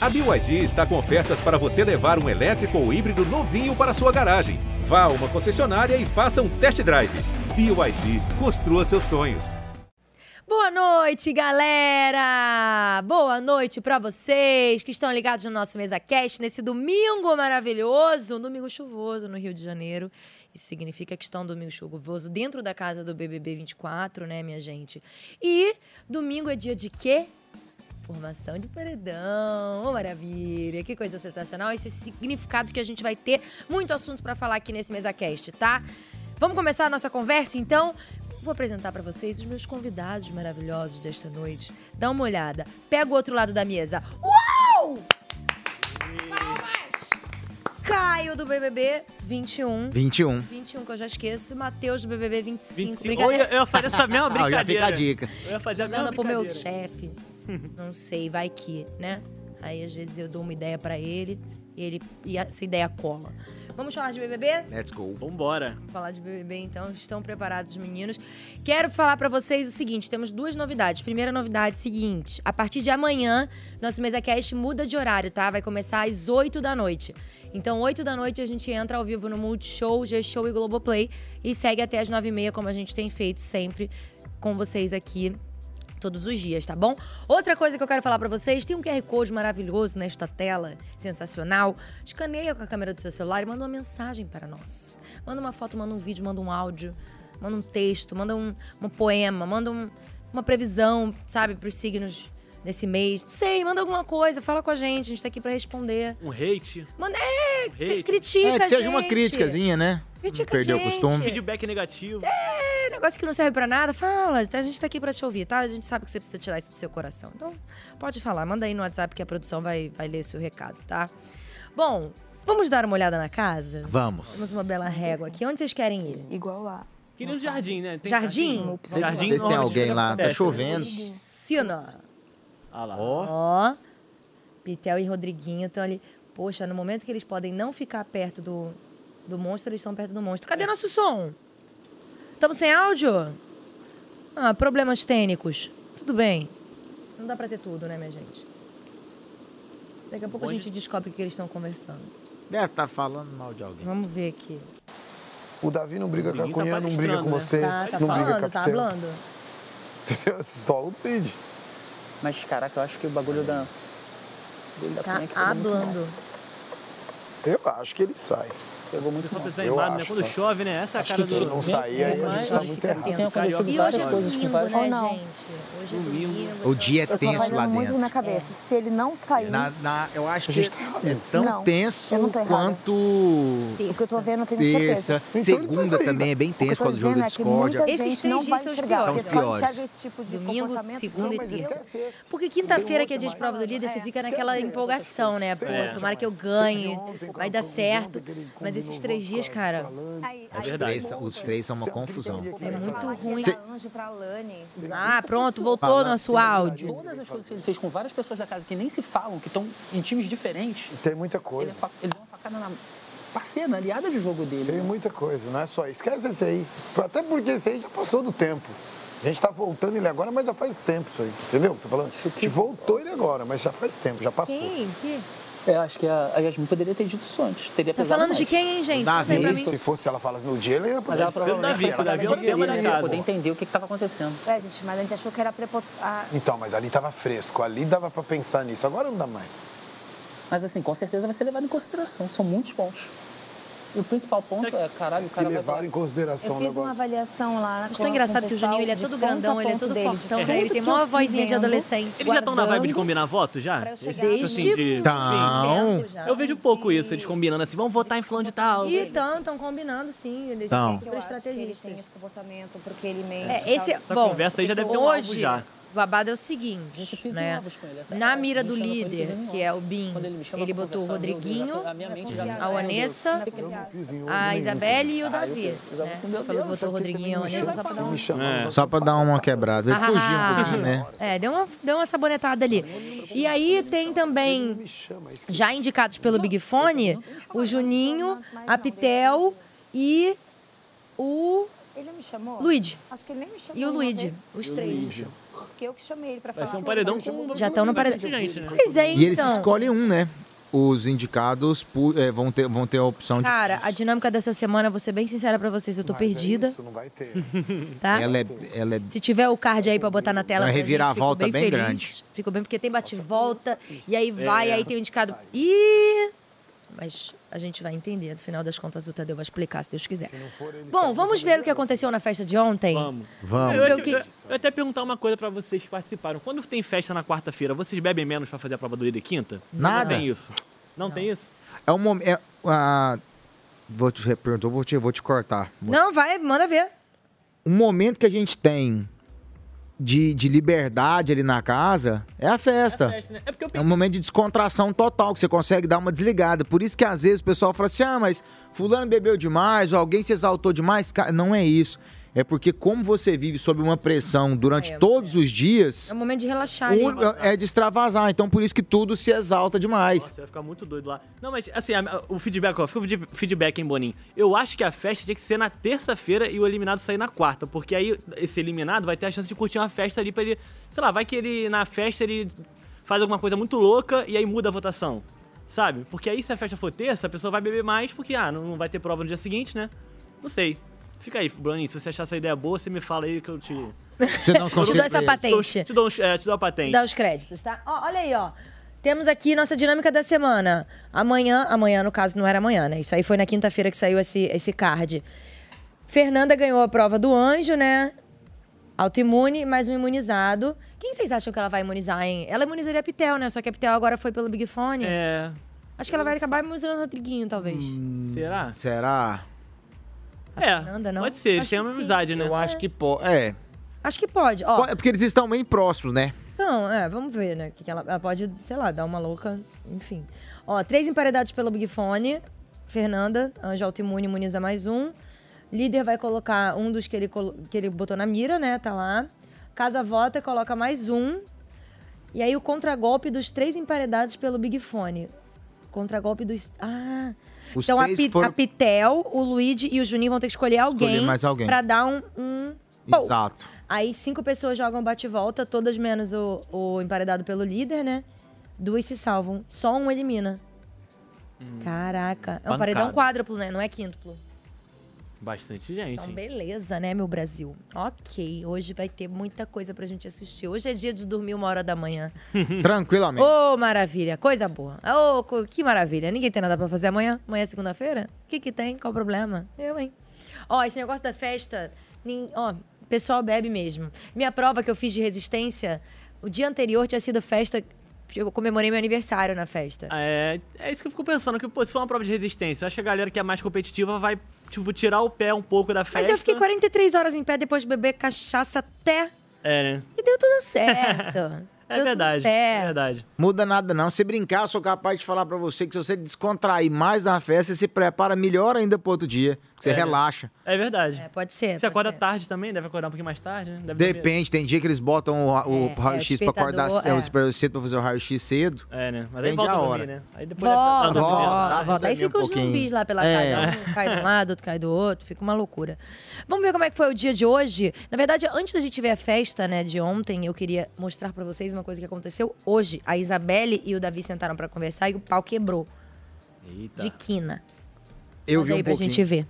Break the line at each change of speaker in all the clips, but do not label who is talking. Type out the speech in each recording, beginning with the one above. A BYD está com ofertas para você levar um elétrico ou híbrido novinho para sua garagem. Vá a uma concessionária e faça um test drive. BYD, construa seus sonhos.
Boa noite, galera! Boa noite pra vocês que estão ligados no nosso Mesa Cast nesse domingo maravilhoso, um domingo chuvoso no Rio de Janeiro. Isso significa que está um domingo chuvoso dentro da casa do BBB 24, né, minha gente? E domingo é dia de quê? Formação de paredão, Ô, maravilha, que coisa sensacional. Esse é o significado que a gente vai ter muito assunto pra falar aqui nesse Mesa Cast, tá? Vamos começar a nossa conversa, então? Vou apresentar pra vocês os meus convidados maravilhosos desta noite. Dá uma olhada, pega o outro lado da mesa. Uau! Palmas! Caio do BBB 21.
21.
21 que eu já esqueço, Matheus do BBB 25.
25. Ou eu, eu faria essa mesma
Ah, já fica
brincadeira.
a dica.
Eu ia fazer a mesma
Jogando pro meu
brincadeira.
chefe. Não sei, vai que, né? Aí às vezes eu dou uma ideia pra ele e ele e essa ideia cola. Vamos falar de BBB?
Let's go.
Vambora.
falar de BBB, então estão preparados, meninos. Quero falar pra vocês o seguinte: temos duas novidades. Primeira novidade, é seguinte: a partir de amanhã, nosso mesa cast muda de horário, tá? Vai começar às 8 da noite. Então, 8 da noite a gente entra ao vivo no Multishow, G-Show e Globoplay e segue até as 9h30, como a gente tem feito sempre com vocês aqui todos os dias, tá bom? Outra coisa que eu quero falar pra vocês, tem um QR Code maravilhoso nesta tela, sensacional. Escaneia com a câmera do seu celular e manda uma mensagem para nós. Manda uma foto, manda um vídeo, manda um áudio, manda um texto, manda um, um poema, manda um- uma previsão, sabe, pros signos desse mês. Não sei, manda alguma coisa, fala com a gente, a gente tá aqui pra responder.
Um hate.
Manda, é,
Um hate.
critica
é, que seja
gente.
uma criticazinha, né?
Critica
Perdeu
a
o
gente.
costume.
Feedback negativo.
É negócio que não serve pra nada, fala. A gente tá aqui pra te ouvir, tá? A gente sabe que você precisa tirar isso do seu coração. Então, pode falar. Manda aí no WhatsApp que a produção vai, vai ler seu recado, tá? Bom, vamos dar uma olhada na casa?
Vamos.
Temos uma bela régua aqui. Onde vocês querem ir?
Igual lá.
Queria um jardim, né? Tem
Jardim?
Vê
Jardim
se tem
normalmente
alguém
tudo
lá. Tá
acontece,
chovendo.
Piscina.
Ah lá.
Ó.
Ó. Pitel e Rodriguinho estão ali. Poxa, no momento que eles podem não ficar perto do, do monstro, eles estão perto do monstro. Cadê nosso som? Estamos sem áudio? Ah, problemas técnicos. Tudo bem. Não dá pra ter tudo, né, minha gente? Daqui a pouco a
Onde-
gente descobre o que eles estão conversando.
Deve estar falando mal de alguém.
Vamos ver aqui.
O Davi não briga
O
com a
Diguinho tá
cunhada, não briga com
palestrando, né?
você,
Tá, tá
não briga com
falando,
a
tá
Pitela.
falando.
Entendeu? Só o Pid.
Mas, caraca, eu acho que o bagulho da. O bagulho da Penha que
Tá
pegou muito mal.
hablando.
Eu acho que ele sai.
Pegou
O
muito
pessoal
mal.
tá
Eu
desanimado, né?
acho,
Quando
tá.
chove, né? Essa é a
Acho
cara
que
Se
do.
não sair, aí a
mas
gente tá
acho que
muito
tá
errado.
Tem acontecido
E hoje
várias
é
coisas que
domingo,
vários-
né,
Ou não.
gente? Hoje é
Domingo.
domingo.
O dia é
Eu tô
tenso lá
trabalhando muito
dentro.
na
É.
cabeça. Se ele não sair,
Na- na- eu acho
A
que
gente tá errado.
é tão
Não,
tenso
eu não tô errada.
quanto
o que eu tô vendo, eu tenho
terça.
certeza.
Então ele tá
Segunda
saindo.
também é bem
O que eu tô
tenso por causa do jogo
dizendo
da
é que
discórdia.
muita
Esses
gente
três
não
dias
vai
são é os
enxergar,
piores.
porque
São os
só
piores.
enxerga esse tipo de
Domingo,
comportamento.
segunda e
mas
terça.
esquece esse.
Porque quinta-feira,
Tem um
que é dia de
outro
prova do
mais.
líder, você
É,
fica
esquece
naquela
esse,
empolgação, né? Pô,
Tem outro
tomara que eu
mais.
ganhe,
Teve ontem,
vai
quando
dar
eu vi
certo.
ontem que ele
Mas esses
combinou
três
com a-
dias, cara,
com a Lana.
Aí,
É
aí,
Os
verdade.
três, são- os três são uma
Tanto que
confusão.
sabia que
é
ele ia
muito
falar.
ruim.
Pra
né?
Anjo, pra Lani.
Ah, pronto, voltou
Fala.
nosso áudio.
Todas as coisas que ele fez com várias pessoas da casa que nem se falam, que estão em times diferentes,
Tem muita
ele, é
coisa.
fa- ele deu uma facada na parceira, na aliada de jogo dele. né?
Tem muita coisa, não é só. Esquece esse aí. Até porque esse aí já passou do tempo. A gente tá voltando ele agora, mas já faz tempo isso aí. Entendeu o que eu tô falando? A gente voltou ele agora, mas já faz tempo, já passou.
Quem? Que?
É, acho que a, a Yasmin poderia ter dito isso antes. Teria
Tá
pesado
falando de
mais.
quem, hein, gente?
Davi.
Conta aí pra mim.
Se fosse ela falasse no dia, ele ia
Mas ela
poder-
provavelmente
Davi, esse
pensava
Davi
que
é o
ela
tema da
deveria
casa.
poder entender o que estava acontecendo.
É, gente, mas a gente achou que era prepotente.
Então, mas ali tava fresco, ali dava pra pensar nisso. Agora não dá mais.
Mas assim, com certeza vai ser levado em consideração. São muitos pontos. E o principal ponto é, caralho, o
Se
cara vai falar
levaram em
Eu
consideração o
fiz uma
um negócio.
avaliação lá.
Acho
com-
tão engraçado
com o
que o
pessoal,
Juninho, ele é
de
todo
ponta a
grandão, ele é
ponta
todo
dele, de
fortão.
tudo
Ele tem
que
maior
eu fui
vozinha de
vendo.
adolescente.
Eles já estão na vibe de
guardando
combinar voto já?
pra eu
Esse
chegar
tipo assim de.
Tá. Não.
Penso já.
Eu vejo pouco isso, eles combinando assim, vamos votar em fulano de tal.
E estão, estão combinando, sim. Eles
Tão.
Então.
são
Eu
super
acho que ele
estrategistas.
tem esse comportamento, porque ele mente.
É, esse,
tal.
bom,
conversa aí já deve ter um alvo
hoje,
já.
o babado é o
A gente
seguinte,
fez
né?
ovos com ele, essa-
Na
a
mira
gente
do
chama pra ele
líder,
fazer um
que
ovo.
é o Bin,
Quando ele me chama
ele
pra
botou o
conversar, eu já tô-
Rodriguinho,
já tô- a minha mente já- tá
a Onessa,
Fiz em
a
outro
Isabelle e o
Ah, eu
Davi.
fiz, mas eu
né?
fui,
Falou
meu
que
Deus,
botou o Rodriguinho e a Onessa só pra dar
minuto.
um-
Me chamaram,
Só pra dar uma quebrada. Ele fugiu um
Ah,
pouquinho, né?
É, deu uma, deu uma sabonetada ali. E aí tem também,
me chama. isso que-
já indicados pelo Big Fone, o Juninho, a Pitel e o
Ele me chamou?
Luigi.
Acho que ele nem me chamou.
E o
uma
Luigi.
vez.
Os três.
Acho que eu que chamei ele pra
Vai
falar.
ser um
com
paredão
ele.
com.
Já estão no
bastante
paredão.
gente, né?
Pois é,
E eles
então.
escolhem um, né? Os indicados pu- é, vão, ter, vão ter a opção de.
Cara, a dinâmica dessa semana, vou ser bem sincera pra vocês, eu tô
Mas é
perdida,
isso, não vai ter.
tá?
Ela é, ela é
Se tiver o card aí pra botar na
Uma
tela, pra gente,
reviravolta
fico
bem
feliz.
grande.
Fico bem, porque tem bate-volta, e aí vai, aí tem o indicado. Ih! Mas a gente vai entender, no final das contas o Tadeu vai explicar, se Deus quiser. Bom, vamos ver o que aconteceu na festa de ontem?
Vamos.
Vamos.
Eu,
Eu
eu,
que-
eu, eu até perguntar uma coisa pra vocês que participaram. Quando tem festa na quarta-feira, vocês bebem menos pra fazer a prova do ida e quinta?
Nada.
Não tem isso. Não, tem isso?
É um momento. É, ah, vou te perguntar, vou te, vou te cortar.
Não, vai, manda ver.
Um momento que a gente tem de, de liberdade ali na casa é a festa.
Festa, né? É porque eu
É um
pensei.
momento de descontração total, que você consegue dar uma desligada. Por isso que às vezes o pessoal fala assim: ah, mas fulano bebeu demais, ou alguém se exaltou demais. Ca- Não é isso. É porque como você vive sob uma pressão durante
É,
todos os dias,
É o momento de relaxar.
o-
né?
é de extravasar. Então por isso que tudo se exalta demais.
Nossa, vai ficar muito doido lá. Não, mas assim, a- a- o feedback, ó, fica o feed- feedback, hein, Boninho. Eu acho que a festa tinha que ser na terça-feira e o eliminado sair na quarta, porque aí esse eliminado vai ter a chance de curtir uma festa ali pra ele. Sei lá, vai que ele na festa ele faz alguma coisa muito louca e aí muda a votação. Sabe? Porque aí se a festa for terça, a pessoa vai beber mais, porque ah, não, não vai ter prova no dia seguinte, né? Não sei. Fica aí, Boninho. Se você achar essa ideia boa, você me fala aí que eu te.
Você dá uns
Te dou
conselhos.
essa
pra ele.
Te dou,
patente.
te dou uns- é, te dou a patente.
Dá os créditos, tá? Ó, olha aí, ó. Temos aqui nossa dinâmica da semana. Amanhã, amanhã, no caso, não era amanhã, né? Isso aí foi na quinta-feira que saiu esse, esse card. Fernanda ganhou a prova do anjo, né? Autoimune, mais um imunizado. Quem vocês acham que ela vai imunizar, hein? Ela imunizaria a Pitel, né? Só que a Pitel agora foi pelo Big Fone.
É.
Acho que ela vai acabar imunizando o Rodriguinho, talvez.
Hum.
Será?
Será?
É.
Fernanda, não?
Pode ser, eles
Acho
têm
que
uma
sim.
amizade, né?
Eu acho que pode. É.
Acho que pode. Ó,
É porque eles estão bem próximos, né?
Então, é, vamos ver, né? Que que ela, ela pode, sei lá, dar uma louca, enfim. Ó, três emparedados pelo Big Fone. Fernanda, anjo autoimune, imuniza mais um. Líder vai colocar um dos que ele, colo- que ele botou na mira, né? Tá lá. Casa vota, coloca mais um. E aí o contragolpe dos três emparedados pelo Big Fone. Contragolpe dos. Ah!
Os
então a,
três
Pi-
foram-
a Pitel, o Luigi e o Juninho vão ter que escolher alguém,
mais alguém.
pra dar um. um... Pou.
Exato.
Aí cinco pessoas jogam bate-volta, todas menos o, o emparedado pelo líder, né? Duas se salvam. Só um elimina.
Hum.
Caraca. É um
Hum. Pancada.
paredão quádruplo, né? Não é quíntuplo.
Bastante gente.
Então,
hein?
beleza, né, meu Brasil? Ok, hoje vai ter muita coisa pra gente assistir. Hoje é dia de dormir uma hora da manhã.
Tranquilamente.
Ô, maravilha, coisa boa. Ô, co- que maravilha. Ninguém tem nada pra fazer amanhã? Amanhã é segunda-feira? O que que tem? Qual o problema? Eu, hein? Ó, esse negócio da festa, nin- ó, o pessoal bebe mesmo. Minha prova que eu fiz de resistência, o dia anterior tinha sido festa, eu comemorei meu aniversário na festa.
É, é isso que eu fico pensando, que pô, se for uma prova de resistência, eu acho que a galera que é mais competitiva vai, tipo, tirar o pé um pouco da festa.
Mas eu fiquei 43 horas em pé depois de beber cachaça até
É, né?
e deu tudo certo.
É
Deu
verdade,
Tudo certo.
é verdade.
Muda nada não. Se brincar, eu sou capaz de falar pra você que se você descontrair mais na festa, você se prepara melhor ainda pro outro dia. que Você
É, né?
relaxa.
É verdade.
É, pode ser.
Você
pode
acorda
ser.
tarde também, deve acordar um pouquinho mais tarde, né? Deve beber.
Depende, tem dia que eles botam o, o
É,
raio-x
é,
pra acordar
despertador,
cedo,
é.
pra- cedo pra fazer o raio-x cedo.
É, né? Mas
Depende
aí volta
da
a
hora.
dormir, né? Aí depois
Volta,
dá- dá- dá-
volta,
dá-
dá-
volta.
dá-
Aí
dá-
fica
um
os
pouquinho.
zumbis lá pela
É.
casa. Um cai de um lado, outro cai do outro. Fica uma loucura. Vamos ver como é que foi o dia de hoje. Na verdade, antes da gente ver a festa, né, de ontem, eu queria mostrar pra vocês uma coisa que aconteceu hoje. A Isabelle e o Davi sentaram pra conversar e o pau quebrou.
Eita.
De quina.
Tá. Eu
Mas
vi
aí
um
pra
pouquinho.
gente ver.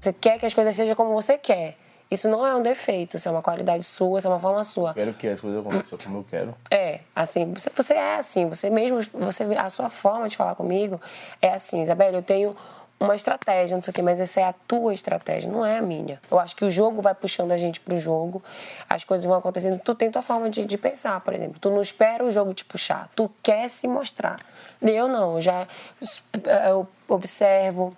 Você quer que as coisas sejam como você quer. Isso não é um defeito, isso é uma qualidade sua, isso é uma forma sua.
Quero que as coisas aconteçam como eu quero.
É, assim, você, você é assim, você mesmo, você, a sua forma de falar comigo é assim, Isabela, eu tenho uma estratégia, não sei o quê, mas essa é a tua estratégia, não é a minha. Eu acho que o jogo vai puxando a gente pro jogo, as coisas vão acontecendo, tu tem tua forma de, de pensar, por exemplo, tu não espera o jogo te puxar, tu quer se mostrar. Eu não, eu já eh, eu observo,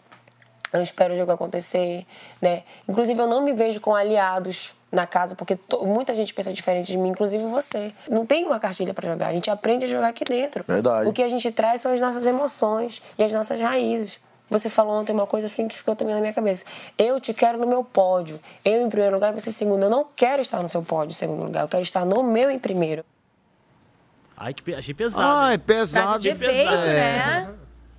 eu espero o jogo acontecer, né? Inclusive, eu não me vejo com aliados na casa, porque to- muita gente pensa diferente de mim, inclusive você. Não tem uma cartilha pra jogar, a gente aprende a jogar aqui dentro.
Verdade.
O que a gente traz são as nossas emoções e as nossas raízes. Você falou ontem uma coisa assim que ficou também na minha cabeça. Eu te quero no meu pódio. Eu em primeiro lugar e você em segundo. Eu não quero estar no seu pódio em segundo lugar. Eu quero estar no meu em primeiro.
Ai, que pe- achei pesado.
Ah, é
Frase
pesado.
É. de efeito, né?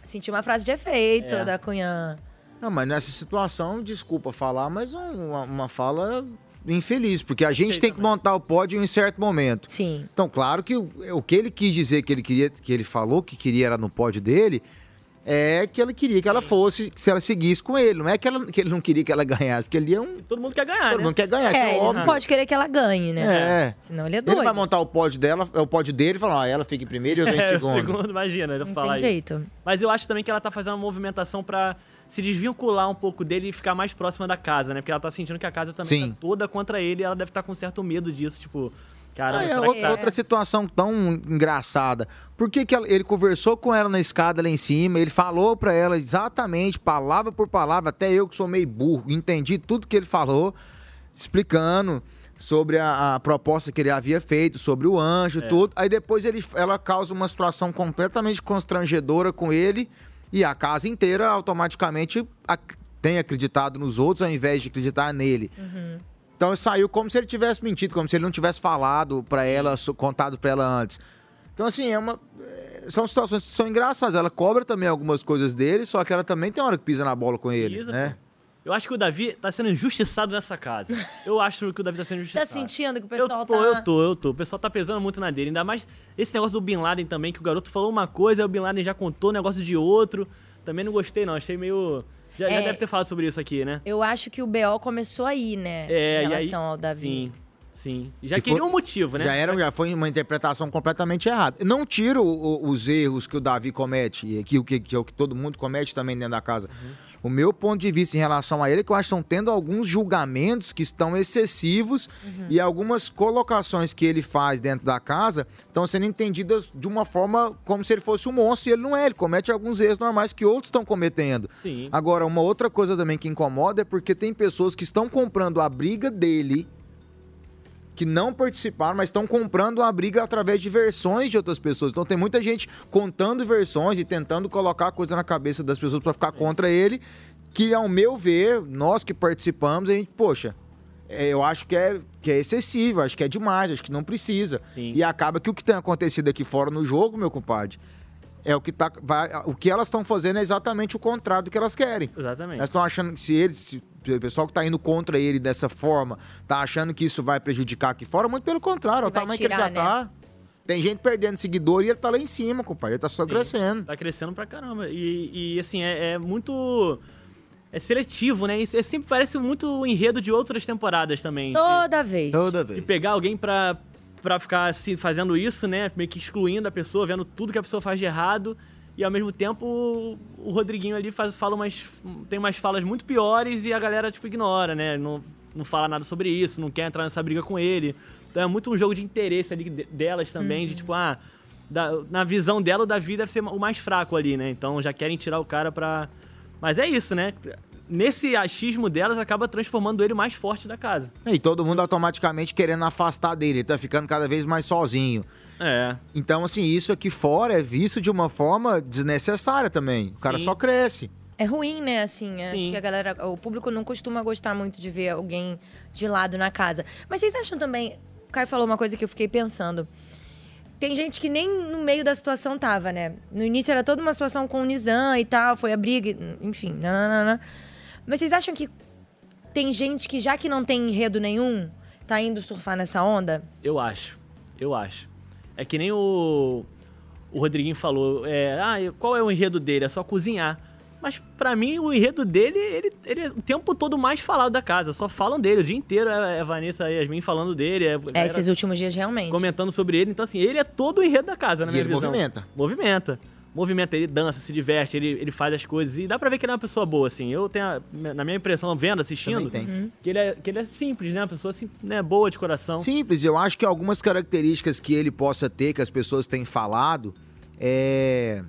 Senti uma frase de efeito
É.
da Cunhã.
Não, mas nessa situação, desculpa falar, mas um, uma, uma fala infeliz, porque a gente tem que montar o pódio em um certo momento.
Sim.
Então, claro que o, o que ele quis dizer que ele queria, que ele falou que queria era no pódio dele, é que ele queria que ela fosse, que se ela seguisse com ele. Não é que, ela- que ele não queria que ela ganhasse, porque ele é um.
Todo mundo quer ganhar,
Todo
né?
mundo quer ganhar, isso
É,
é
ele não
óbvio.
pode querer que ela ganhe, né?
É.
Senão ele é
Ele
doido.
vai montar o pódio dela, é o pódio dele e falar, ah, ela fica em primeiro e eu tô em
É,
segundo.
segundo, imagina, ele
Não
falar
tem
isso.
jeito.
Mas eu acho também que ela tá fazendo uma movimentação pra se desvincular um pouco dele e ficar mais próxima da casa, né? Porque ela tá sentindo que a casa também
Sim.
tá toda contra ele e ela deve estar com certo medo disso, tipo, cara,
Ah, é,
será
ou-
que tá...
Outra situação tão engraçada. Por que, que ela- ele conversou com ela na escada lá em cima? Ele falou pra ela exatamente, palavra por palavra, até eu que sou meio burro, entendi tudo que ele falou, explicando sobre a, a proposta que ele havia feito, sobre o
É.
anjo, tudo. Aí depois ele, ela causa uma situação completamente constrangedora com ele e a casa inteira automaticamente ac- tem acreditado nos outros ao invés de acreditar nele. Então saiu como se ele tivesse mentido, como se ele não tivesse falado pra ela, so- contado pra ela antes. Então assim, é uma é, são situações que são engraçadas. Ela cobra também algumas coisas dele, só que ela também tem hora que pisa na bola com ele,
Pisa,
né?
Eu acho que o Davi tá sendo injustiçado nessa casa. Eu acho que o Davi tá sendo
Tá
injustiçado.
sentindo que o
Eu
pessoal
tô,
tá...
eu tô, eu tô. O pessoal tá pesando muito na dele. Ainda mais esse negócio do Bin Laden também, que o garoto falou uma coisa, aí o Bin Laden já contou um negócio de outro. Também não gostei, não. Achei meio. Já, já
É.
deve ter falado sobre isso aqui, né?
Eu acho que o BO começou aí, né?
É,
em
e aí-
relação ao Davi.
Sim, sim. Já
Ficou-
queria um motivo, né?
Já era, já foi uma interpretação completamente errada. Não tiro o- o- os erros que o Davi comete e que, o que, que é o que todo mundo comete também dentro da casa.
Uhum.
O meu ponto de vista em relação a ele é que eu acho que estão tendo alguns julgamentos que estão excessivos
Uhum.
e algumas colocações que ele faz dentro da casa estão sendo entendidas de uma forma como se ele fosse um monstro e ele não é. Ele comete alguns erros normais que outros estão cometendo.
Sim.
Agora, uma outra coisa também que incomoda é porque tem pessoas que estão comprando a briga dele, que não participaram, mas estão comprando a briga através de versões de outras pessoas. Então tem muita gente contando versões e tentando colocar coisa na cabeça das pessoas pra ficar contra ele, que ao meu ver, nós que participamos, a gente, poxa, é, eu acho que é, que é excessivo, acho que é demais, acho que não precisa.
Sim.
E acaba que o que tem acontecido aqui fora no jogo, meu compadre, é o que tá. vai- o que elas estão fazendo é exatamente o contrário do que elas querem.
Exatamente.
Elas estão achando que se eles, se o pessoal que tá indo contra ele dessa forma, tá achando que isso vai prejudicar aqui fora, muito pelo contrário, o
vai
tamanho que ele já
tirar, né?
tá. Tem gente perdendo seguidor e ele tá lá em cima, compadre. Ele tá só crescendo.
Tá crescendo pra caramba. E, e, assim, é, é muito. É seletivo, né? E é sempre parece muito o enredo de outras temporadas também.
Toda vez.
Toda
de
vez.
pegar alguém pra, pra ficar assim, fazendo isso, né? Meio que excluindo a pessoa, vendo tudo que a pessoa faz de errado. E ao mesmo tempo, o- o Rodriguinho ali faz, fala umas, tem umas falas muito piores e a galera, tipo, ignora, né? Não, não fala nada sobre isso, não quer entrar nessa briga com ele. Então é muito um jogo de interesse ali de- delas também, de tipo, ah, da- na visão dela, o Davi deve ser o mais fraco ali, né? Então já querem tirar o cara pra. Mas é isso, né? Nesse achismo delas, acaba transformando ele o mais forte da casa.
E todo mundo automaticamente querendo afastar dele. Ele tá ficando cada vez mais sozinho.
É.
Então, assim, isso aqui fora é visto de uma forma desnecessária também. O cara
Sim.
só cresce.
É ruim, né, assim. Acho
Sim.
que a galera, o público não costuma gostar muito de ver alguém de lado na casa. Mas vocês acham também. O Caio falou uma coisa que eu fiquei pensando. Tem gente que nem no meio da situação tava, né? No início era toda uma situação com o Nizam e tal, foi a briga, e- enfim, nananana. Mas vocês acham que tem gente que, já que não tem enredo nenhum, tá indo surfar nessa onda?
Eu acho. Eu acho. É que nem o. O Rodriguinho falou. É, ah, eu- qual é o enredo dele? É só cozinhar. Mas pra mim, o enredo dele, ele, ele é o tempo todo mais falado da casa. Só falam dele. O dia inteiro é, é Vanessa e Yasmin falando dele. É,
É,
galera
esses últimos dias, realmente.
comentando sobre ele. Então, assim, ele é todo o enredo da casa,
E
na minha
ele
visão.
movimenta.
Movimenta. Movimenta, ele dança, se diverte, ele, ele faz as coisas. E dá pra ver que ele é uma pessoa boa, assim. Eu tenho, a- na minha impressão, vendo, assistindo,
Também tem.
que, ele é, que ele é simples, né? Uma pessoa assim, né, boa de coração.
Simples, eu acho que algumas características que ele possa ter, que as pessoas têm falado, é.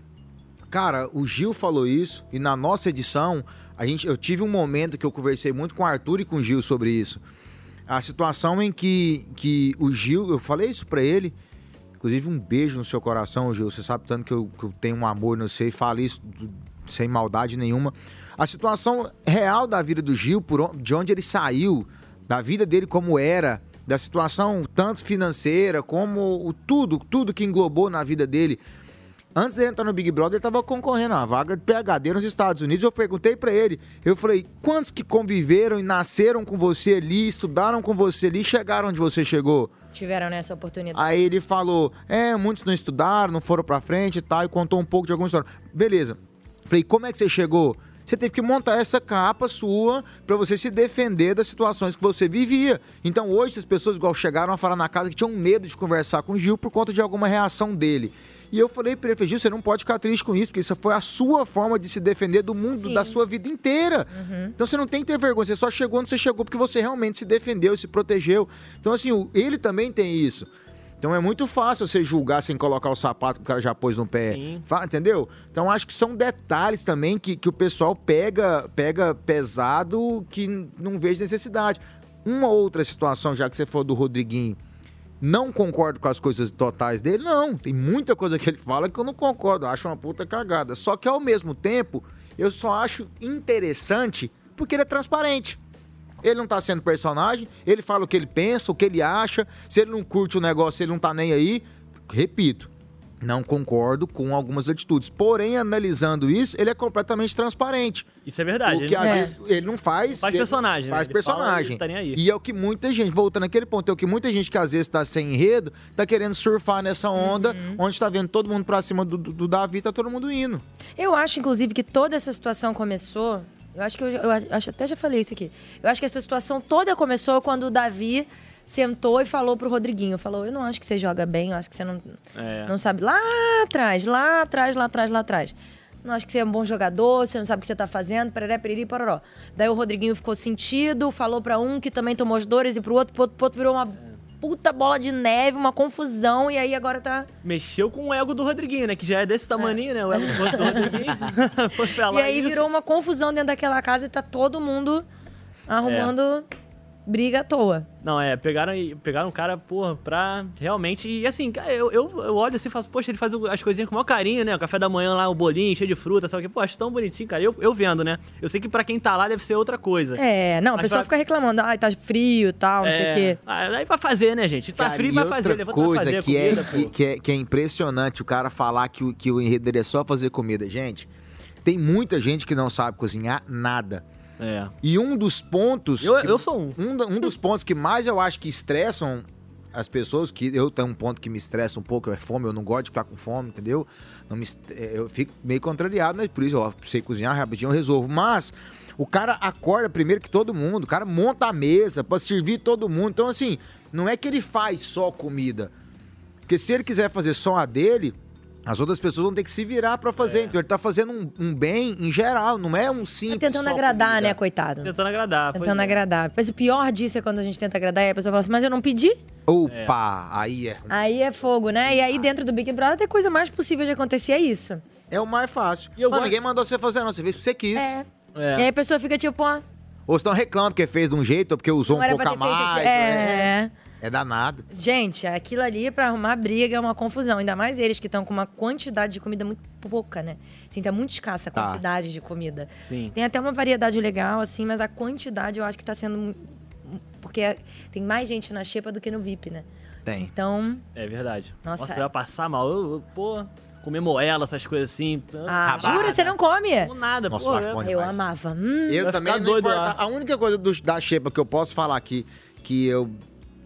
Cara, o Gil falou isso, e na nossa edição, a gente, eu tive um momento que eu conversei muito com o Arthur e com o Gil sobre isso. A situação em que, que o Gil, eu falei isso pra ele, inclusive um beijo no seu coração, Gil, você sabe tanto que eu, que eu tenho um amor, não sei, falo isso do- sem maldade nenhuma. A situação real da vida do Gil, por on- de onde ele saiu, da vida dele como era, da situação tanto financeira como o tudo, tudo que englobou na vida dele. Antes dele entrar no Big Brother, ele tava concorrendo a uma vaga de PHD nos Estados Unidos. Eu perguntei pra ele, eu falei, quantos que conviveram e nasceram com você ali, estudaram com você ali, chegaram onde você chegou?
Tiveram nessa oportunidade.
Aí ele falou: é, muitos não estudaram, não foram pra frente e tal, e contou um pouco de alguma história. Beleza. Falei, como é que você chegou? Você teve que montar essa capa sua pra você se defender das situações que você vivia. Então hoje as pessoas igual chegaram a falar na casa que tinham medo de conversar com o Gil por conta de alguma reação dele. E eu falei pra ele, falei, Gil, você não pode ficar triste com isso, porque isso foi a sua forma de se defender do mundo, da sua vida inteira. Então você não tem que ter vergonha, você só chegou onde você chegou porque você realmente se defendeu, se protegeu. Então assim, o- ele também tem isso. Então é muito fácil você julgar sem colocar o sapato que o cara já pôs no pé. Fa- Entendeu? Então acho que são detalhes também que, que o pessoal pega, pega pesado que n- não vejo necessidade. Uma outra situação, já que você falou do Rodriguinho, não concordo com as coisas totais dele, não. Tem muita coisa que ele fala que eu não concordo, eu acho uma puta cagada. Só que ao mesmo tempo, eu só acho interessante porque ele é transparente. Ele não tá sendo personagem, ele fala o que ele pensa, o que ele acha. Se ele não curte o negócio, ele não tá nem aí. Repito, não concordo com algumas atitudes. Porém, analisando isso, ele é completamente transparente.
Isso é verdade.
O que
né?
às vezes ele não faz.
Faz
ele
personagem, né?
Faz
Ele fala
personagem.
e tá nem aí.
E é o que muita gente, voltando naquele ponto, é o que muita gente que às vezes tá sem enredo, tá querendo surfar nessa onda, onde tá vendo todo mundo pra cima do, do, do Davi, tá todo mundo indo.
Eu acho, inclusive, que toda essa situação começou. Eu acho que eu, eu acho, até já falei isso aqui. Eu acho que essa situação toda começou quando o Davi sentou e falou pro Rodriguinho. Falou, eu não acho que você joga bem, eu acho que você não,
É.
não sabe. Lá atrás, lá atrás, lá atrás, lá atrás. Não acho que você é um bom jogador, você não sabe o que você tá fazendo, pereré, periri, pororó. Daí o Rodriguinho ficou sentido, falou pra um que também tomou as dores e pro outro, pro outro, pro outro virou uma puta bola de neve, uma confusão, e aí agora tá...
Mexeu com o ego do Rodriguinho, né? Que já é desse tamaninho, né? O ego do do Rodriguinho. Foi falar
e aí
isso.
virou uma confusão dentro daquela casa e tá todo mundo arrumando briga à toa.
Não, é, pegaram, e- pegaram o cara, porra, pra realmente. E assim, cara, eu, eu, eu olho assim e falo, poxa, ele faz o- as coisinhas com o maior carinho, né? O café da manhã lá, o bolinho cheio de fruta, sabe o que? Pô, acho tão bonitinho, cara. Eu, eu vendo, né? Eu sei que pra quem tá lá deve ser outra coisa.
É, não, o
Mas
pessoal
pra-
fica reclamando, ai, tá frio e tal, não sei o quê.
Ah, Aí vai fazer, né, gente? Tá
Cara,
frio,
e
vai
outra
fazer. Levanta pra
coisa
fazer
que,
comida,
é, que,
pô.
que é, que é impressionante o cara falar que, o- que o enredo dele é só fazer comida. Gente, tem muita gente que não sabe cozinhar nada.
É.
E um dos pontos.
Eu,
que-
eu sou um.
um, da- um dos pontos que mais eu acho que estressam as pessoas, que eu tenho um ponto que me estressa um pouco, é fome, eu não gosto de ficar com fome, entendeu? Não me est- eh, eu fico meio contrariado, mas por isso eu sei cozinhar rapidinho, eu resolvo. Mas o cara acorda primeiro que todo mundo, o cara monta a mesa pra servir todo mundo. Então, assim, não é que ele faz só comida. Porque se ele quiser fazer só a dele, as outras pessoas vão ter que se virar pra fazer.
É.
Então ele tá fazendo um, um bem em geral, não é um
Tá
simples.
tentando
só
agradar,
comida.
né, coitado?
Tentando agradar. pois
Tentando
é.
agradar. Mas o pior disso é quando a gente tenta agradar e a pessoa fala assim, mas eu não pedi.
Opa, aí é.
Aí é fogo, né? E aí dentro do Big Brother, a coisa mais possível de acontecer é isso.
É o mais fácil.
E eu
Mas
gosto-
ninguém mandou você fazer, não. Você fez porque você quis.
É.
É.
E aí a pessoa fica tipo, ó,
Ou senão reclama porque fez de um jeito, ou porque usou
não
um
era
pouco
pra
a
ter feito
mais.
isso. É.
é danado.
Gente, aquilo ali pra arrumar briga é uma confusão. Ainda mais eles que estão com uma quantidade de comida muito pouca, né? Assim, tá muito escassa a
Tá.
quantidade de comida.
Sim.
Tem até uma variedade legal, assim, mas a quantidade eu acho que tá sendo. mu- mu- Porque é, tem mais gente na xepa do que no VIP, né?
Tem.
Então.
É verdade.
Nossa,
Nossa,
é-
eu ia passar mal. Eu, eu, pô, comer moela, essas coisas assim.
Ah,
Rabada.
jura? Você não come?
Com nada,
Nossa,
pô.
eu acho
é-
bom
Eu
demais.
amava. Hum.
Eu
Vai
também
ficar
não
doido
importa.
lá.
A única coisa do- da xepa que eu posso falar aqui, que eu...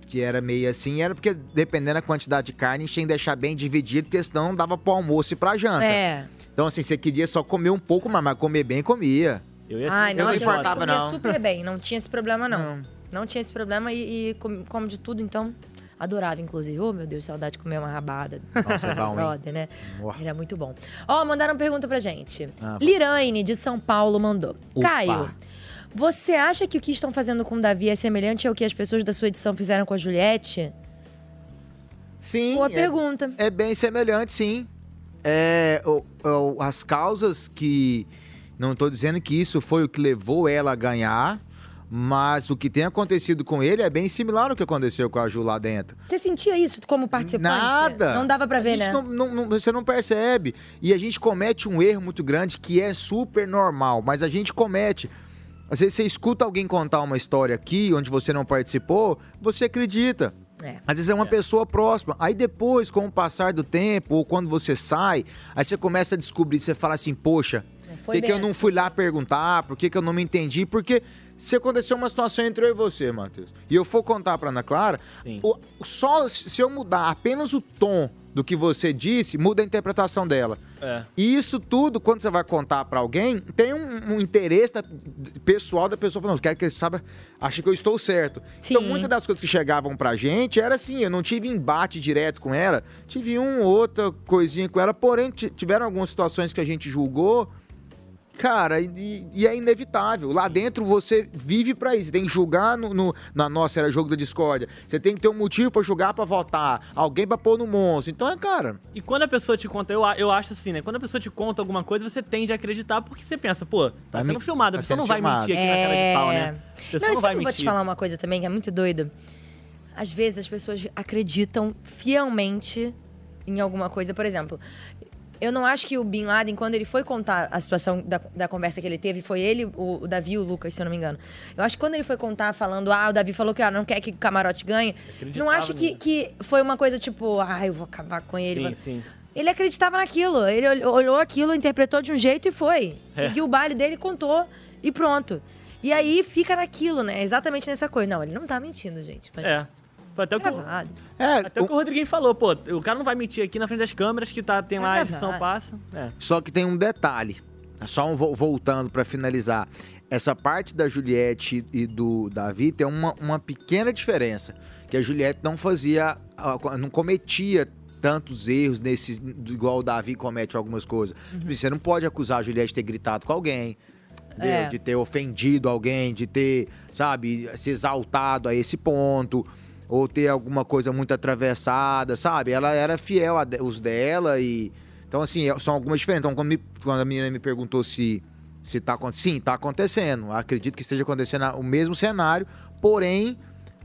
Que era meio assim, era porque dependendo da quantidade de carne, tinha que deixar bem dividido, porque senão dava pro almoço e pra janta.
É.
Então assim, você queria só comer um pouco mais, mas comer bem, comia.
Eu ia
Ai,
assim,
não
nossa, eu
importava,
comia
não.
super bem. Não tinha esse problema, não. Não, tinha esse problema e, e com- como de tudo, então. Adorava, inclusive. Oh, meu Deus, saudade de comer uma rabada.
Nossa, é bom, hein?
Brother, né?
Ó.
Era muito bom. Ó, mandaram pergunta pra gente.
Ah, vai.
Lirane, de São Paulo, mandou.
Opa.
Caio, você acha que o que estão fazendo com o Davi é semelhante ao que as pessoas da sua edição fizeram com a Juliette?
Sim.
Boa
é-
pergunta.
É bem semelhante, sim. É, o- o- as causas que. Não estou dizendo que isso foi o que levou ela a ganhar, mas o que tem acontecido com ele é bem similar ao que aconteceu com a Ju lá dentro.
Você sentia isso como participante?
Nada.
Não dava pra
A
ver,
gente
né?
não- não- não- você não percebe. E a gente comete um erro muito grande que é super normal, mas a gente comete. Às vezes você escuta alguém contar uma história aqui onde você não participou, você acredita. Às vezes é uma pessoa próxima. Aí depois, com o passar do tempo, ou quando você sai, aí você começa a descobrir, você fala assim, poxa, por
foi
que, que
bem
eu não
assim.
fui lá perguntar? Por que, que eu não me entendi? Porque se aconteceu uma situação entre eu e você, Matheus, e eu for contar pra Ana Clara, o- só se eu mudar apenas o tom do que você disse, muda a interpretação dela.
É.
E isso tudo, quando você vai contar pra alguém, tem um, um interesse da- d- pessoal da pessoa falando, eu quero que ele saiba, acha que eu estou certo. Então, muitas das coisas que chegavam pra gente era assim, eu não tive embate direto com ela, tive um outra coisinha com ela, porém, ti- tiveram algumas situações que a gente julgou. Cara, e- e, e é inevitável. Lá dentro você vive pra isso. Você tem que julgar no, no- na nossa era jogo da discórdia. Você tem que ter um motivo pra julgar, pra votar. Alguém pra pôr no monstro. Então é, cara.
E quando a pessoa te conta, eu, a- eu acho assim, né? Quando a pessoa te conta alguma coisa, você tende a acreditar porque você pensa, pô, tá
Vai
sendo
me-
filmado, a
tá
pessoa
sendo
não vai
filmado.
mentir aqui na cara de pau, né? A pessoa
É. Não, e
não, vai
sabe que eu vou te
mentir.
falar uma coisa também que é muito doido? Às vezes as pessoas acreditam fielmente em alguma coisa. Por exemplo, eu não acho que o Bin Laden, quando ele foi contar a situação da, da conversa que ele teve, foi ele, o, o Davi e o Lucas, se eu não me engano. Eu acho que quando ele foi contar falando, ah, o Davi falou que ah, não quer que o camarote ganhe,
Acreditava
não acho que, que foi uma coisa tipo, ah, eu vou acabar com ele.
Sim,
vou-
sim.
Ele acreditava naquilo, ele ol- olhou aquilo, interpretou de um jeito e foi.
É.
Seguiu o baile dele, contou e pronto. E aí fica naquilo, né? Exatamente nessa coisa. Não, ele não tá mentindo, gente. Mas
É. Foi até o que, o-
gravado.
É,
até o que o Rodriguinho falou, pô, o cara não vai mentir aqui na frente das câmeras que tá, tem
Tá
lá a
gravado.
edição passa. É.
Só que tem um detalhe. Só um vo- voltando pra finalizar. Essa parte da Juliette e do Davi tem uma, uma pequena diferença. Que a Juliette não fazia. ah, co- não cometia tantos erros nesses. Igual o Davi comete algumas coisas. Você não pode acusar a Juliette de ter gritado com alguém. entendeu?
É.
De ter ofendido alguém, de ter, sabe, se exaltado a esse ponto, ou ter alguma coisa muito atravessada, sabe? Ela era fiel aos dela e. Então, assim, é- são algumas diferenças. Então, quando, me- quando a menina me perguntou se. Se tá acontecendo. Sim, tá acontecendo. Acredito que esteja acontecendo a- o mesmo cenário, porém,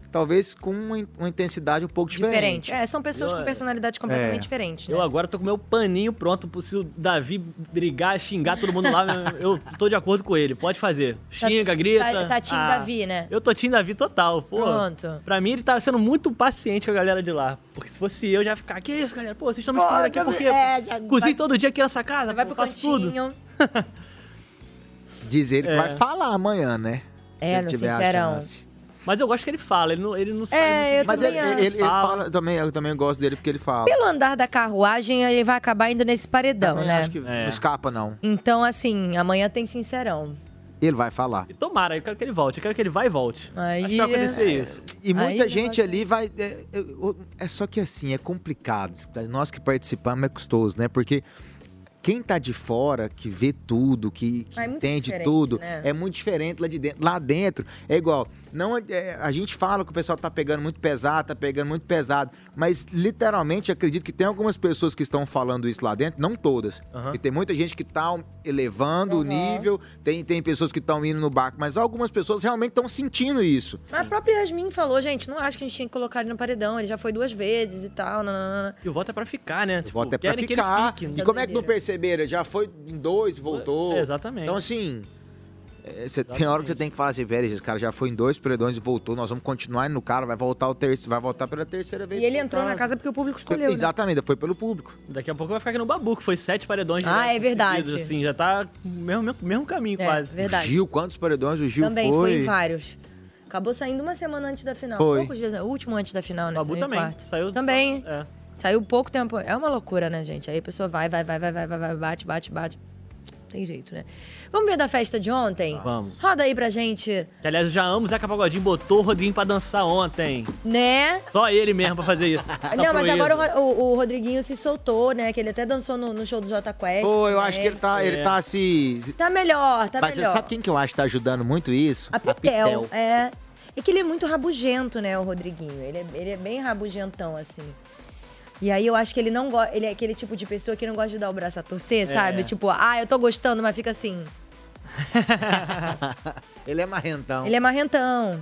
talvez com uma in- uma intensidade um pouco diferente.
Diferente. É, são pessoas
Eu-
com personalidades completamente diferentes. Né?
É. Eu agora tô com meu paninho pronto. pro- Se o Davi brigar, xingar todo mundo lá, eu tô de acordo com ele. Pode fazer. Xinga, grita.
Tá, tá time
Ah,
Davi, né?
Eu tô Tim Davi total, pô.
Pronto.
Pra mim, ele tá sendo muito paciente com a galera de lá. Porque se fosse eu, já ia ficar, que isso, galera? Pô, vocês estão me
Pô,
esperando aqui
já-
porque
é, já
cozinho
vai-
todo dia aqui nessa casa,
Vai
pô,
pro
faço
cantinho.
tudo.
Diz ele que
É.
vai falar amanhã, né?
É,
ele
não,
tiver a
sincerão.
chance.
Mas eu gosto que ele fala, ele não, ele não sabe
É,
muito assim.
eu
bem.
Mas ele,
também
ele, ele fala, eu também, eu também gosto dele porque ele
Ah.
fala.
Pelo andar da carruagem, ele vai acabar indo nesse
Então,
paredão,
Também
né?
acho que
É.
não escapa, não.
Então, assim, amanhã tem sincerão.
Ele vai falar.
Tomara, eu quero que ele volte, eu quero que ele vá e volte.
Aí- é.
Acho que
é-
vai acontecer isso.
É, E muita
Aí,
gente ali vai. É, é, o- é só que assim, é complicado. tá? Nós que participamos é custoso, né? Porque quem tá de fora, que vê tudo, que, que
Ah, é muito
entende
diferente,
tudo,
né?
é muito diferente lá de dentro. Lá dentro é igual. Não, é, a gente fala que o pessoal tá pegando muito pesado, tá pegando muito pesado. Mas literalmente acredito que tem algumas pessoas que estão falando isso lá dentro, não todas.
Aham.
E tem muita gente que tá elevando o
Aham.
nível, tem, tem pessoas que estão indo no barco, mas algumas pessoas realmente estão sentindo isso.
Mas a própria Yasmin falou, gente, não acho que a gente tinha que colocar ele no paredão, ele já foi duas vezes e tal. nananana.
E o voto é pra ficar, né?
O voto é pra
querem que ele
ficar.
fique, né?
E como é que não perceberam? Já foi em dois, voltou.
É, exatamente.
Então, assim. é, Você tem hora que você tem que falar assim, velho, esse cara já foi em dois predões e voltou, nós vamos continuar indo no cara, vai voltar o terceiro, vai voltar pela terceira vez.
E ele entrou na casa porque o público escolheu. né?
Exatamente, foi pelo público.
Daqui a pouco vai ficar aqui no Babu, que foi sete paredões
Ah,
diretos
é verdade.
seguidos, assim, já tá mesmo, mesmo, mesmo caminho
É,
quase.
verdade.
Gil, quantos predões o Gil
Também
foi?
foi em vários. Acabou saindo uma semana antes da final.
Foi.
Poucos dias, o último antes da final, né?
Babu
Saiu em
também,
quarto.
saiu-
Também.
é.
Saiu pouco tempo. É uma loucura, né, gente? Aí a pessoa vai, vai, vai, vai, vai, vai, vai, bate, bate, bate. Tem jeito, né? Vamos ver da festa de ontem?
Vamos.
Roda aí pra gente,
Que, aliás, eu já amo o Zeca Pagodinho, botou o Rodriguinho pra dançar ontem.
né?
Só ele mesmo pra fazer isso. Tá
Não, mas
proiso.
agora o, Ro- o- o Rodriguinho se soltou, né? Que ele até dançou no, no show do Jota Quest.
Pô, eu
também.
acho que ele tá,
É.
ele tá se. se-
Tá melhor, tá
Mas você
melhor.
sabe quem que eu acho que tá ajudando muito isso? A
Pitel, é. É que ele é muito rabugento, né, o Rodriguinho. Ele é, ele é bem rabugentão, assim. E aí eu acho que ele não gosta. Ele é aquele tipo de pessoa que não gosta de dar o braço a torcer,
É.
sabe? Tipo, ah, eu tô gostando, mas fica assim.
Ele é marrentão.
Ele é marrentão.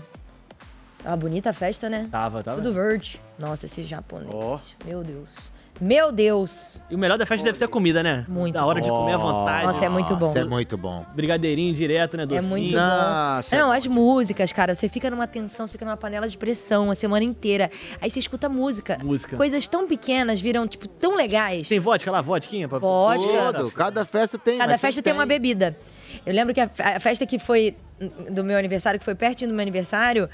Tá uma bonita a festa, né?
Tava, tava.
Tudo verde. Nossa, esse japonês.
Ó.
Meu Deus. Meu Deus.
E o melhor da festa deve ser a comida, né?
Muito
Da hora de comer à vontade.
Nossa, é muito bom.
Isso é muito bom.
Brigadeirinho direto, né?
É
Docinho.
muito
Nossa,
bom. É um Não, as músicas, cara, você fica numa tensão, você fica numa panela de pressão a semana inteira. Aí você escuta música.
Música.
Coisas tão pequenas viram, tipo, tão legais.
Tem vodka lá, vodquinha? Pra...
Vodka.
Todo, cada festa tem.
Cada
mas
festa
sempre
tem uma bebida. Eu lembro que a, a festa que foi do meu aniversário, que foi pertinho do meu aniversário,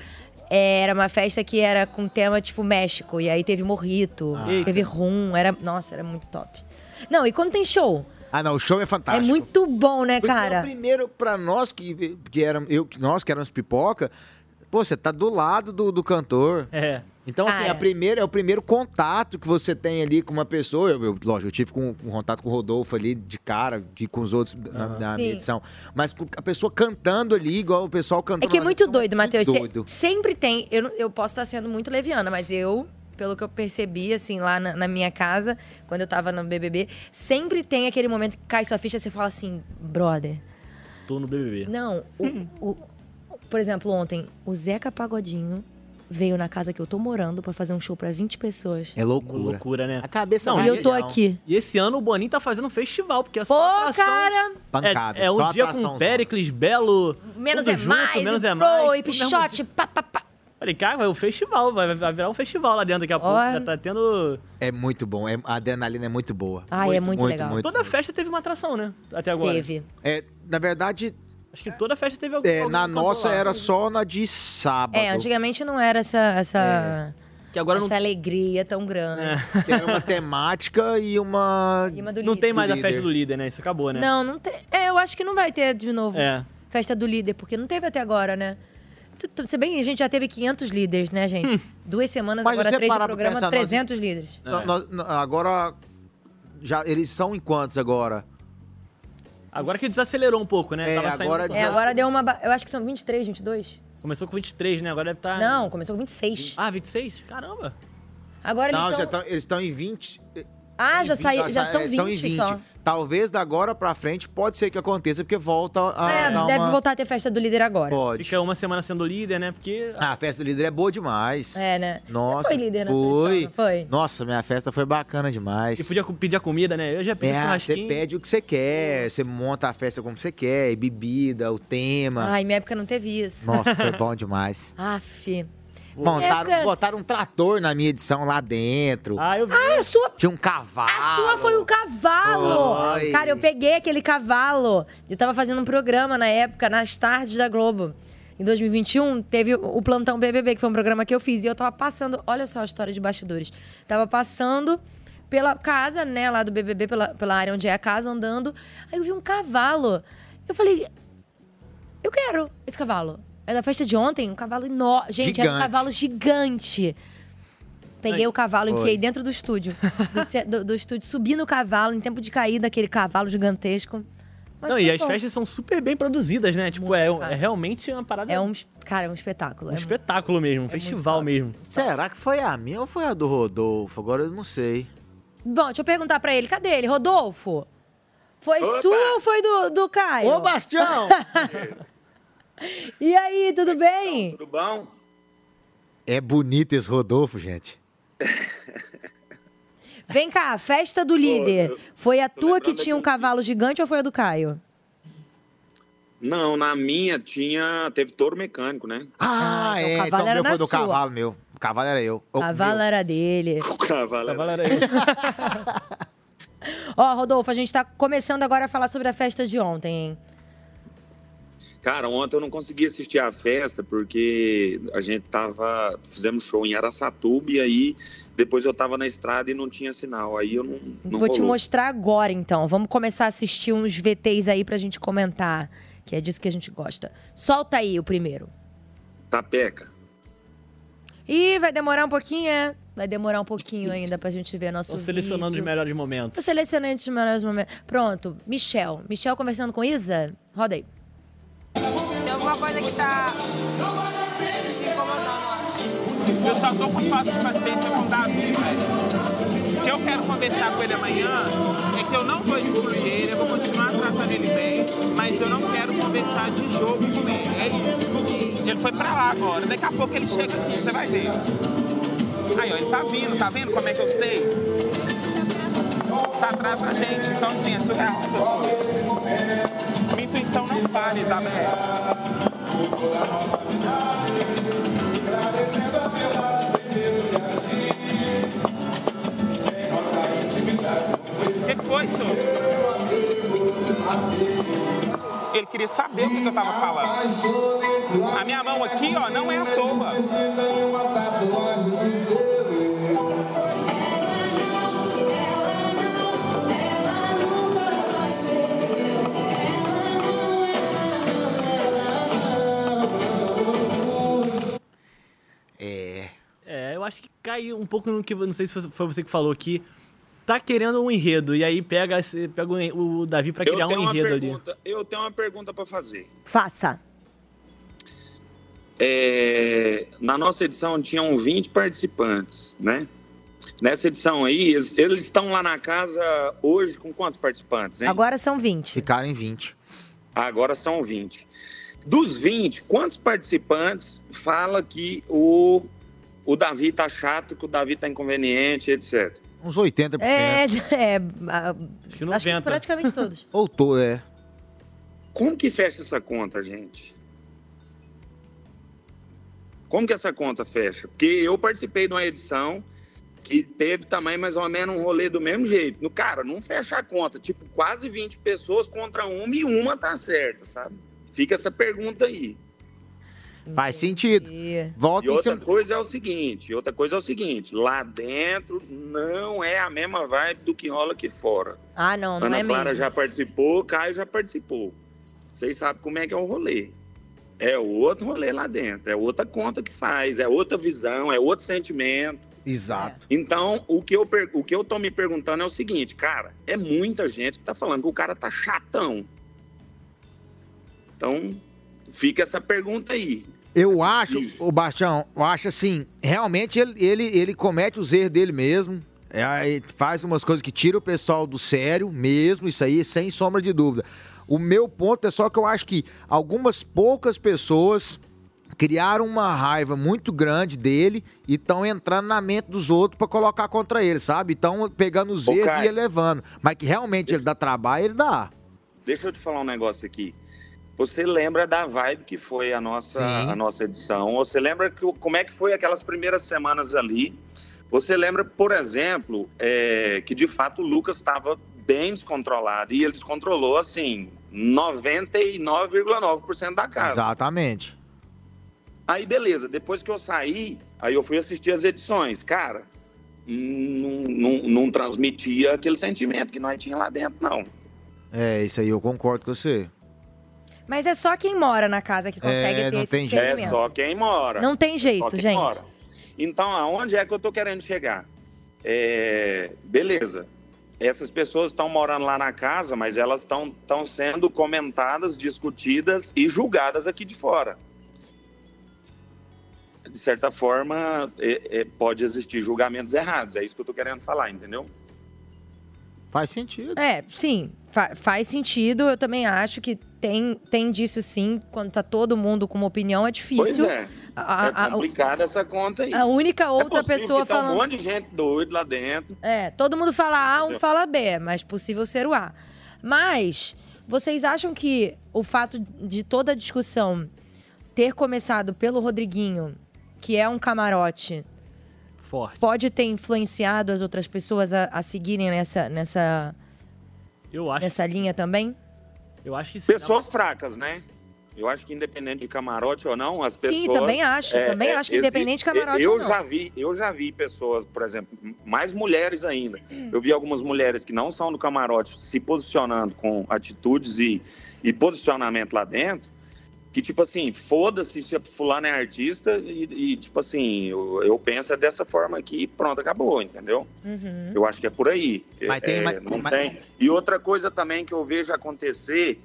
é, era uma festa que era com tema tipo México. E aí teve morrito,
Ah.
Eita.
teve rum, era. Nossa, era muito top. Não, e quando tem show?
Ah, não, o show é fantástico.
É muito bom, né,
Porque é o
cara?
primeiro, pra nós que, que eram, eu, que nós que éramos pipoca, pô, você tá do lado do, do cantor.
É.
Então, assim,
Cara.
a primeira, é o primeiro contato que você tem ali com uma pessoa. Eu, eu, lógico, eu tive com, um contato com o Rodolfo ali de cara, de, com os outros na, na minha
Sim.
edição. Mas com a pessoa cantando ali, igual o pessoal cantando.
É que é
na-
muito doido, Matheus. Cê-
doido.
Sempre tem. Eu, não- eu posso estar sendo muito leviana, mas eu, pelo que eu percebi, assim, lá na, na minha casa, quando eu tava no BBB, sempre tem aquele momento que cai sua ficha e você fala assim, brother.
Tô no BBB.
Não, o, o- por exemplo, ontem, o Zeca Pagodinho veio na casa que eu tô morando pra fazer um show pra 20 pessoas.
É loucura.
Loucura, né?
A cabeça
Não,
vai
e eu tô
legal.
aqui.
E esse ano o Boninho tá fazendo um festival, porque é
Pô,
só atração.
cara!
Pancada,
é, é
só
um dia
atração,
com Pericles, Belo.
Menos
tudo
é
junto,
mais,
menos
e
é
pro,
mais.
e
tudo mesmo dia.
pichote, pá, pá, pá.
Falei, cara, vai o festival, vai, vai virar um festival lá dentro daqui a pouco. Já tá tendo. Ah,
É muito bom. é- a adrenalina é muito boa.
Ai, é muito legal.
Toda festa teve uma atração, né? Até agora.
Teve.
É, na verdade,
Acho que toda festa teve algum.
é,
algum
na
cantor
nossa
lá.
era só na de sábado.
É, antigamente não era essa, essa,
Que agora
essa
não,
alegria tão grande.
Que Era uma temática e uma.
E uma do
não
líder.
tem mais
Do
a festa
líder.
do líder, né? Isso acabou, né?
Não, não tem. É, eu acho que não vai ter de novo
É.
festa do líder, porque não teve até agora, né? Tu- tu- Se bem que a gente já teve 500 líderes, né, gente? Duas semanas,
Mas
agora
você
três de
parar pra
programa,
pensar, nós- É.
300 líderes.
No-
É.
no- no- agora. Já, eles são em quantos agora?
Agora que desacelerou um pouco, né?
É,
Tava saindo
agora
com-
É, agora deu uma. ba- Eu acho que são 23, 22?
Começou com 23, né? Agora deve estar.
Não, começou com 26.
Ah, 26? Caramba.
Agora
Não, já
eles
tá-
estão.
tão- eles estão em 20.
Ah, já,
em 20,
saí,
sa-
já são
é,
20, só.
Talvez da agora pra frente, pode ser que aconteça, porque volta a.
É,
dar
deve
uma-
voltar a ter festa do líder agora.
Pode.
Fica uma semana sendo líder, né? Porque.
Ah, a festa do líder é boa demais.
É, né? Você
Nossa.
foi líder nessa
foi.
edição, não foi?
Nossa, minha festa foi bacana demais.
E podia pedir a comida, né? Eu já pedi
É, você
churrasquinho.
pede o que você quer, você monta a festa como você quer, e bebida, o tema.
Ai, minha época não teve isso.
Ah. Nossa, foi bom demais.
Aff.
Montaram,
É, cara.
botaram um trator na minha edição lá dentro.
Ah, eu vi.
Ah, a sua
Tinha um cavalo.
A sua foi o cavalo!
Foi.
Cara, eu peguei aquele cavalo. Eu tava fazendo um programa na época, nas tardes da Globo. Em 2021, teve o Plantão BBB, que foi um programa que eu fiz. E eu tava passando, olha só a história de bastidores. Tava passando pela casa, né, lá do BBB, pela, pela área onde é a casa, andando. Aí eu vi um cavalo. Eu falei, eu quero esse cavalo. É da festa de ontem, um cavalo enorme. Gente, era um
Gigante.
cavalo gigante. Peguei o cavalo, enfiei dentro do estúdio. Do, ce- do- do estúdio, subi no cavalo, em tempo de caída, aquele cavalo gigantesco. Mas
Não,
foi
e as
bom.
festas são super bem produzidas, né? Tipo, é, é realmente uma parada.
É
um,
um. es- Cara, é um espetáculo. é um-
espetáculo mesmo, um festival mesmo.
Será que foi a minha ou foi a do Rodolfo? Agora eu não sei.
Bom, deixa eu perguntar pra ele, cadê ele? Rodolfo? Foi sua ou foi do, do Caio?
Ô, Bastião!
E aí, tudo bem?
Tudo bom?
é bonito esse Rodolfo, gente.
Vem cá, festa do líder. Foi a tua que tinha um cavalo gigante ou foi a do Caio?
Não, na minha tinha. Teve touro mecânico, né?
Ah,
Ah, então o
é.
cavalo
Então o
era
meu
na
foi do
sua.
cavalo, meu. O cavalo era eu. O
Cavalo
meu.
era dele.
O cavalo.
Tá,
era-
é
galera?
Ó, Rodolfo, a gente tá começando agora a falar sobre a festa de ontem, hein?
Cara, ontem eu não consegui assistir a festa porque a gente tava. Fizemos show em Araçatuba e aí depois eu tava na estrada e não tinha sinal. Aí eu não. não
Vou te
rolou.
mostrar agora, então. Vamos começar a assistir uns VTs aí pra gente comentar, que é disso que a gente gosta. Solta aí o primeiro.
Tapeca.
Ih, vai demorar um pouquinho, é? Vai demorar um pouquinho ainda pra gente ver nosso
Tô selecionando os
vídeo.
um melhores momentos.
Tô selecionando os melhores momentos. Pronto, Michel. Michel conversando com Isa? Roda aí.
Eu só tô com falta de paciência com o Davi, velho. O que eu quero conversar com ele amanhã é que eu não vou excluir ele, eu vou continuar tratando ele bem, mas eu não quero conversar de jogo com ele. É isso. Ele foi pra lá agora, daqui a pouco ele chega aqui, você vai ver. Aí, ó, ele tá vindo, tá vendo como é que eu sei? Tá atrás da gente. Então, assim, é surreal essas coisas. Minha intuição não falha, O que que foi, senhor? Ele queria saber o que que eu tava falando. A minha mão aqui, ó, não é à toa.
É.
É, eu acho que cai um pouco no que. Não sei se foi você que falou que tá querendo um enredo. E aí pega, esse- pega o en- o Davi pra
Eu
criar
tenho
um
uma
enredo ali.
pergunta- Eu tenho uma pergunta pra fazer.
Faça.
É, na nossa edição tinham 20 participantes, né? Nessa edição aí, eles eles estão lá na casa hoje com quantos participantes, hein?
Agora são 20.
Ficaram em 20.
Agora são 20. Dos 20, quantos participantes fala que o, o Davi tá chato, que o Davi tá inconveniente, etc?
Uns 80%.
É, é, a- acho que praticamente todos.
Ou to- é.
Como que fecha essa conta, gente? Como que essa conta fecha? Porque eu participei de uma edição que teve também mais ou menos um rolê do mesmo jeito. No cara, não fecha a conta, tipo, quase 20 pessoas contra uma e uma tá certa, sabe? Fica essa pergunta aí.
Faz sentido. Volta
E
em
outra
cima.
coisa é o seguinte, outra coisa é o seguinte, lá dentro não é a mesma vibe do que rola aqui fora.
Ah, não, não
Ana
é
Clara
mesmo.
já participou, Caio já participou. Vocês sabem como é que é o rolê. É outro rolê lá dentro, é outra conta que faz, é outra visão, é outro sentimento.
Exato.
É.
Então, o que, eu, per- o que eu tô me perguntando é o seguinte, cara, é muita gente que tá falando que o cara tá chatão. Então, fica essa pergunta aí.
Eu acho, o Bastião, eu acho assim, realmente ele, ele, ele comete os erros dele mesmo. É, aí faz umas coisas que tira o pessoal do sério mesmo, isso aí, sem sombra de dúvida. O meu ponto é só que eu acho que algumas poucas pessoas criaram uma raiva muito grande dele e estão entrando na mente dos outros pra colocar contra ele, sabe? Então pegando os
Ô,
erros e
Caio.
elevando. Mas que realmente ele dá trabalho, ele dá.
Deixa eu te falar um negócio aqui. Você lembra da vibe que foi a nossa, a nossa edição? Você lembra que, o- como é que foi aquelas primeiras semanas ali? Você lembra, por exemplo, é, que de fato o Lucas estava bem descontrolado e ele descontrolou, assim, 99,9% da casa.
Exatamente.
Aí, beleza, depois que eu saí, aí eu fui assistir as edições. Cara, hum, não, não- não transmitia aquele sentimento que nós tínhamos lá dentro, não.
É, isso aí eu concordo com você.
Mas é só quem mora na casa que consegue
É,
ter
não
esse
tem
discernimento.
É só quem mora.
Não tem jeito,
Só quem
gente.
mora. Então, aonde é que eu tô querendo chegar? É, Beleza. Essas pessoas estão morando lá na casa, mas elas estão sendo comentadas, discutidas e julgadas aqui de fora. De certa forma, é- é, pode existir julgamentos errados. É isso que eu tô querendo falar, entendeu?
Faz sentido.
É, sim, fa- faz sentido. Eu também acho que tem, tem disso sim. Quando tá todo mundo com uma opinião, é
Pois
difícil.
é.
A- a-
é complicada essa conta aí.
a única outra
é possível
pessoa
que tá
falando-
um monte de gente doido lá dentro.
É, todo mundo fala A, um
Entendeu?
fala B, mas possível ser o A. Mas vocês acham que o fato de toda a discussão ter começado pelo Rodriguinho, que é um camarote,
Forte.
pode ter influenciado as outras pessoas a, a seguirem nessa, nessa,
Eu acho.
nessa linha também?
Eu acho que sim.
Pessoas fracas, né? Eu acho que independente de camarote ou não, as pessoas. é,
também acho, também acho que independente de camarote
eu
ou não.
Já vi, eu já vi pessoas, por exemplo, m- mais mulheres ainda. Eu vi algumas mulheres que não são do camarote se posicionando com atitudes e, e posicionamento lá dentro. Que, tipo assim, foda-se se fulano é artista e, e, tipo assim, eu, eu penso é dessa forma aqui e pronto, acabou, entendeu? Eu acho que é por aí.
Mas tem-
É,
mas-
não
mas-
tem. E outra coisa também que eu vejo acontecer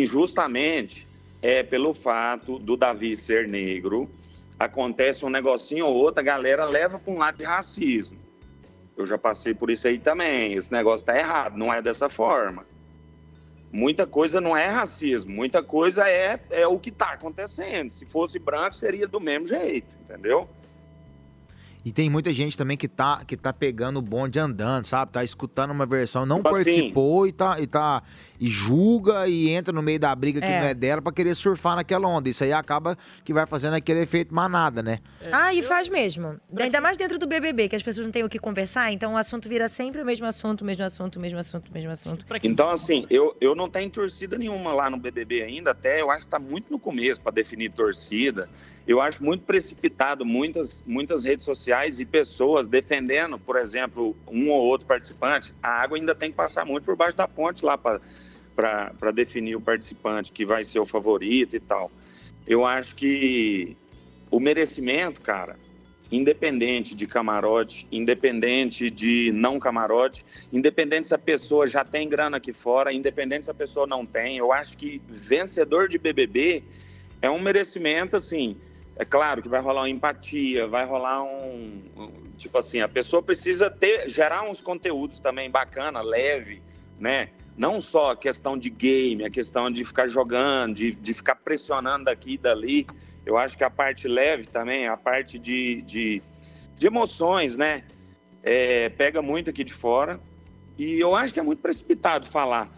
injustamente é pelo fato do Davi ser negro. Acontece um negocinho ou outro, a galera leva para um lado de racismo. Eu já passei por isso aí também. Esse negócio tá errado, não é dessa forma. Muita coisa não é racismo, muita coisa é, é o que tá acontecendo. Se fosse branco, seria do mesmo jeito, entendeu?
E tem muita gente também que tá, que tá pegando o bonde andando, sabe? Tá escutando uma versão, não
Tipo assim.
participou e, tá, e tá. E julga e entra no meio da briga que
É.
não é dela pra querer surfar naquela onda. Isso aí acaba que vai fazendo aquele efeito manada, né?
Ah, e faz mesmo. Ainda mais dentro do BBB, que as pessoas não têm o que conversar, então o assunto vira sempre o mesmo assunto, o mesmo assunto, o mesmo assunto, o mesmo assunto.
Então, assim, eu, eu não tenho torcida nenhuma lá no BBB ainda, até eu acho que está muito no começo para definir torcida. Eu acho muito precipitado muitas, muitas redes sociais e pessoas defendendo, por exemplo, um ou outro participante. A água ainda tem que passar muito por baixo da ponte lá para definir o participante que vai ser o favorito e tal. Eu acho que o merecimento, cara, independente de camarote, independente de não camarote, independente se a pessoa já tem grana aqui fora, independente se a pessoa não tem, eu acho que vencedor de BBB é um merecimento assim. É claro que vai rolar uma empatia, vai rolar um, um- tipo assim, a pessoa precisa ter gerar uns conteúdos também bacana, leve, né? Não só a questão de game, a questão de ficar jogando, de, de ficar pressionando daqui e dali. Eu acho que a parte leve também, a parte de, de, de emoções, né? É, pega muito aqui de fora. E eu acho que é muito precipitado falar.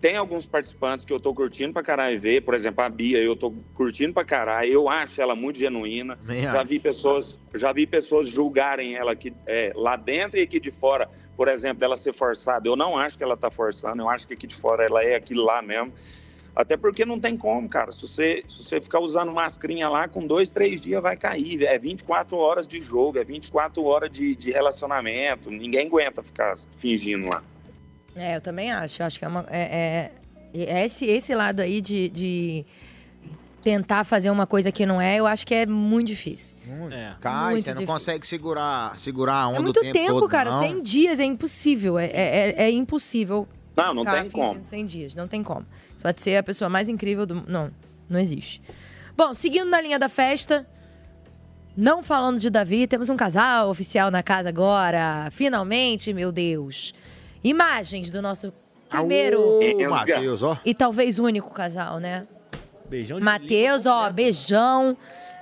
Tem alguns participantes que eu tô curtindo pra caralho ver, por exemplo, a Bia, eu tô curtindo pra caralho, eu acho ela muito genuína.
Também
já
acho.
vi pessoas, já vi pessoas julgarem ela aqui, é, lá dentro e aqui de fora, por exemplo, dela ser forçada. Eu não acho que ela tá forçando, eu acho que aqui de fora ela é aquilo lá mesmo. Até porque não tem como, cara. Se você, se você ficar usando mascarinha lá, com dois, três dias vai cair. É 24 horas de jogo, é 24 horas de, de relacionamento. Ninguém aguenta ficar fingindo lá.
É, eu também acho. Acho que é uma. É, é- é esse, esse lado aí de, de tentar fazer uma coisa que não é, eu acho que é muito difícil.
Muito.
É.
Cai,
Muito
você não
difícil.
consegue segurar, segurar a onda
É
o
muito
tempo,
tempo,
todo,
cara.
não.
100 dias é impossível. É, é- é- é impossível.
Não, não
ficar
tem como.
fingindo 100 dias, não tem como. Pode ser a pessoa mais incrível do. Não, não existe. Bom, seguindo na linha da festa, não falando de Davi, temos um casal oficial na casa agora. Finalmente, meu Deus. Imagens do nosso primeiro.
Ô, Matheus, ó.
E talvez único casal, né?
Beijão de
Matheus, ó, beijão.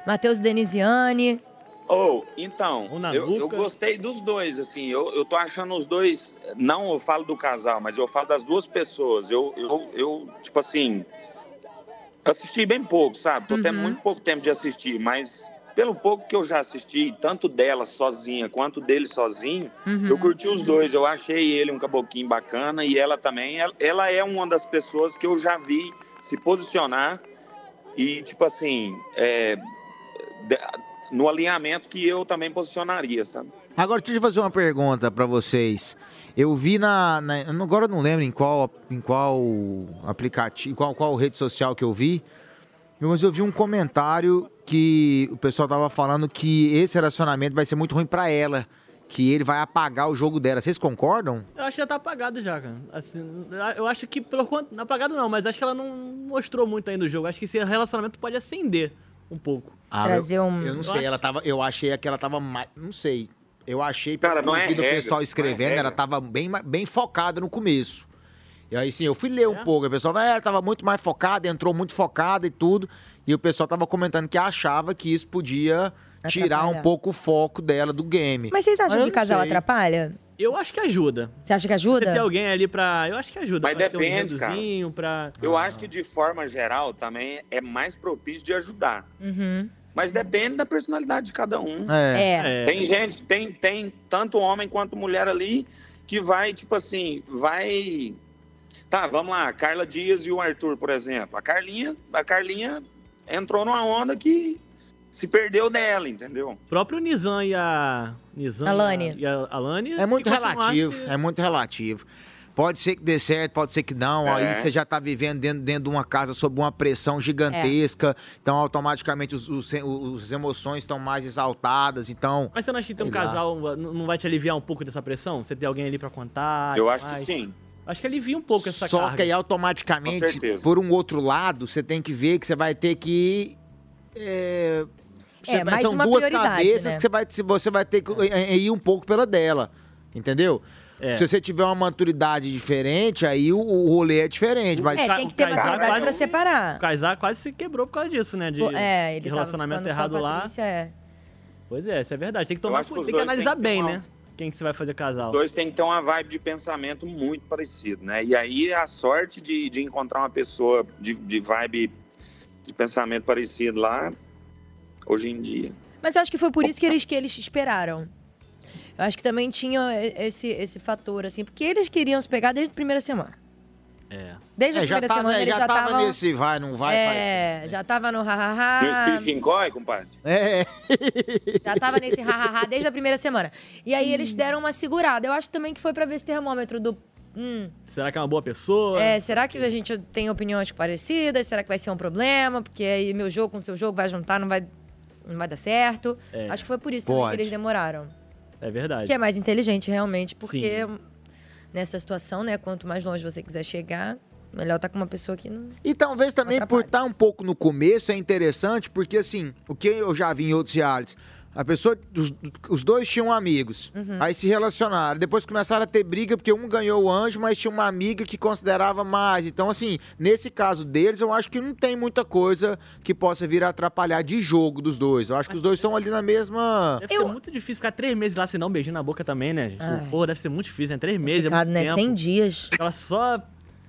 Matheus e Denisiane.
Ou, então, eu, eu gostei dos dois, assim, eu, eu tô achando os dois, não eu falo do casal, mas eu falo das duas pessoas, eu, eu, eu, tipo assim, assisti bem pouco, sabe, tô tendo muito pouco tempo de assistir, mas pelo pouco que eu já assisti, tanto dela sozinha, quanto dele sozinho,
Uhum.
eu curti os dois, eu achei ele um caboquinho bacana, e ela também, ela- ela é uma das pessoas que eu já vi se posicionar e, tipo assim, é, de- no alinhamento que eu também posicionaria, sabe?
Agora, deixa eu fazer uma pergunta pra vocês. Eu vi na, na- eu não- Agora eu não lembro em qual, em qual aplicativo, qual, qual rede social que eu vi, mas eu vi um comentário que o pessoal tava falando que esse relacionamento vai ser muito ruim pra ela, que ele vai apagar o jogo dela. Vocês concordam?
Eu acho que já tá apagado já, cara. Assim, eu acho que, pelo quanto. Não apagado não, mas acho que ela não mostrou muito aí no jogo. Acho que esse relacionamento pode acender um pouco.
Trazer
eu,
um-
Ah, Eu não
Eu
sei,
acho-
ela tava. Eu achei que ela tava mais. Não sei. Eu achei
Cara,
pelo
não é
que o
regra,
pessoal
não é
escrevendo,
regra.
ela tava bem, ma- bem focada no começo. E aí sim, eu fui ler um pouco. e O pessoal, é, ela tava muito mais focada, entrou muito focada e tudo. E o pessoal tava comentando que achava que isso podia tirar um
Atrapalhar.
pouco o foco dela do game.
Mas vocês acham
eu
que
não
o casal
sei.
atrapalha?
Eu acho que ajuda.
Você acha que ajuda?
Você ter alguém ali pra. Eu acho que ajuda.
Mas
pra ter um
depende, cara.
enredozinho, pra- Ah.
Eu acho que de forma geral também é mais propício de ajudar.
Uhum.
Mas depende da personalidade de cada um.
É.
É.
Tem gente, tem, tem tanto homem quanto mulher ali que vai, tipo assim, vai. Tá, vamos lá, a Carla Dias e o Arthur, por exemplo. A Carlinha, a Carlinha entrou numa onda que se perdeu dela, entendeu?
O próprio Nizam e a. Nizam
Alane.
E a Alane.
É muito
se continuasse-
relativo, é muito relativo. Pode ser que dê certo, pode ser que não.
É.
Aí você já tá vivendo dentro, dentro de uma casa sob uma pressão gigantesca. Então, automaticamente, os, os, os- as emoções estão mais exaltadas. Então,
Mas você não acha que ter um
Sei lá.
casal n- não vai te aliviar um pouco dessa pressão? Você ter alguém ali pra contar? e
Eu
tudo
acho que
mais?
sim.
Acho que alivia um pouco essa
só
carga.
é
que aí,
Com
automaticamente,
certeza.
por um outro lado, você tem que ver que você vai ter que... É, você
É,
vai-
mais
são
uma
duas
prioridade,
cabeças
né?
que você vai, você vai ter que é, é, ir um pouco pela dela, entendeu?
É.
Se você tiver uma maturidade diferente, aí o, o rolê é diferente. Mas
É, tem que ter
Cara,
maturidade pra separar.
O Kaysar quase se quebrou por causa disso, né? De,
Pô, é, ele
de
tava
relacionamento
ficando com a
errado lá.
Patrícia, é.
Pois é, isso é verdade. Tem que tomar,
acho que
cuidado,
os
tem
dois
que
têm
analisar
que
bem,
tomar- um-
né? Quem que você vai fazer casal.
Os dois têm que ter uma vibe de pensamento muito parecido, né? E aí a sorte de, de encontrar uma pessoa de, de vibe de pensamento parecido lá, hoje em dia.
Mas eu acho que foi por isso que eles, que eles esperaram. Eu acho que também tinha e- esse, esse fator, assim, porque eles queriam se pegar desde a primeira semana.
É.
Desde a primeira semana eles já
tava
estavam-
nesse vai, não vai, né?
é, já tava no hahaha.
No Speech in Coy, compadre?
É.
Já tava nesse hahaha desde a primeira semana. E aí eles deram uma segurada. Eu acho também que foi pra ver esse termômetro do. Hum,
Será que é uma boa pessoa?
é, será que a gente tem opiniões parecidas? Será que vai ser um problema? Porque aí meu jogo com o seu jogo vai juntar, não vai, não vai dar certo.
É.
Acho que foi por isso também
Pode.
que eles demoraram.
É verdade.
Que é mais inteligente, realmente, porque nessa situação, né? Quanto mais longe você quiser chegar, melhor tá com uma pessoa que não.
E talvez também por estar um pouco no começo é interessante, porque assim, o que eu já vi em outros realities, a pessoa, os, os dois tinham amigos,
Uhum.
aí se relacionaram, depois começaram a ter briga porque um ganhou o anjo, mas tinha uma amiga que considerava mais. Então assim, nesse caso deles, eu acho que não tem muita coisa que possa vir a atrapalhar de jogo dos dois. Eu acho que os dois estão ali na mesma.
Deve ser muito difícil ficar três meses lá sem dar um beijinho na boca também, né, gente?
Ai.
Pô, deve ser muito difícil, né? Três meses, é
Complicado,
muito
né?
tempo.
100 dias.
Ela só...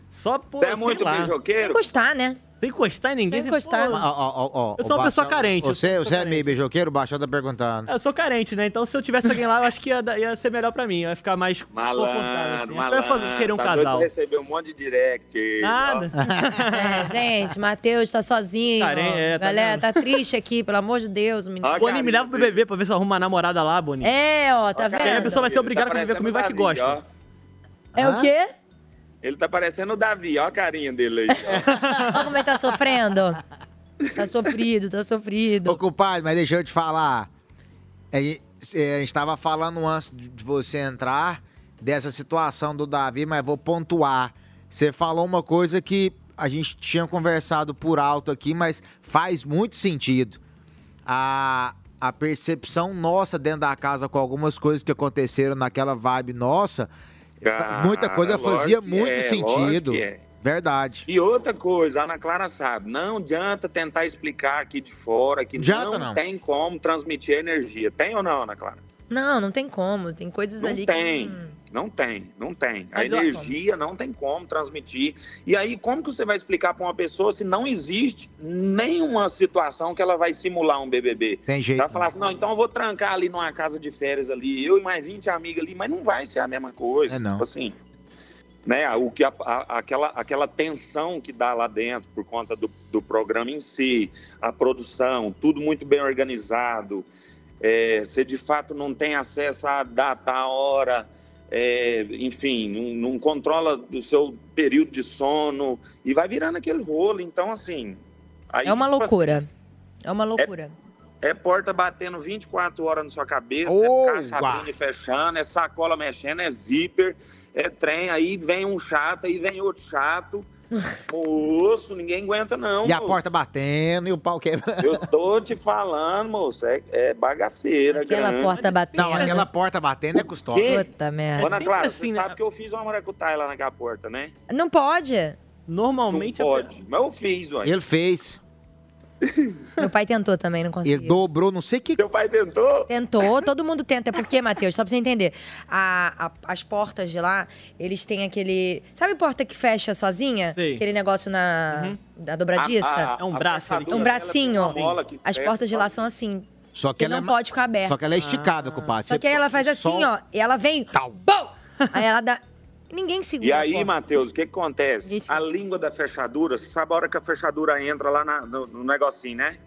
Só por,
Você é
sei
muito
lá.
beijoqueiro? Sem encostar, né?
Sem encostar em
Sem
ninguém. você-
encostar.
Pô,
Ó,
eu sou uma pessoa carente. eu sou
Você,
uma pessoa
você é meio beijoqueiro? O Baixão tá perguntando.
Eu sou carente, né? Então se eu tivesse alguém lá, eu acho que ia, dar- ia ser melhor pra mim. Eu ia ficar mais confortável.
Malandro,
Assim. Eu ia fazer-
malandro.
querer um
tá doido
casal.
pra receber um monte de direct. aí, ó.
Nada.
É, gente, Matheus tá sozinho.
Cara, é, tá
Galera, tá
vendo?
triste aqui, pelo amor de Deus, o menino.
Boninho, me leva pro BBB pra ver se eu arrumo uma namorada lá, Boninho.
É, ó, tá
Porque aí a
vendo?
pessoa vai ser
Tá
obrigada a conviver
parecendo
comigo, vai que
Davi,
gosta.
ó.
É o quê?
Ele tá parecendo o Davi, ó a carinha dele aí.
Olha como ele tá sofrendo. Tá sofrido, tá sofrido.
Ô, compadre, mas deixa eu te falar. É, é, a gente tava falando antes de de você entrar dessa situação do Davi, mas vou pontuar. Você falou uma coisa que a gente tinha conversado por alto aqui, mas faz muito sentido. A, a percepção nossa dentro da casa com algumas coisas que aconteceram naquela vibe nossa, fa- muita coisa
Ah, lógico
fazia
que
muito
é, lógico
sentido.
que é.
Verdade.
E outra coisa, a Ana Clara sabe, não adianta tentar explicar aqui de fora que
Adianta,
não,
não.
tem como transmitir energia. Tem ou não, Ana Clara?
Não, não tem como. Tem coisas
Não
ali
tem,
que.
não tem, não tem. A
Mas, ó,
energia não tem como transmitir. E aí, como que você vai explicar para uma pessoa se não existe nenhuma situação que ela vai simular um BBB?
Tem jeito. né?
Vai falar assim, não, então eu vou trancar ali numa casa de férias ali, eu e mais 20 amigas ali, mas não vai ser a mesma coisa.
É, não.
Tipo assim, né, o que a- a- aquela, aquela tensão que dá lá dentro por conta do, do programa em si, a produção, tudo muito bem organizado, é, você de fato não tem acesso à data, à hora, é, enfim, não, não controla o seu período de sono e vai virando aquele rolo. Então, assim. aí,
É uma
tipo assim,
loucura. É uma loucura.
é porta batendo 24 horas na sua cabeça, é caixa abrindo e fechando, é sacola mexendo, é zíper, é trem, aí vem um chato, aí vem outro chato. Moço, ninguém aguenta não.
e a
moço.
porta batendo e o pau quebrando.
Eu tô te falando, moço, é, é bagaceira.
Aquela
grande.
porta É. batendo.
Uhum. Não, aquela porta batendo é custosa. assim.
quê?
Puta merda.
É
Ana Clara, você sabe que eu fiz uma maracutaia lá naquela porta, né?
Não pode.
Normalmente
não pode, mas eu fiz, ué.
Ele fez.
Meu pai tentou também, não conseguiu.
Ele dobrou, não sei o que.
Seu pai tentou?
Tentou, todo mundo tenta. Por quê, Matheus? Só pra você entender. A- a- as portas de lá, eles têm aquele. Sabe porta que fecha sozinha?
Sei.
Aquele negócio na. Da dobradiça?
A- a- É um a braço fechadura ali que-
É um bracinho.
dela tem uma bola que
As
fecha,
portas de lá são assim.
Só que
Você
ela
não
é ma-
pode ficar aberta.
Só
Ah.
que ela é esticada, compadre.
Só que aí ela faz assim, ó. E ela vem.
Tal.
Bom! Aí ela dá. Ninguém segura.
E
a
aí,
porta.
Matheus, o que, que acontece? A língua da fechadura, você sabe a hora que a fechadura entra lá na- no, no negocinho, né?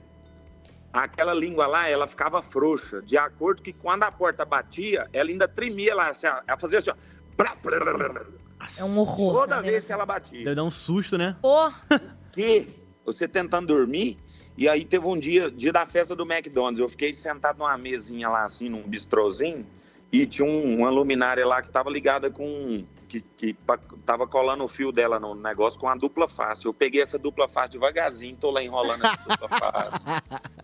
Aquela língua lá, ela ficava frouxa, de acordo que quando a porta batia, ela ainda tremia lá, assim, ó, ela fazia assim, ó. Blá, blá, blá, blá, blá.
É um horror.
Toda vez que ela batia.
Deve dar um susto, né?
Pô,
que você tentando dormir. E aí teve um dia, dia da festa do McDonald's, eu fiquei sentado numa mesinha lá, assim, num bistrozinho, e tinha um- uma luminária lá que tava ligada com. que, que pa- tava colando o fio dela no negócio com a dupla face. Eu peguei essa dupla face devagarzinho, tô lá enrolando essa dupla face.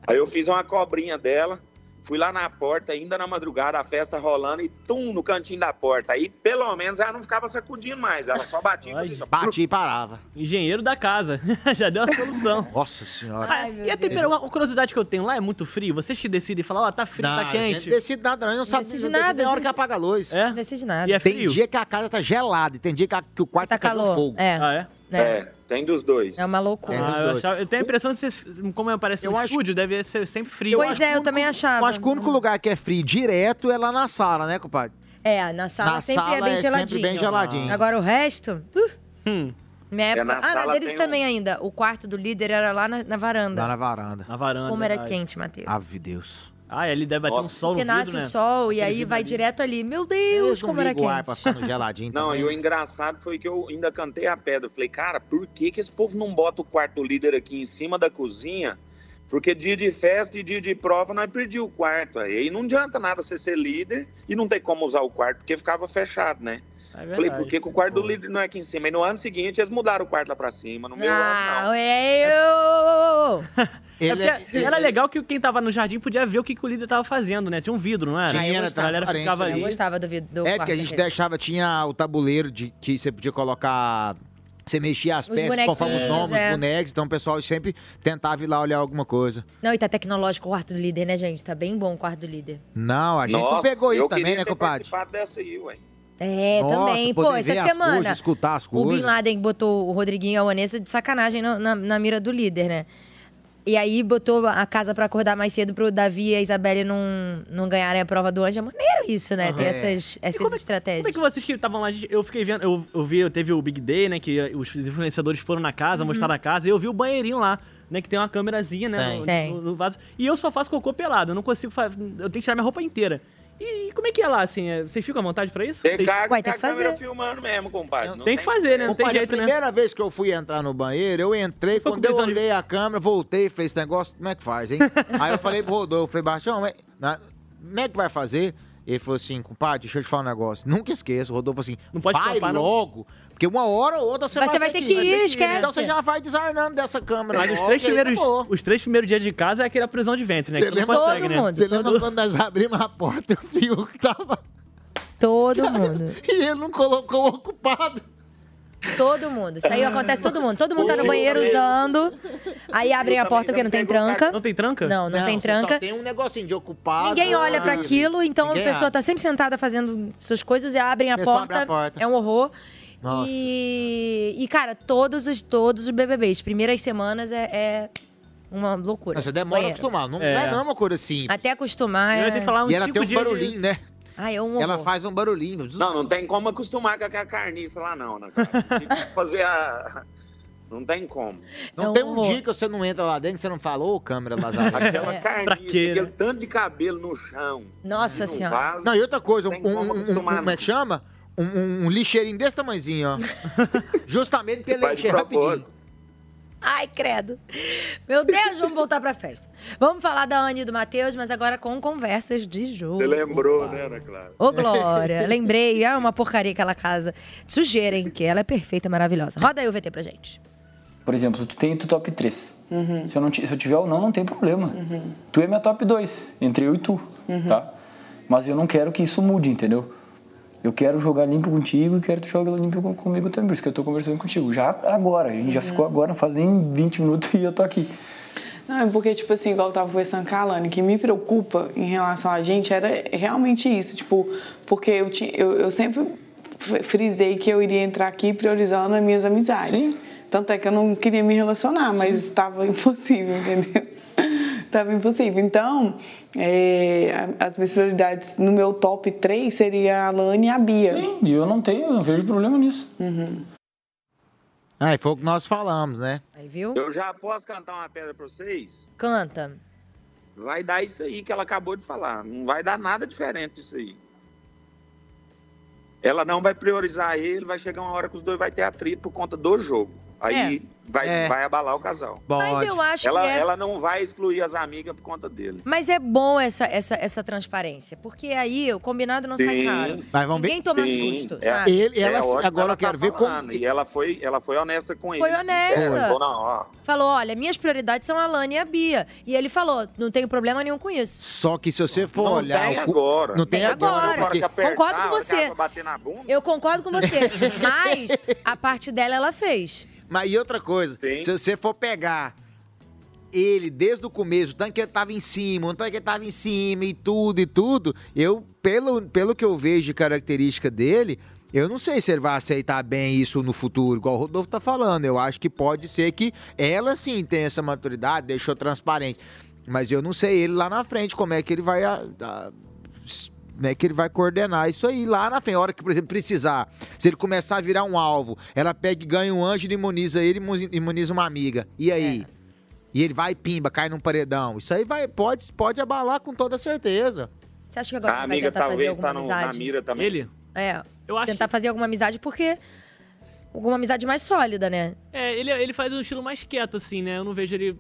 Aí eu fiz uma cobrinha dela, Fui lá na porta, ainda na madrugada, a festa rolando e tum, no cantinho da porta. Aí, pelo menos, ela não ficava sacudindo mais. Ela só batia. e fazia assim, isso, ó.
Bati e parava. Engenheiro da casa. Já deu a solução.
Nossa senhora.
Ah, e a temperatura, uma curiosidade que eu tenho lá é muito frio. Vocês que decidem falar, ó, tá frio,
Não,
tá
não
quente.
decide nada, não. Eu não sabe
decide nada, assim.
Tem hora que apaga a luz.
É?
Decide nada.
E é
tem
frio?
dia que a casa tá gelada e tem dia que, a- que o quarto tá, pegando fogo.
É.
Ah,
é?
É, tem dos dois.
É uma loucura.
Ah, eu, achava- eu tenho a impressão de vocês, como parece um estúdio, deve ser sempre frio.
Pois é, eu também achava.
Eu acho que o único lugar que é frio direto é lá na sala, né, compadre?
É, na sala
Na
sempre é
sala
bem
é sempre
geladinho.
bem geladinho.
Agora o resto. uh,
Hum.
minha
É,
época.
na
ah, na
sala
deles
tem um-
também ainda. O quarto do líder era lá na, na varanda.
Lá na varanda.
Na varanda.
Como era quente, Matheus.
Ave Deus.
Ah, ele deve bater um sol
Porque nasce
né?
o sol e aí vai direto ali. Meu Deus, como era quente.
geladinho
Não, e o engraçado foi que eu ainda cantei a pedra. Eu Falei, cara, por que, que esse povo não bota o quarto líder aqui em cima da cozinha? Porque dia de festa e dia de prova nós perdi o quarto. Aí não adianta nada você ser líder e não ter como usar o quarto, porque ficava fechado, né?
É
Falei, por que, que o quarto do líder não é aqui em cima? E no ano seguinte eles mudaram o quarto lá pra cima.
um
No meu ano,
Ah, eu.
É porque Era legal que quem tava no jardim podia ver o que, que o líder tava fazendo, né? Tinha um vidro, não era?
Tinha,
Aí
era
a galera
transparente,
ficava
né?
ali.
Eu
gostava do vidro.
é, porque a gente deixava, tinha o tabuleiro de que você podia colocar. Você mexia as
Os
peças, colocava os
bonequinhos,
nomes,
é.
os bonecos, então o pessoal sempre tentava ir lá olhar alguma coisa.
Não, e tá tecnológico o quarto do líder, né, gente? Tá bem bom o quarto do líder.
Não, a gente não
Nossa,
pegou isso
eu
também,
queria
né,
ter
compadre?
participado dessa aí, ué.
É,
Nossa,
também.
poder
Pô, essa
ver as
semana.
coisas, escutar as
O Bin
coisas.
Laden que botou o Rodriguinho e a Vanessa de sacanagem na, na- na mira do líder, né? E aí botou a casa pra acordar mais cedo pro Davi e a Isabelle não, não ganharem a prova do anjo. É maneiro isso, né? Ter
Aham.
essas, essas estratégias.
Como é que vocês que estavam lá, gente, eu fiquei vendo, eu, eu vi, teve o Big Day, né, que os influenciadores foram na casa,
Uhum.
mostraram a casa, e eu vi o banheirinho lá, né, que tem uma câmerazinha, né, no-
Tem.
No, no vaso. E eu só faço cocô pelado, eu não consigo, fa- eu tenho que tirar minha roupa inteira. E como é que é lá, assim, é- vocês ficam à vontade pra isso? Vocês-
filmando mesmo, compadre.
Tem que fazer, né, não tem
Compadre, é
jeito,
a
né?
primeira vez que eu fui entrar no banheiro, eu entrei, quando eu olhei a câmera, voltei, falei, esse negócio, como é que faz, hein? Aí eu falei pro Rodolfo, falei, Baixão, mas- na- como é que vai fazer? Ele falou assim, compadre, deixa eu te falar um negócio. Nunca esqueça, o Rodolfo falou assim, não
pode
vai
tampar, não.
logo, porque uma hora ou outra você
Mas
vai
você vai ter que ir, esquece.
Então você já vai desarnando dessa câmera.
Mas né? os
logo,
três,
e aí
primeiros,
acabou.
os três primeiros dias de casa é aquela prisão de ventre, né?
tá Você
que tu não
lembra-
consegue,
Todo
né?
mundo, Você todo lembra mundo. quando nós abrimos a porta, eu vi o que tava...
Todo mundo.
E ele não colocou o ocupado.
Todo mundo. Isso aí acontece todo mundo. Todo mundo tá no banheiro usando. Aí abrem a porta porque não tem tranca.
Não tem tranca?
Não, não tem
um você
tranca.
Só tem um negocinho de ocupado.
Ninguém olha pra aquilo, então
Ninguém
a pessoa
abre.
tá sempre sentada fazendo suas coisas e abrem a,
Pessoal
porta,
abre a porta.
É um horror.
Nossa.
E, e, cara, todos os, todos os BBBs, primeiras semanas é, é uma loucura.
Mas Você demora
Banheiro.
a acostumar. Não
É.
é, não é uma coisa assim.
Até acostumar. é...
e ela tem um barulhinho, né?
Ai, é um horror.
Ela faz um barulhinho.
Não, não tem como acostumar com aquela carniça lá, não, né, cara? Tem que fazer a. Não tem como.
Não tem um dia que você não entra lá dentro, que você não fala, ô câmera Lazaré.
Aquela
É.
carniça, aquele tanto de cabelo no chão.
Nossa
no senhora. um vaso,
não, e outra coisa, um,
tem como
um- um-
acostumar, né?
como é que chama? Um, um- um lixeirinho desse tamanhozinho, ó. Justamente porque ele
Faz de
enche rapidinho.
propósito.
Ai, credo. Meu Deus, vamos voltar pra festa. Vamos falar da Anne e do Matheus, mas agora com conversas de jogo.
Você lembrou, né, Ana Clara?
Ô, Glória, lembrei. É uma porcaria aquela casa. Sujeira, hein? Que ela é perfeita, maravilhosa. Roda aí o VT pra gente.
Por exemplo, tu tem tu top 3.
Uhum.
Uhum.
Se, eu não, ti- se eu tiver ou não, não tem problema. Tu é minha top 2, entre eu e tu, tá? Mas eu não quero que isso mude, entendeu? Eu quero jogar limpo contigo e quero que tu joga limpo com- comigo também, por isso que eu tô conversando contigo. Já agora, a gente já ficou agora, não faz nem 20 minutos e eu tô aqui.
Não, é porque, tipo assim, igual eu tava conversando com a Alane, que me preocupa em relação a gente era realmente isso, tipo, porque eu, ti- eu, eu sempre f- frisei que eu iria entrar aqui priorizando as minhas amizades. Tanto é que eu não queria me relacionar, mas estava impossível, entendeu? Tava impossível. Então, é, a- as minhas prioridades no meu top 3 seria a Alane e a Bia.
E eu não tenho, eu não vejo problema nisso.
Uhum.
Ah, e foi o que nós falamos, né?
Aí, viu?
Eu já posso cantar uma pedra pra vocês?
Canta.
Vai dar isso aí que ela acabou de falar. Não vai dar nada diferente disso aí. Ela não vai priorizar ele, vai chegar uma hora que os dois vai ter atrito por conta do jogo. Aí vai,
É.
vai abalar o casal.
Mas eu acho
ela,
que é-
ela não vai excluir as amigas por conta dele.
Mas é bom essa, essa, essa transparência, porque aí o combinado não sai
Sim.
caro.
Mas vamos ver.
Ninguém toma
Sim,
susto,
é-
sabe?
é a hora que
agora
ela
eu quero
tá
ver como-
falando, E ela foi, ela foi honesta com ele.
Foi
sincera,
honesta.
Foi na hora.
Falou, olha, minhas prioridades são a Lana e a Bia. E ele falou, não tenho problema nenhum com isso.
Só que se você for
Não
olhar.
tem
o cu-
agora.
Não tem,
Tem
agora. porque-
agora. Agora que apertar,
Concordo com você. Eu concordo com você. mas a parte dela, ela fez.
Mas e outra coisa, se você for pegar ele desde o começo, o tanto que ele tava em cima, o tanto que ele tava em cima e tudo e tudo, eu, pelo, pelo que eu vejo de característica dele, eu não sei se ele vai aceitar bem isso no futuro, igual o Rodolfo tá falando. Eu acho que pode ser que ela sim tenha essa maturidade, deixou transparente. Mas eu não sei ele lá na frente como é que ele vai a- a- como é que ele vai coordenar isso aí lá na frente. A hora que, por exemplo, precisar. Se ele começar a virar um alvo, ela pega e ganha um anjo e imuniza ele, imu- imuniza uma amiga. E aí? E ele vai, pimba, cai num paredão. Isso aí vai, pode, pode abalar com toda certeza.
Você acha que agora
A
ele vai
amiga
tentar fazer
talvez
alguma
tá no, na
amizade?
mira também.
Ele?
É,
Eu acho
tentar fazer alguma amizade, porque... Alguma amizade mais sólida, né?
É, ele, ele faz um estilo mais quieto, assim, né? Eu não vejo ele.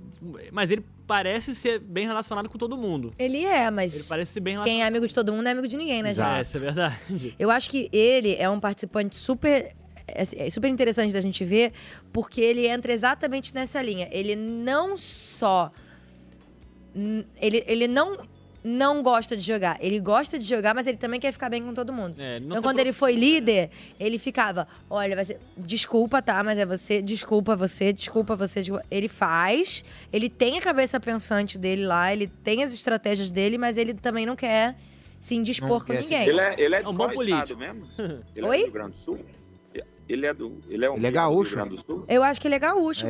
Mas ele parece ser bem relacionado com todo mundo.
Ele é, mas...
Ele parece ser bem relacionado.
Quem é amigo de todo mundo não é amigo de ninguém, né,
É,
gente?
isso é verdade.
Eu acho que ele é um participante super. É é super interessante da gente ver, porque ele entra exatamente nessa linha. Ele não só. n- Ele, ele não não gosta de jogar. Ele gosta de jogar, mas ele também quer ficar bem com todo mundo.
É, ele não
então,
se
quando ele foi líder, ele ficava: olha, vai ser. Desculpa, tá? Mas é você, desculpa você, desculpa você. desculpa." Ele faz, ele tem a cabeça pensante dele lá, ele tem as estratégias dele, mas ele também não quer se indispor com ninguém.
Ele é, ele é de
um
qual estado mesmo? Ele
Oi?
é do Rio Grande do Sul? Ele é do. Ele é, um
Ele é
Do
gaúcho.
Rio Grande do Sul?
Eu acho que ele é gaúcho.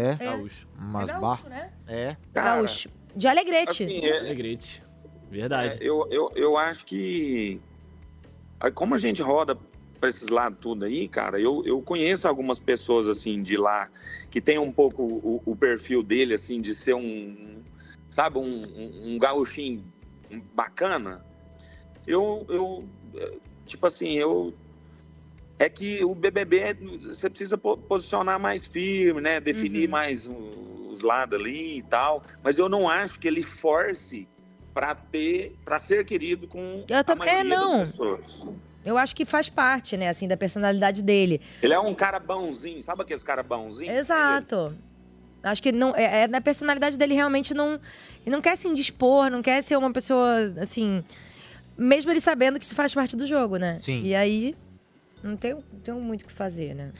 Mas
É gaúcho,
bar-
né?
É.
Cara,
gaúcho. De Alegrete.
assim, é-
Alegrete. Verdade.
É, eu, eu, eu acho que. aí, Como a gente roda pra esses lados tudo aí, cara, eu, eu conheço algumas pessoas, assim, de lá, que tem um pouco o, o perfil dele, assim, de ser um. Sabe, um, um, um gauchinho bacana. Eu, eu. eh, Tipo assim, eu. É que o BBB, você precisa po- posicionar mais firme, né? Definir
Uhum.
mais o- os lados ali e tal. Mas eu não acho que ele force para ter, para ser querido com
Eu
a
tam- é,
maioria
não.
das pessoas.
Eu acho que faz parte, né, assim, da personalidade dele.
Ele é um cara bonzinho, sabe aqueles cara bonzinho?
Exato. Acho que não, é, é na personalidade dele realmente não. Ele não quer se indispor, não quer ser uma pessoa, assim. Mesmo ele sabendo que isso faz parte do jogo, né?
Sim.
E aí. Não tem, não tem muito o que fazer, né?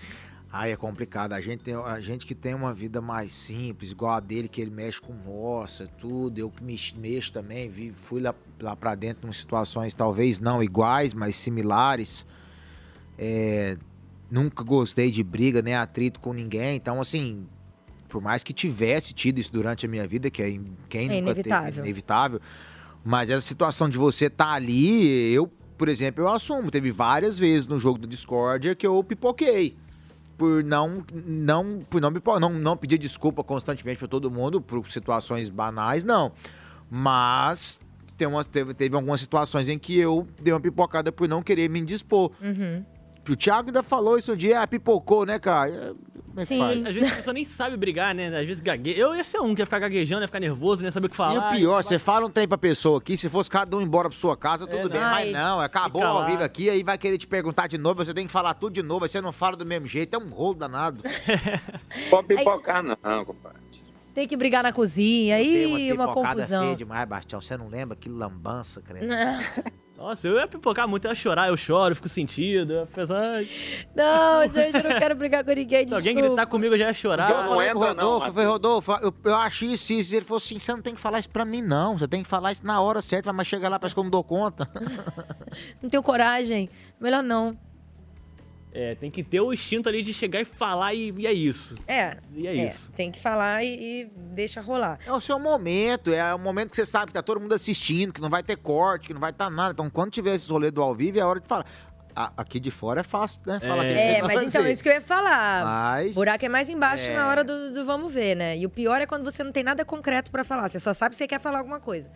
Ai, é complicado. A gente, tem, a gente que tem uma vida mais simples, igual a dele, que ele mexe com roça, tudo. Eu que me mexo também, vi- fui lá, lá pra dentro em situações talvez não iguais, mas similares. É, nunca gostei de briga, nem atrito com ninguém. Então, assim, por mais que tivesse tido isso durante a minha vida, que é in- quem
É
nunca teve,
inevitável.
inevitável. Mas essa situação de você estar ali, eu, por exemplo, eu assumo. Teve várias vezes no jogo do Discordia que eu pipoquei. Por não, não, por não, pipo- não, não pedir desculpa constantemente para todo mundo por situações banais, não. Mas tem umas- teve, teve algumas situações em que eu dei uma pipocada por não querer me indispor.
Uhum.
O Thiago ainda falou isso um dia, ah, pipocou, né, cara? É, Como é que faz?
Às vezes a pessoa nem sabe brigar, né? Às vezes gagueja. Eu ia ser um que ia ficar gaguejando, ia ficar nervoso, não ia saber o que
E o
falar.
pior, você fala um trem pra pessoa aqui, se fosse cada um embora pra sua casa, tudo bem.
não.
Mas não, acabou
Fica
ao
lá.
vivo aqui, aí vai querer te perguntar de novo, você tem que falar tudo de novo, aí você não fala do mesmo jeito, é um rolo danado.
Pode pipocar, Ah, não, compadre.
Tem que brigar na cozinha, aí uma confusão.
feia demais, Bastião. Então, Você não lembra? Que lambança, credo.
Nossa, eu ia pipocar muito, eu ia chorar, eu choro, eu fico sentido. Eu ia pensar, "Ai".
Não, gente, eu não quero brigar com ninguém.
Se alguém gritar comigo, eu já ia chorar.
Então eu falei pro Rodolfo, eu falei, Rodolfo, eu, eu achei isso, isso. Ele falou assim, você não tem que falar isso pra mim, não. Você tem que falar isso na hora certa, mas chega lá, parece que eu não dou conta.
Não tenho coragem. Melhor não.
É, tem que ter o instinto ali de chegar e falar e, e é isso.
É.
E é isso.
Tem que falar e, e deixa rolar.
É o seu momento, é o momento que você sabe que tá todo mundo assistindo, que não vai ter corte, que não vai estar nada. Então, quando tiver esse rolê do ao vivo, é a hora de falar. A- aqui de fora é fácil, né? Falar que não
É,
tem nada
mas
a
então,
ver.
isso que eu ia falar.
Mas-
Buraco é mais embaixo
É.
na hora do, do vamos ver, né? E o pior é quando você não tem nada concreto pra falar. Você só sabe que você quer falar alguma coisa.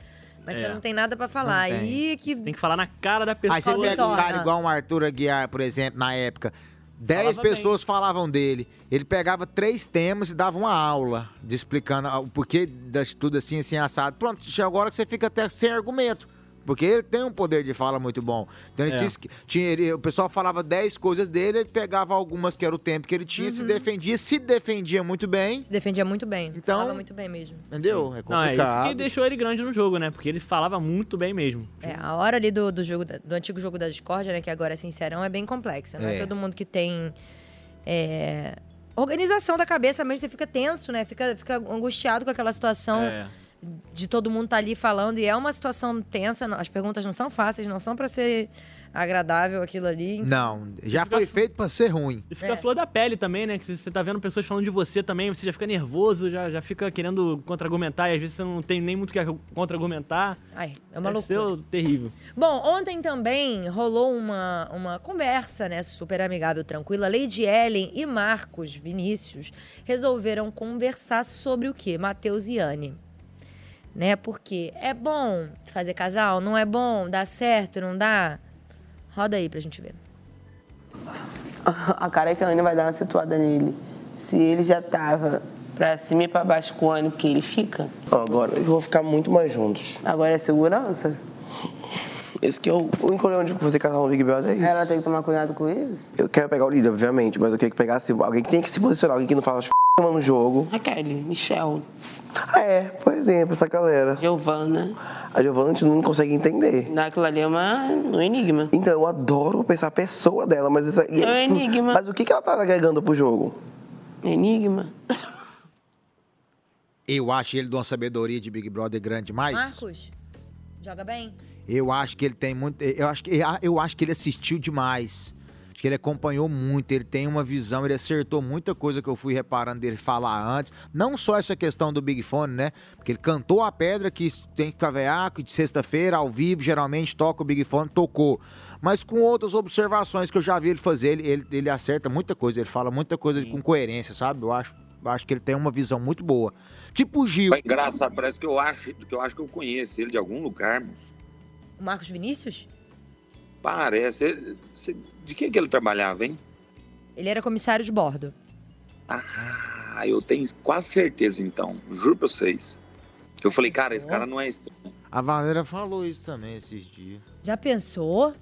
Mas você
É.
não tem nada pra falar.
Não tem.
Aí que.
Tem que falar na cara da pessoa.
Aí você pega um
Torna.
cara igual um Arthur Aguiar, por exemplo, na época. Dez
Falava
pessoas falavam dele. Ele pegava três temas e dava uma aula de explicando a- o porquê das tudo assim, assim, assado. Pronto, chega agora que você fica até sem argumento. Porque ele tem um poder de fala muito bom. Então ele
É.
se esque- tinha, ele- o pessoal falava dez coisas dele, ele pegava algumas que era o tempo que ele tinha,
Uhum.
se defendia, se defendia muito bem. Se
defendia muito bem.
Então,
Falava muito bem mesmo.
entendeu? É
Não, é isso
complicado.
que deixou ele grande no jogo, né? Porque ele falava muito bem mesmo.
É, a hora ali do, do jogo da- do antigo jogo da discórdia, né, que agora é sincerão, é bem complexa. Não é,
É.
todo mundo que tem é, organização da cabeça mesmo, você fica tenso, né? Fica, fica angustiado com aquela situação
É.
de todo mundo tá ali falando e é uma situação tensa, não- as perguntas não são fáceis, não são pra ser agradável aquilo ali.
Não, já foi feito pra ser ruim.
E fica
É.
a flor da pele também, né? Que você- você tá vendo pessoas falando de você também, você já fica nervoso, já, já fica querendo contra-argumentar, e às vezes você não tem nem muito o que ar- contra-argumentar.
Ai, é uma
Deve ser terrível.
Bom, ontem também rolou uma, uma conversa, né, super amigável, tranquila. Lady Ellen e Marcos Vinícius resolveram conversar sobre o quê? Matheus e Anne. Né, porque é bom fazer casal, não é bom, dá certo, não dá? Roda aí pra gente ver.
a cara é que a Anne vai dar uma situada nele. Se ele já tava pra cima e pra baixo com o Anne, porque ele fica.
Agora eles vão ficar muito mais juntos.
Agora é segurança.
Esse que é o único problema de você casar um Big Brother é isso.
Ela tem que tomar cuidado com isso?
Eu quero pegar o líder, obviamente, mas eu queria que pegasse alguém que tem que se posicionar, alguém que não fala as f*** no jogo.
Raquel, Michel.
Ah, é, por exemplo, essa galera.
Giovana.
A Giovana a gente não consegue entender.
Aquilo ali é uma- um enigma.
Então, eu adoro pensar a pessoa dela, mas essa.
É um enigma.
Mas o que que ela tá agregando pro jogo?
Enigma.
Eu acho ele de uma sabedoria de Big Brother grande demais.
Marcos, joga bem?
Eu acho que ele tem muito. eh, Eu acho que, ah, eu acho que ele assistiu demais. Acho que ele acompanhou muito, ele tem uma visão, ele acertou muita coisa que eu fui reparando dele falar antes. Não só essa questão do Big Fone, né? Porque ele cantou a pedra que tem que cavear, que de sexta-feira, ao vivo, geralmente toca o Big Fone, tocou. Mas com outras observações que eu já vi ele fazer, ele, ele, ele acerta muita coisa, ele fala muita coisa com coerência, sabe? Eu acho, eu acho que ele tem uma visão muito boa. Tipo o Gil.
Foi engraçado, parece que eu acho que eu acho que eu conheço ele de algum lugar, moço.
O Marcos Vinícius?
Parece. Ele- cê- De que que ele trabalhava, hein?
Ele era comissário de bordo.
Ah, eu tenho quase certeza então. Juro pra vocês. Eu falei, cara, esse cara não é estranho.
A Valéria falou isso também esses dias.
Já pensou?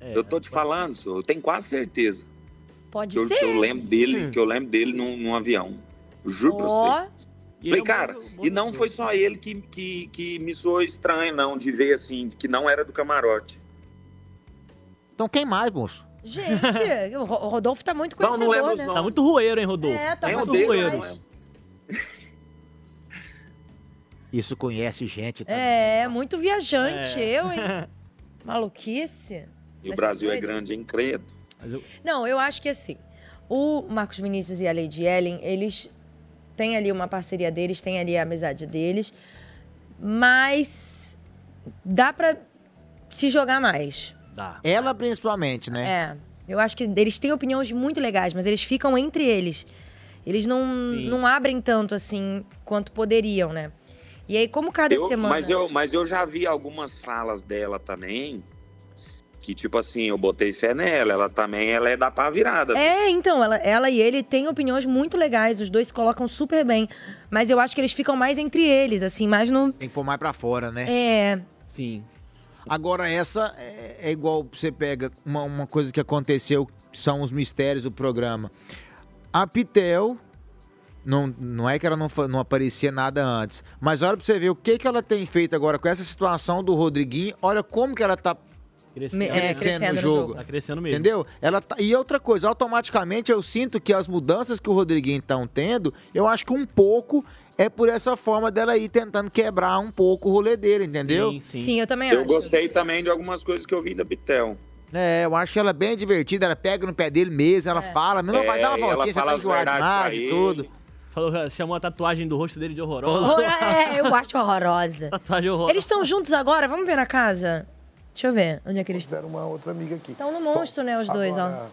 eu tô te falando, senhor, eu tenho quase certeza.
Pode
que eu,
ser.
que eu lembro dele, que eu lembro dele num, num avião. Juro pra você.
Ó,
Falei, cara, e não foi só ele que, que, que me soou estranho, não, de ver assim, que não era do camarote.
Então quem mais, moço?
gente, o Ro- o Rodolfo tá muito
Não,
conhecedor,
não lembro os
né?
nomes. Tá muito
rueiro, hein, Rodolfo?
É, tá
Nem
muito
odeio,
rueiro.
mas-
Isso conhece gente tá? também.
É, muito viajante,
É.
eu, hein? Maluquice.
E o
Mas
Brasil é
doido.
grande, hein, credo.
Não, eu acho que assim, o Marcos Vinícius e a Lady Ellen, eles têm ali uma parceria deles, têm ali a amizade deles, mas dá pra se jogar mais.
Ela principalmente, né?
É. Eu acho que eles têm opiniões muito legais, mas eles ficam entre eles. Eles não,
Sim.
não abrem tanto assim quanto poderiam, né? E aí, como cada
Eu-
semana.
Mas eu, mas eu já vi algumas falas dela também, que tipo assim, eu botei fé nela, ela também ela é da pá virada.
É, então, ela, ela e ele têm opiniões muito legais, os dois se colocam super bem. Mas eu acho que eles ficam mais entre eles, assim, mais no.
Tem que pôr mais pra fora, né?
É.
Sim.
Agora, essa é, é igual você pega uma, uma coisa que aconteceu, que são os mistérios do programa. A Pitel, não, não é que ela não, fa- não aparecia nada antes, mas olha pra você ver o que, que ela tem feito agora com essa situação do Rodriguinho, olha como que ela tá
Crescendo,
Me- é, crescendo no jogo.
Tá crescendo mesmo.
Entendeu? Ela tá- E outra coisa, automaticamente eu sinto que as mudanças que o Rodriguinho estão tendo, eu acho que um pouco é por essa forma dela ir tentando quebrar um pouco o rolê dele, entendeu?
eu gostei também de algumas coisas que eu vi da Pitel.
É, eu acho ela bem divertida, ela pega no pé dele mesmo, ela fala, mas não vai
É,
dar
e
uma
ela
voltinha, você
fala
tá
as
enjoado
verdades pra
demais e
ele.
tudo.
Falou, chamou a tatuagem do rosto dele de horrorosa.
Horror- é, eu acho horrorosa.
Tatuagem horrorosa.
Eles estão juntos agora? Vamos ver na casa? Deixa eu ver onde é que eles
deram uma outra amiga aqui.
Estão no monstro, né, os dois, ó.
Agora,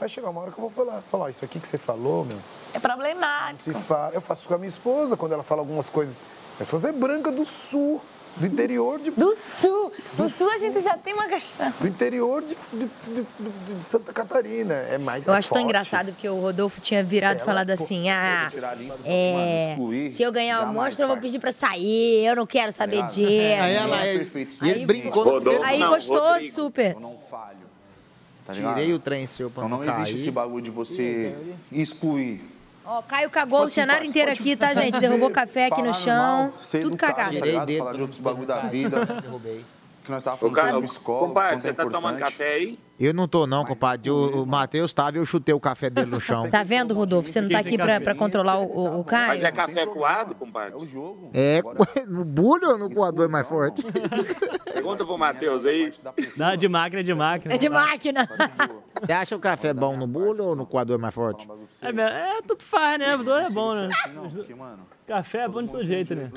Vai chegar uma hora que eu vou falar. Falar, ó, isso aqui que você falou, meu,
É problemático.
se fala. Eu faço com a minha esposa, quando ela fala algumas coisas. Minha esposa é branca do sul. do interior de.
Do sul! No sul a gente já tem uma questão.
Do interior de, de- de- de Santa Catarina. É mais.
Eu
é
acho tão
forte.
engraçado porque o Rodolfo tinha virado e
Ela,
falado
pô,
assim: ah,
tirar ali, mas
é,
excluir,
se eu ganhar o
jamais
monstro, eu vou pedir pra sair, eu não quero saber
Aliás,
disso.
Aí ela é, e ele brincou no
Rodolfo,
Aí
não,
gostou
Rodrigo.
super.
Tá ligado?
Tirei o trem seu pra
Então não
cair.
existe esse bagulho de você excluir.
Ó, Caio cagou
Tipo
o
assim,
cenário
pode-
inteiro
pode-
aqui, tá, gente? Derrubou café aqui no
Falar
chão.
normal, ser
tudo
educado,
cagado.
Tá ligado? Falar de outros bagulho da vida. Que nós tava falando
Ô, cara,
sobre escola.
compadre,
quanto é
você tá tomando
importante.
café aí?
Eu não tô, não, compadre. O,
né?
o Matheus tava e eu chutei o café dele no chão.
Tá vendo, Rodolfo? Você não tá aqui pra, pra controlar o, o- o Caio?
Mas é café coado, compadre? É o jogo.
É, no bulho ou no coador é mais forte? É,
Pergunta pro Matheus aí.
Não, é de máquina, de máquina.
É de máquina.
Você acha o café bom no bulho ou no coador mais forte?
um
É, mesmo, é, tudo faz, né? O dois é bom, né? Café é bom de todo jeito, né?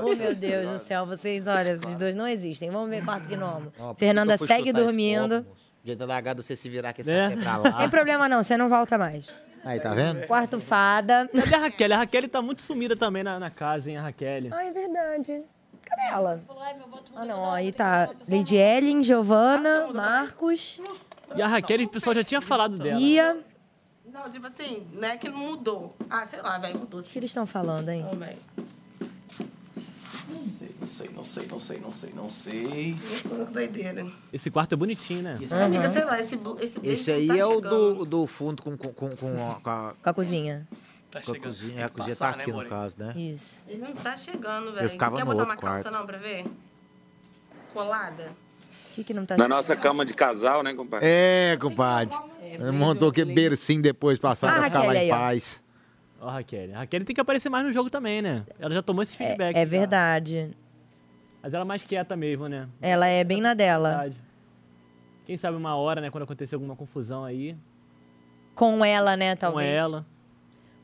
Oh, meu Deus do céu, vocês, olha, esses dois não existem. Vamos ver quarto gnomo.
Ó, por que
Fernanda
que eu fui
segue
chutar esse
dormindo.
copo, moço? Devia ter largado você se virar com esse
É.
café pra lá.
Tem problema não, você não volta mais.
Aí, tá vendo?
Quarto fada.
Cadê a Raquel? A Raquel tá muito sumida também na, na casa, hein, a Raquel.
Ah, é verdade. Cadê ela? Ah, não, aí tá Lady Ellen,
Ah,
Giovana,
né?
Marcos,
E a Raquel, o pessoal já tinha falado dela.
Ia.
Não, tipo assim, não é que não mudou. Ah, sei lá, velho, mudou.
O que eles estão falando, hein?
Não sei, não sei, não sei, não sei, não sei, não sei. Que doideira.
Esse quarto é bonitinho, né?
Amiga, sei lá, esse... blu- esse
Esse
beijo
aí
tá
é o
chegando.
do, do fundo com, com, com, com, a- com a,
Com a cozinha.
Tá
com
chegando.
a
Tem
cozinha. A
que
cozinha
passar,
tá
né,
aqui, no
More?
caso, né?
Isso.
Ele não tá chegando, velho.
ficava
Quer
no
botar
outro
uma calça
quarto.
não pra ver? Colada?
O que, que não tá
Na nossa cama de casal, né, compadre?
É, compadre. Montou aquele bercinho depois, passaram
Ah,
a ficar lá
aquele aí,
em
ó.
paz.
Ó, a Raquel. A Raquel tem que aparecer mais no jogo também, né? Ela já tomou esse feedback.
É
já.
verdade.
Mas ela é mais quieta mesmo, né?
Ela é bem na dela.
Quem sabe uma hora, né, quando acontecer alguma confusão aí,
Com ela, né,
com
talvez.
ela.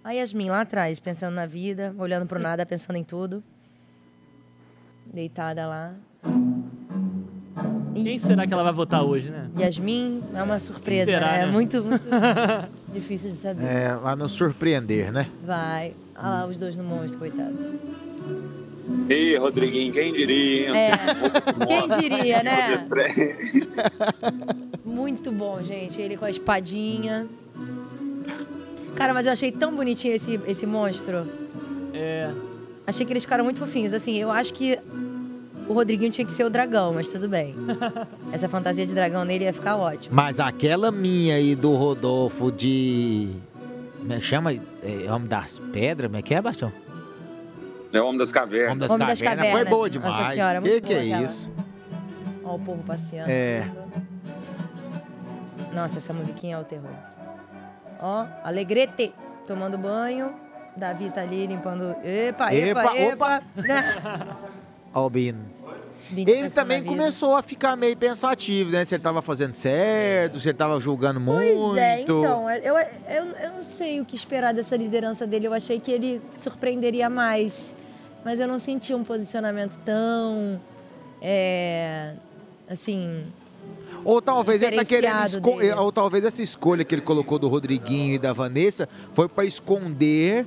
A Yasmin lá atrás, pensando na vida, olhando pro nada, pensando em tudo. Deitada lá.
Quem será que ela vai votar hoje, né?
Yasmin é uma surpresa,
Será,
né? É
né?
muito, muito difícil de saber.
É, lá nos surpreender, né?
Vai. Olha lá os dois no monstro, coitados.
É.
Ih, Rodriguinho, quem diria? hein?
É.
Um
Quem
pouco
diria, né?
de estresse.
Muito bom, gente. Ele com a espadinha. Cara, mas eu achei tão bonitinho esse, esse monstro.
É.
Achei que eles ficaram muito fofinhos. Assim, eu acho que o Rodriguinho tinha que ser o dragão, mas tudo bem. Essa fantasia de dragão nele ia ficar ótima.
Mas aquela minha aí do Rodolfo de. Como é que chama? É, Homem das Pedras? Como é que é, Bastião?
É o homem das cavernas.
Homem das, cavernas. Foi boa demais.
Nossa senhora,
que
muito
que
boa
é
aquela.
isso?
Ó, o povo passeando.
É.
Nossa, essa musiquinha é o terror. Ó, Alegrete tomando banho. Davi tá ali limpando. Epa, epa,
Epa,
epa.
Albino.
Vim
Ele
pensando
também
na vida.
começou a ficar meio pensativo, né? Se ele tava fazendo certo, se ele tava julgando muito.
Pois é, então, eu, eu, eu não sei o que esperar dessa liderança dele. Eu achei que ele surpreenderia mais. Mas eu não senti um posicionamento tão. É, assim.
Ou talvez ele tá querendo
Diferenciado
esco-
dele.
Ou talvez essa escolha que ele colocou do Rodriguinho e da Vanessa foi pra esconder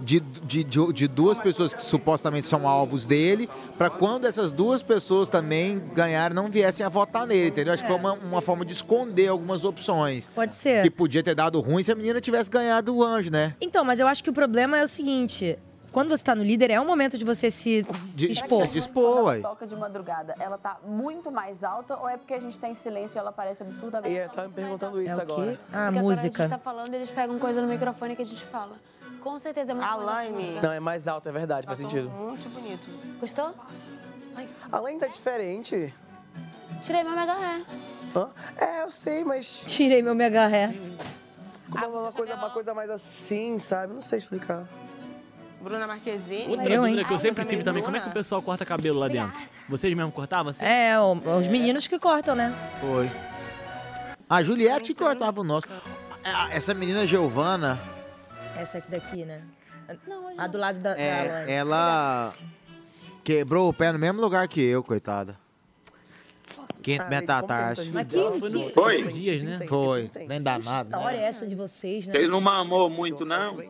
de, de, de, de duas pessoas que supostamente são alvos dele, pra quando essas duas pessoas também ganharem, não viessem a votar nele, entendeu? Acho que foi uma, uma forma de esconder algumas opções.
Pode ser.
Que podia ter dado ruim se a menina tivesse ganhado o anjo, né?
Então, mas eu acho que o problema é o seguinte: quando você tá no líder, é o momento de você se
De-
expor.
de expor, uai.
Toca de madrugada, ela tá muito mais alta ou é porque a gente tá em silêncio e ela parece absurdamente? Eu tava Tá me perguntando
isso É o quê? agora. Ah,
Porque
música.
Agora a gente tá
falando, eles pegam coisa no microfone que a gente fala. Com certeza é muito Alaine.
Não, é mais alto, é verdade,
Tá
faz sentido.
Muito bonito. Gostou?
Além tá diferente.
Tirei meu mega ré.
Hã? É, eu sei, mas.
Tirei meu mega ré.
Ah,
Como é uma, coisa, uma coisa mais assim, sabe? Não sei explicar.
Bruna Marquezine.
Outra dúvida que eu sempre tive também, como é que o pessoal corta cabelo lá dentro? Vocês mesmo cortavam? assim?
É, o- os meninos que cortam, né?
Foi. A Juliette
Então.
que cortava o nosso. Ah, Essa menina Giovana,
Essa aqui daqui, né? A do lado da. da Alane.
é, ela quebrou o pé no mesmo lugar que eu, coitada. 500
Ai,
metros da
Tá, como
tarde.
que eu não tô Mas que Ela foi no- isso?
Foi?
Foi, nem danado.
tá. Que história é essa de vocês, né?
Vocês não mamou muito, não?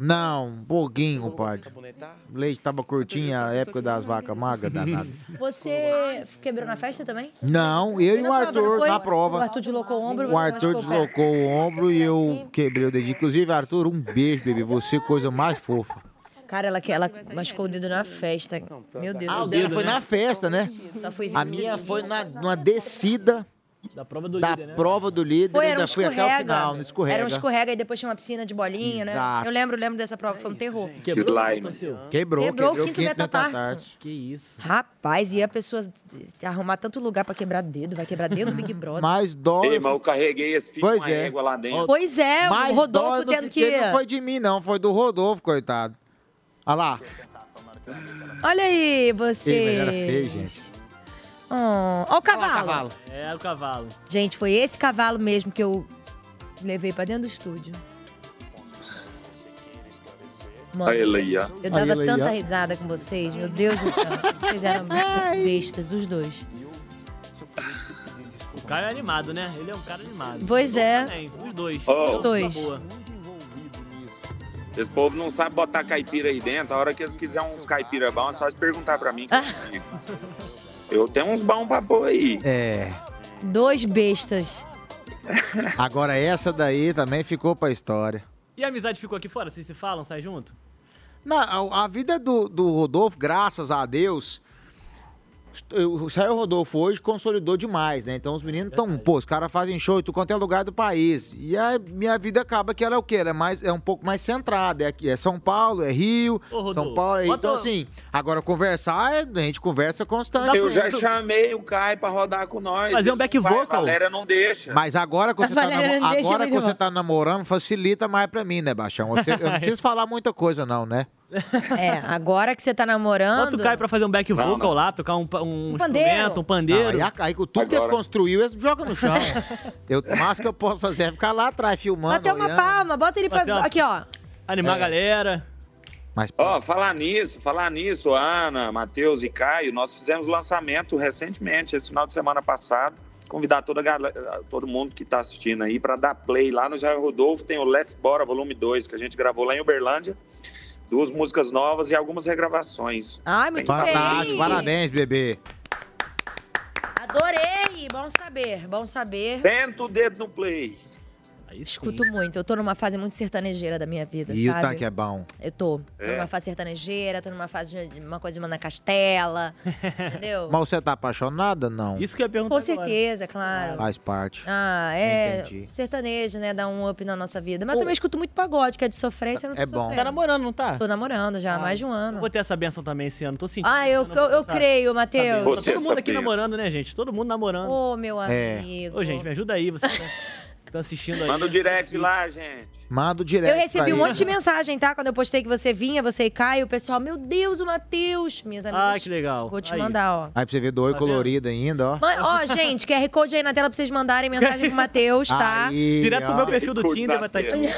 Não, um pouquinho, compadre.
Sabonetar?
Leite tava curtinho, a época das vacas magras, danado.
Você quebrou na festa também?
Não, eu e o Um Arthur na
O
prova.
Arthur deslocou o ombro. você
O Arthur
machucou o pé.
deslocou o ombro e eu quebrei o dedinho. Inclusive, Arthur, um beijo, bebê. Você, coisa mais fofa.
Cara, ela, que- ela machucou o dedo na festa. Meu Deus.
Ah, o dela foi na festa, né?
Só fui ver
A
no
minha
dia
foi na, numa descida
Da prova do
da
líder, né?
prova do líder.
Foi, era um
ainda fui até o
escorrega.
final, no escorrega.
Era um escorrega e depois tinha uma piscina de bolinha, né?
Exato.
Eu lembro, lembro dessa prova,
É
foi um terror.
Quebrou, quebrou,
Quebrou o
quebrou
quinto
o quinto
metatarso.
metatarso.
Que isso.
Rapaz, e a pessoa se arrumar tanto lugar pra quebrar dedo, vai quebrar dedo do Big Brother.
Mais dó.
Ei, mas eu carreguei esse filho
Pois
uma
é.
régua lá dentro.
Pois é, o
Mas
Rodolfo
dó do
tendo que.
Piquet Não foi de mim, não. Foi do Rodolfo, coitado. Olha lá.
Olha aí,
Ei, mas era feio,
você.
gente.
Oh, Olha o cavalo.
É, o cavalo.
Gente, foi esse cavalo mesmo que eu levei pra dentro do estúdio. Mano,
Olha ele aí, ó.
Eu
Olha
dava
ele aí,
tanta
ó.
risada com vocês, meu Deus do céu. Vocês eram muito bestas, os dois.
O cara é animado, né? Ele é um cara animado.
Pois é.
Também, Os dois.
Ó.
Uma
Dois.
boa.
Esse povo não sabe botar caipira aí dentro. A hora que eles quiserem uns caipira bons, é só se perguntar pra
Ah.
mim. que eu digo. Eu tenho um uns bons pra pôr aí.
É.
Dois bestas.
Agora essa daí também ficou pra história.
E a amizade ficou aqui fora? Vocês se falam, sai junto?
Não, a, a vida do, do Rodolfo, graças a Deus, est- eu- saiu o Rodolfo hoje, consolidou demais, né? Então os meninos estão, pô, os caras fazem show em tudo quanto é lugar do país. E a minha vida acaba que ela é o quê? Ela é, mais, é um pouco mais centrada. É, aqui, é São Paulo, é Rio,
Ô, Rodolfo,
São Paulo. é-
bota-
Então, assim, agora conversar, é- a gente conversa constante.
Eu já chamei o Kai pra rodar com nós.
Fazer um
Ele
back
não vai,
vocal.
A galera não deixa.
Mas agora que você, tá,
Valéria,
namo-
não deixa
agora
eu
que você
levar.
tá namorando, facilita mais pra mim, né, Baixão? Você- eu não preciso falar muita coisa, não, né?
É, agora que você tá namorando.
Bota o Caio pra fazer um back vocal lá, tocar um, pa- um,
pandeiro.
instrumento, um pandeiro.
Não, aí, aí tudo que eles construíram, eles jogam no chão. eu, o máximo que eu posso fazer é ficar lá atrás filmando.
Bateu uma
olhando.
palma, bota ele pra.
Bateu uma-
Aqui, ó.
Animar
É.
É.
a galera.
Mas,
Ó, falar nisso, falar nisso, Ana, Matheus e Caio, nós fizemos lançamento recentemente, esse final de semana passado. Convidar toda a galera, todo mundo que está assistindo aí para dar play lá no Jair Rodolfo. Tem o Let's Bora Volume 2, que a gente gravou lá em Uberlândia. Duas músicas novas e algumas regravações.
Ai, muito
Fantástico,
bem.
parabéns, bebê.
Adorei! Bom saber, bom saber.
Senta o dedo no play.
Escuto muito. Eu tô numa fase muito sertanejeira da minha vida,
E
sabe?
o tanque é bom.
Eu tô. Tô
É.
numa fase sertanejeira, tô numa fase de uma coisa de Ana Castela, entendeu?
Mas você tá apaixonada? Não.
Isso que eu ia perguntar
Com certeza, é claro.
Faz parte.
Ah, é.
Entendi.
Sertanejo, né? Dá um up na nossa vida. Mas também escuto muito pagode, que é de sofrência, eu não tô
É bom.
sofrendo.
Tá namorando, não tá?
Tô namorando já, há mais de um ano.
Eu Vou ter essa benção também esse ano, tô sentindo.
Ah, eu, eu, eu creio,
Tá
Matheus.
todo mundo aqui namorando, né, gente? Todo mundo namorando.
Ô, meu
É.
amigo.
Ô, gente, me ajuda aí, vocês estão assistindo aí.
Manda o direct lá, gente.
Manda o direct.
Eu recebi
pra
um
ele.
monte de mensagem, tá? Quando eu postei que você vinha, você e Caio, o pessoal, meu Deus, o Matheus. Minhas amigas.
Ah, que legal.
Vou te
Aí.
mandar, ó.
Aí pra você ver do oi
Tá vendo?
colorido ainda, ó.
Mãe, ó, gente, QR Code aí na tela pra vocês mandarem mensagem pro Matheus, tá?
Aí,
Direto pro
ó.
meu perfil do Tinder, vai estar aqui.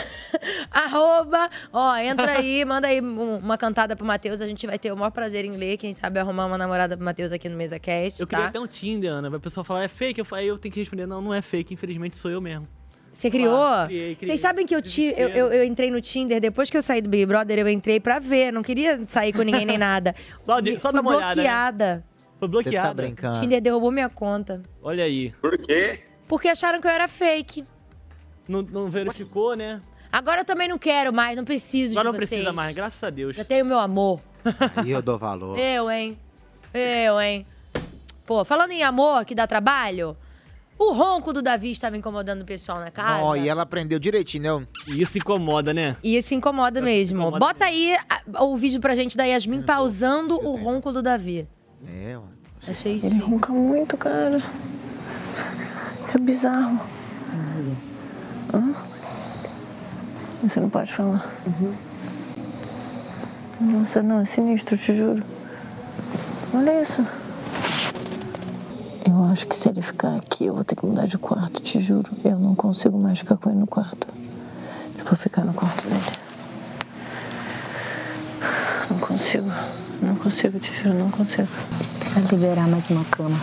Arroba, ó, entra aí, manda aí um- uma cantada pro Matheus. A gente vai ter o maior prazer em ler, quem sabe arrumar uma namorada pro Matheus aqui no MesaCast,
Eu queria
tá?
até um Tinder, Ana. Vai o pessoal falar, é fake? Eu, fa- aí eu tenho que responder, não, não é fake, infelizmente sou eu mesmo.
Você criou?
um Claro, criei, criei.
Vocês sabem que eu, ti, eu, eu, eu entrei no Tinder, depois que eu saí do Big Brother, eu entrei pra ver, não queria sair com ninguém nem nada.
Só, de,
Me-
só
fui
dar uma olhada. né?
bloqueada.
Foi bloqueada.
Você tá brincando.
Tinder derrubou minha conta.
Olha aí.
Por quê?
Porque acharam que eu era fake.
Não, não verificou, né?
Agora eu também não quero mais, não preciso
Agora
de
não
vocês.
precisa mais, graças a Deus.
Já tenho meu amor.
E eu dou valor.
Eu, hein? Eu, hein? Pô, falando em amor que dá trabalho, o ronco do Davi estava incomodando o pessoal na casa.
Ó, e ela aprendeu direitinho, né?
E isso incomoda, né?
E isso incomoda mesmo. Bota aí a- o vídeo pra gente da Yasmin pausando o ronco do Davi.
É, ó.
Achei
Ele ronca muito, cara. Isso é bizarro.
um-
Hã? Você não pode falar. Nossa, não, é sinistro, te juro. Olha isso. Eu acho que se ele ficar aqui, eu vou ter que mudar de quarto, te juro. Eu não consigo mais ficar com ele no quarto. Eu vou ficar no quarto dele. Não consigo. Não consigo, te juro, não consigo.
Espera liberar mais uma cama.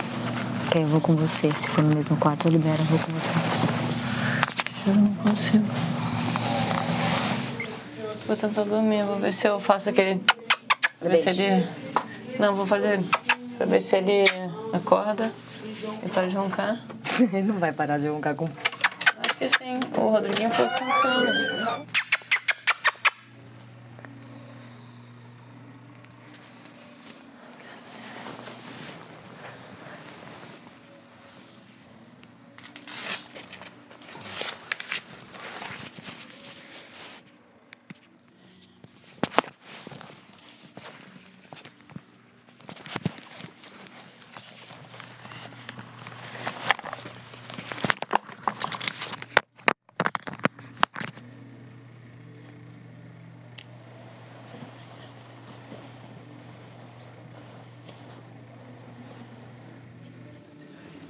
Que aí É, eu vou com você. Se for no mesmo quarto, eu libero, eu vou com você.
Eu não consigo.
Vou tentar dormir, vou ver se eu faço aquele. Pra ver se ele. Não, vou fazer. Pra ver se ele acorda e para de roncar.
Ele não vai parar de roncar com.
Acho que sim. O Rodriguinho foi com sono.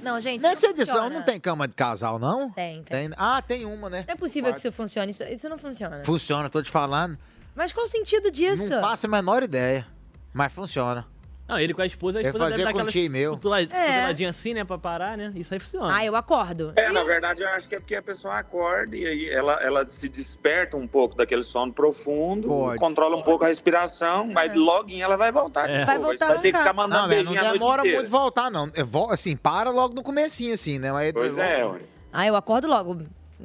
Não, gente. isso
Nessa
não
edição
funciona.
não tem cama de casal, não?
Tem, tem.
Ah, tem uma, né?
Não é possível que isso funcione. Isso, isso não funciona.
Funciona, tô te falando.
Mas qual o sentido disso?
Não faço a menor ideia. Mas funciona.
Não, ele com a esposa, a
Eu
esposa deve
fazia
dar
com o
aquela
tio meu.
cutula-
É.
cutuladinha assim, né, pra parar, né? Isso aí funciona.
Ah, eu acordo.
É, na verdade, eu acho que é porque a pessoa acorda e aí ela, ela se desperta um pouco daquele sono profundo,
Pode.
controla um pouco a respiração, mas logo em ela É. vai voltar de
É.
novo. Aí você vai ter que ficar mandando
Não, velho,
beijinho
não
a noite
demora
inteira.
muito voltar, não. É, vol- Assim, para logo no comecinho, assim, né? Mas
Pois é, ué.
Ah, eu acordo logo.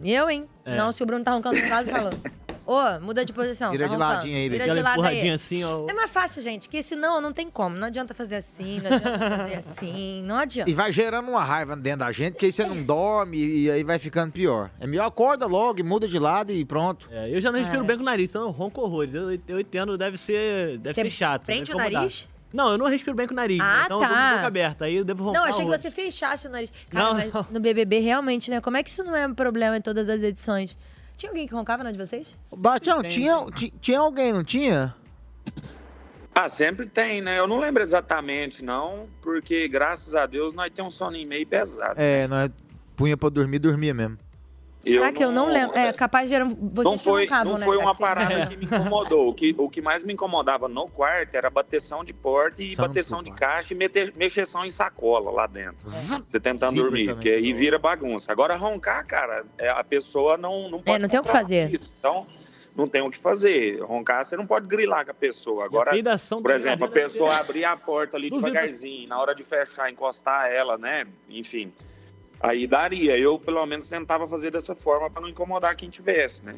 Eu, hein?
É.
Não, se o Bruno tá roncando no lado, falou. Ô, muda de posição.
Vira
tá
de
roncando.
ladinho aí,
Vira
Bibi.
de
Aquela
lado aí.
empurradinha assim, ó.
É mais fácil, gente, que senão não tem como. Não adianta fazer assim, não adianta fazer assim, não adianta.
E vai gerando uma raiva dentro da gente, que aí você não dorme e aí vai ficando pior. É melhor acorda logo e muda de lado e pronto.
É, eu já não respiro
É.
bem com o nariz, então eu ronco horrores. Eu, eu entendo, deve ser, deve
Você
ser chato.
prende
deve
o
incomodar.
nariz?
Não, eu não respiro bem com o nariz. né?
Ah,
Então eu tô com
tá.
a boca aberta, aí eu devo roncar
Não, achei que
horrores.
você fechasse o nariz. Cara,
Não,
mas
não.
no BBB realmente, né? Como é que isso não é um problema em todas as edições? Tinha alguém que roncava na de vocês?
Batião,
Tem,
tinha, ti- tinha alguém, não tinha?
Ah, sempre tem, né? Eu não lembro exatamente, não, porque graças a Deus nós temos um soninho meio pesado.
É, nós punha pra dormir, dormia mesmo.
Eu
Caraca, eu não lembro. É, capaz de eram vocês
não
que
foi,
roncavam,
não
né?
foi
já
uma
que vocês-
parada que me incomodou. O que, o que mais me incomodava no quarto era bateção de porta e
Santo
bateção de caixa e meter, mexeção em sacola lá dentro.
Zup.
Você tentando
Zíper
dormir,
também.
porque aí vira bagunça. Agora roncar, cara, é, a pessoa não, não pode.
É, não tem o que
controlar
fazer.
isso. Então, não tem o que fazer. Roncar, você não pode grilar com a pessoa. Agora,
peidação
por
também,
exemplo, a
imagina
pessoa
você-
abrir a porta ali
Duvido
devagarzinho, na hora de fechar, encostar ela, né? Enfim. Aí daria. Eu, pelo menos, tentava fazer dessa forma pra não incomodar quem tivesse, né?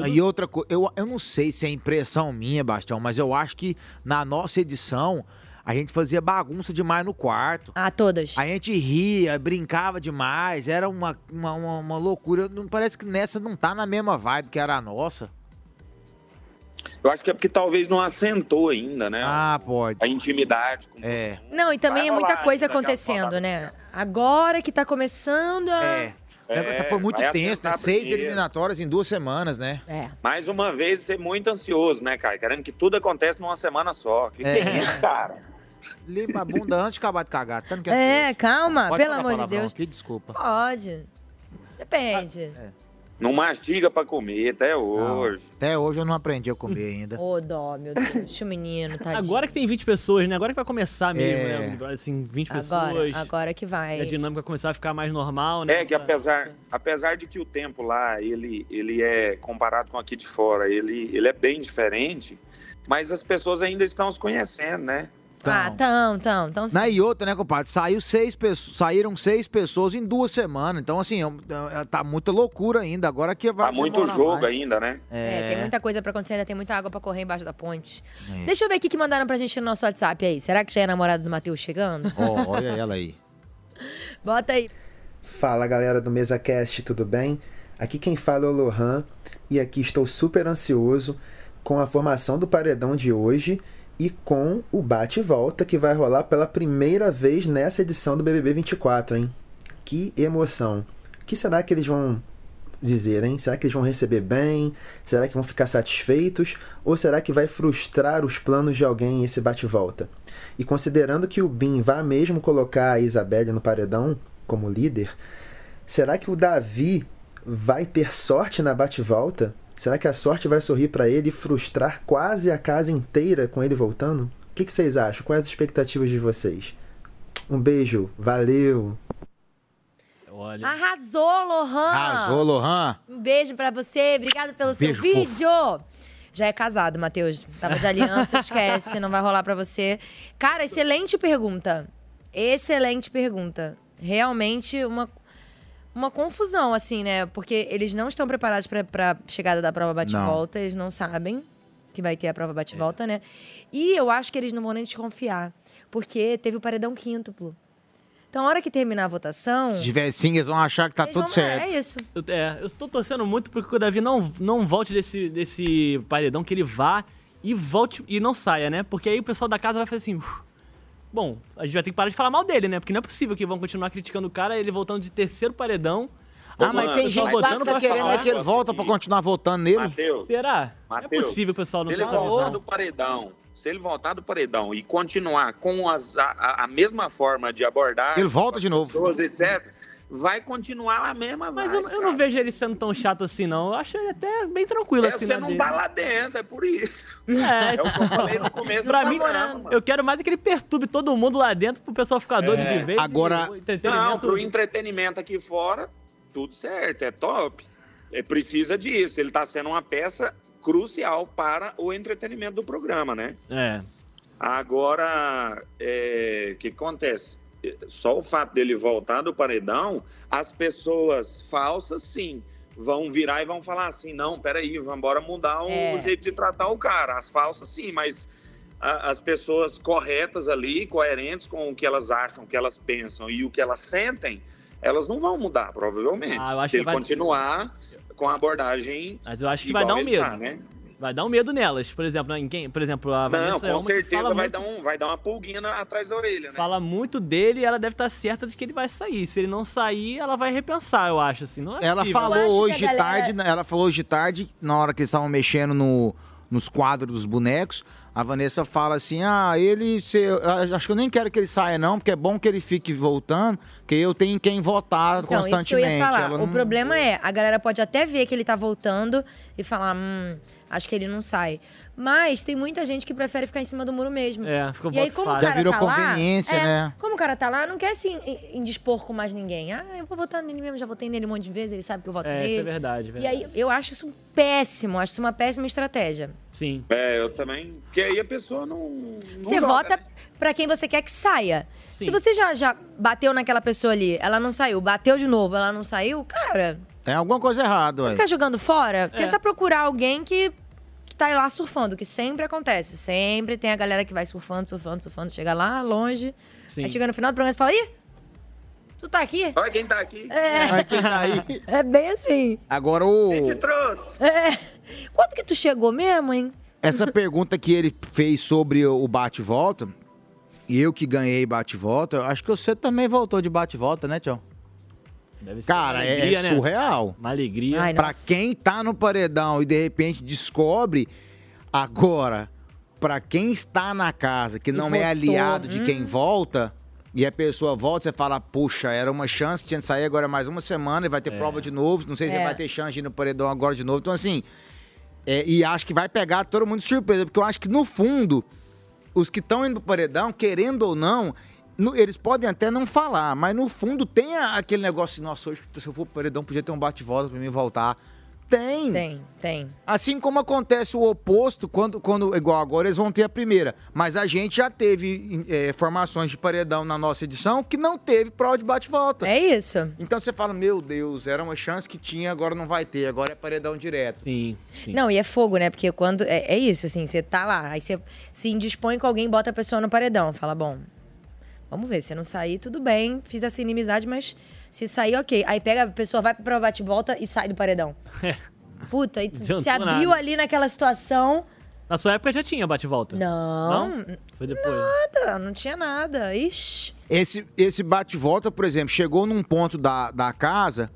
Ah, E outra coisa, eu, eu não sei se é impressão minha, Bastião, mas eu acho que na nossa edição a gente fazia bagunça demais no quarto.
Ah, todas.
A gente ria, brincava demais, era uma, uma, uma, uma loucura. Não parece que nessa não tá na mesma vibe que era a nossa.
Eu acho que é porque talvez não assentou ainda, né?
Ah, pode.
A intimidade. Com é.
Não, e também
Vai
é muita
rolar,
coisa
daqui a pouco
acontecendo, né? Agora que tá começando a.
É. O negócio
assim. É,
foi muito
vai
tenso, né?
acertar
Seis
primeiro.
eliminatórias em duas semanas, né?
É.
Mais uma vez, ser muito ansioso, né, cara? Querendo que tudo aconteça numa semana só. Que, que é,
É.
isso, cara?
Limpa a bunda antes de acabar de cagar. Tanto que
É, calma,
Pode
pelo
falar
amor de
palavrão
Deus.
aqui, desculpa.
Pode. Depende.
Ah, é. Não mastiga pra comer até hoje.
Até hoje eu não aprendi a comer ainda.
Ô, dó, meu Deus. Deixa o menino, tadinho.
Agora que tem 20 pessoas, né? Agora que vai começar mesmo,
É.
né? Big Brother, Assim, 20
Agora,
pessoas.
agora que vai.
A dinâmica começar a ficar mais normal, né?
É que apesar, apesar de que o tempo lá, ele, ele é comparado com aqui de fora, ele, ele é bem diferente, mas as pessoas ainda estão se conhecendo, né?
Tá.
Ah, tão, tão, tão sim.
Na e outra, Então. né, compadre? Saiu seis pessoas, saíram seis pessoas em duas semanas. Então, assim, é um- é- tá muita loucura ainda. Agora que vai.
Há Tá muito
demorar
jogo
mais.
ainda, né?
É, tem muita coisa pra acontecer, ainda tem muita água pra correr embaixo da ponte.
É.
Deixa eu ver aqui que mandaram pra gente no nosso WhatsApp aí. Será que já é namorada do Matheus chegando?
Ó, olha ela aí.
Bota aí.
Fala galera do MesaCast, tudo bem? Aqui quem fala é o Lohan e aqui estou super ansioso com a formação do paredão de hoje e com o bate e volta que vai rolar pela primeira vez nessa edição do BBB 24, hein? Que emoção! O que será que eles vão dizer, hein? Será que eles vão receber bem? Será que vão ficar satisfeitos? Ou será que vai frustrar os planos de alguém esse bate-volta? E considerando que o Bin vá mesmo colocar a Isabelle no paredão como líder, será que o Davi vai ter sorte na bate-volta? Será que a sorte vai sorrir para ele e frustrar quase a casa inteira com ele voltando? O que que vocês acham? Quais as expectativas de vocês? Um beijo, valeu!
Olha.
Arrasou, Lohan!
Arrasou, Lohan!
Um beijo pra você, obrigada pelo seu
Um Beijo, fofo.
vídeo! Já é casado, Matheus. Tava de aliança, esquece, não vai rolar pra você. Cara, excelente pergunta. Excelente pergunta. Realmente uma, uma confusão, assim, né? Porque eles não estão preparados pra, pra chegada da prova bate-volta, eles não sabem que vai ter a prova
É.
bate-volta, né? E eu acho que eles não vão nem desconfiar, porque teve o paredão quíntuplo. Então, a hora que terminar a votação.
Se tiver sim, eles vão achar que tá tudo certo.
é isso.
Eu, é, eu tô torcendo muito porque o Davi não, não volte desse, desse paredão, que ele vá e volte e não saia, né? Porque aí o pessoal da casa vai fazer assim. "Uf, Bom, a gente vai ter que parar de falar mal dele, né? Porque não é possível que vão continuar criticando o cara, ele voltando de terceiro paredão.
Ah, mas tem gente lá que tá querendo é que ele volta pra continuar votando nele.
Mateus,
Será?
Mateus,
é possível que o pessoal não
se ele
sabe.
voltar do paredão, se ele voltar do paredão e continuar com as- a, a- a mesma forma de abordar
Ele volta de novo.
pessoas, etc., vai continuar lá mesma.
Mas eu, eu não vejo ele sendo tão chato assim, não. Eu acho ele até bem tranquilo
É,
assim,
você
na
não
dele.
tá lá dentro, é por isso.
É,
o que eu falei no começo
Pra
do
mim,
programa.
eu quero mais é que ele perturbe todo mundo lá dentro pro pessoal ficar doido um
É,
de assim, vez. e o entretenimento-
Não, pro entretenimento aqui fora, tudo certo, é top. É, precisa disso. Ele tá sendo uma peça crucial para o entretenimento do programa, né?
É.
Agora, é, o que acontece? Só o fato dele voltar do paredão, as pessoas falsas, sim, vão virar e vão falar assim: não, peraí, vamos embora mudar o
É.
jeito de tratar o cara. As falsas, sim, mas a- as pessoas corretas ali, coerentes com o que elas acham, o que elas pensam e o que elas sentem, elas não vão mudar, provavelmente.
Ah, eu acho
Se
que
ele
vai-
continuar com a abordagem.
Mas eu acho que vai dar
igual
um
ele
medo.
tá, né?
Vai dar um medo nelas. Por exemplo, em quem, por exemplo a
Não,
Vanessa é
com
uma que
certeza
fala
vai,
muito,
dar um, vai dar uma pulguinha na- atrás da orelha, né?
fala muito dele e ela deve estar certa de que ele vai sair. Se ele não sair, ela vai repensar, eu acho. Assim. Não é
Ela
possível.
falou hoje de tarde, né, ela falou hoje de tarde, na hora que eles estavam mexendo no, nos quadros dos bonecos, a Vanessa fala assim: "Ah, ele, se- eu acho que eu nem quero que ele saia não, porque é bom que ele fique voltando, que eu tenho quem votar
Então, isso que eu
constantemente".
ia falar.
Ela
O
não-
problema é, a galera pode até ver que ele tá voltando e falar, hum, acho que ele não sai. Mas tem muita gente que prefere ficar em cima do muro mesmo.
É, ficou
E aí,
voto
como o
fácil.
cara tá lá, é,
né?
Como o cara tá lá, não quer se in- indispor com mais ninguém. Ah, eu vou votar nele mesmo, já votei nele um monte de vezes, ele sabe que eu voto
É,
nele.
isso é verdade,
E aí, eu acho isso um péssimo, acho isso uma péssima estratégia.
Sim.
É, eu também. Porque aí a pessoa não. não
Você
joga,
vota
né?
pra quem você quer que saia.
Sim.
Se você já, já bateu naquela pessoa ali, ela não saiu, bateu de novo, ela não saiu, cara,
Tem alguma coisa errada, ué.
ficar jogando fora,
É.
tenta procurar alguém que, que tá lá surfando, que sempre acontece. Sempre tem a galera que vai surfando, surfando, surfando, chega lá longe.
Sim.
Aí chega no final do programa e fala: Ih, tu tá aqui?
Olha quem tá aqui.
É.
Olha quem tá aí.
É bem assim.
Agora o
trouxe.
É. Quanto que tu chegou mesmo, hein?
Essa pergunta que ele fez sobre o bate-volta, e eu que ganhei bate-volta, eu acho que você também voltou de bate-volta, né, Tião?
Deve ser
Cara,
uma
é-
alegria,
é
né?
surreal.
Uma alegria.
pra quem tá no paredão e de repente descobre, agora, pra quem está na casa, que não é
votou.
aliado de quem volta, e a pessoa volta, você fala, puxa, era uma chance que tinha de sair agora é mais uma semana e vai ter prova de novo, não sei se
É.
vai ter chance de ir no paredão agora de novo. Então, assim, é, e acho que vai pegar todo mundo de surpresa, porque eu acho que no fundo, os que estão indo pro paredão, querendo ou não, no- eles podem até não falar, mas no fundo tem a- aquele negócio, assim, nossa, hoje se eu for pro paredão, podia ter um bate-volta pra mim voltar. Tem.
Tem, tem.
Assim como acontece o oposto, quando, quando igual agora, eles vão ter a primeira. Mas a gente já teve em- eh, formações de paredão na nossa edição que não teve prova de bate-volta.
É isso.
Então você fala, meu Deus, era uma chance que tinha, agora não vai ter, agora é paredão direto.
Sim.
Não, e é fogo, né? Porque quando. É, é isso, assim, você tá lá, aí você se indispõe com alguém, bota a pessoa no paredão. Fala, bom, vamos ver, se não sair, tudo bem, fiz essa inimizade, mas se sair, ok. Aí pega a pessoa, vai pra bate e volta e sai do paredão.
É.
Puta, aí tu
Adiantou
se abriu
nada.
ali naquela situação.
Na sua época já tinha bate-volta.
Não,
Não? Foi depois.
nada, não tinha nada. Ixi.
Esse, esse bate-volta, por exemplo, chegou num ponto da, da casa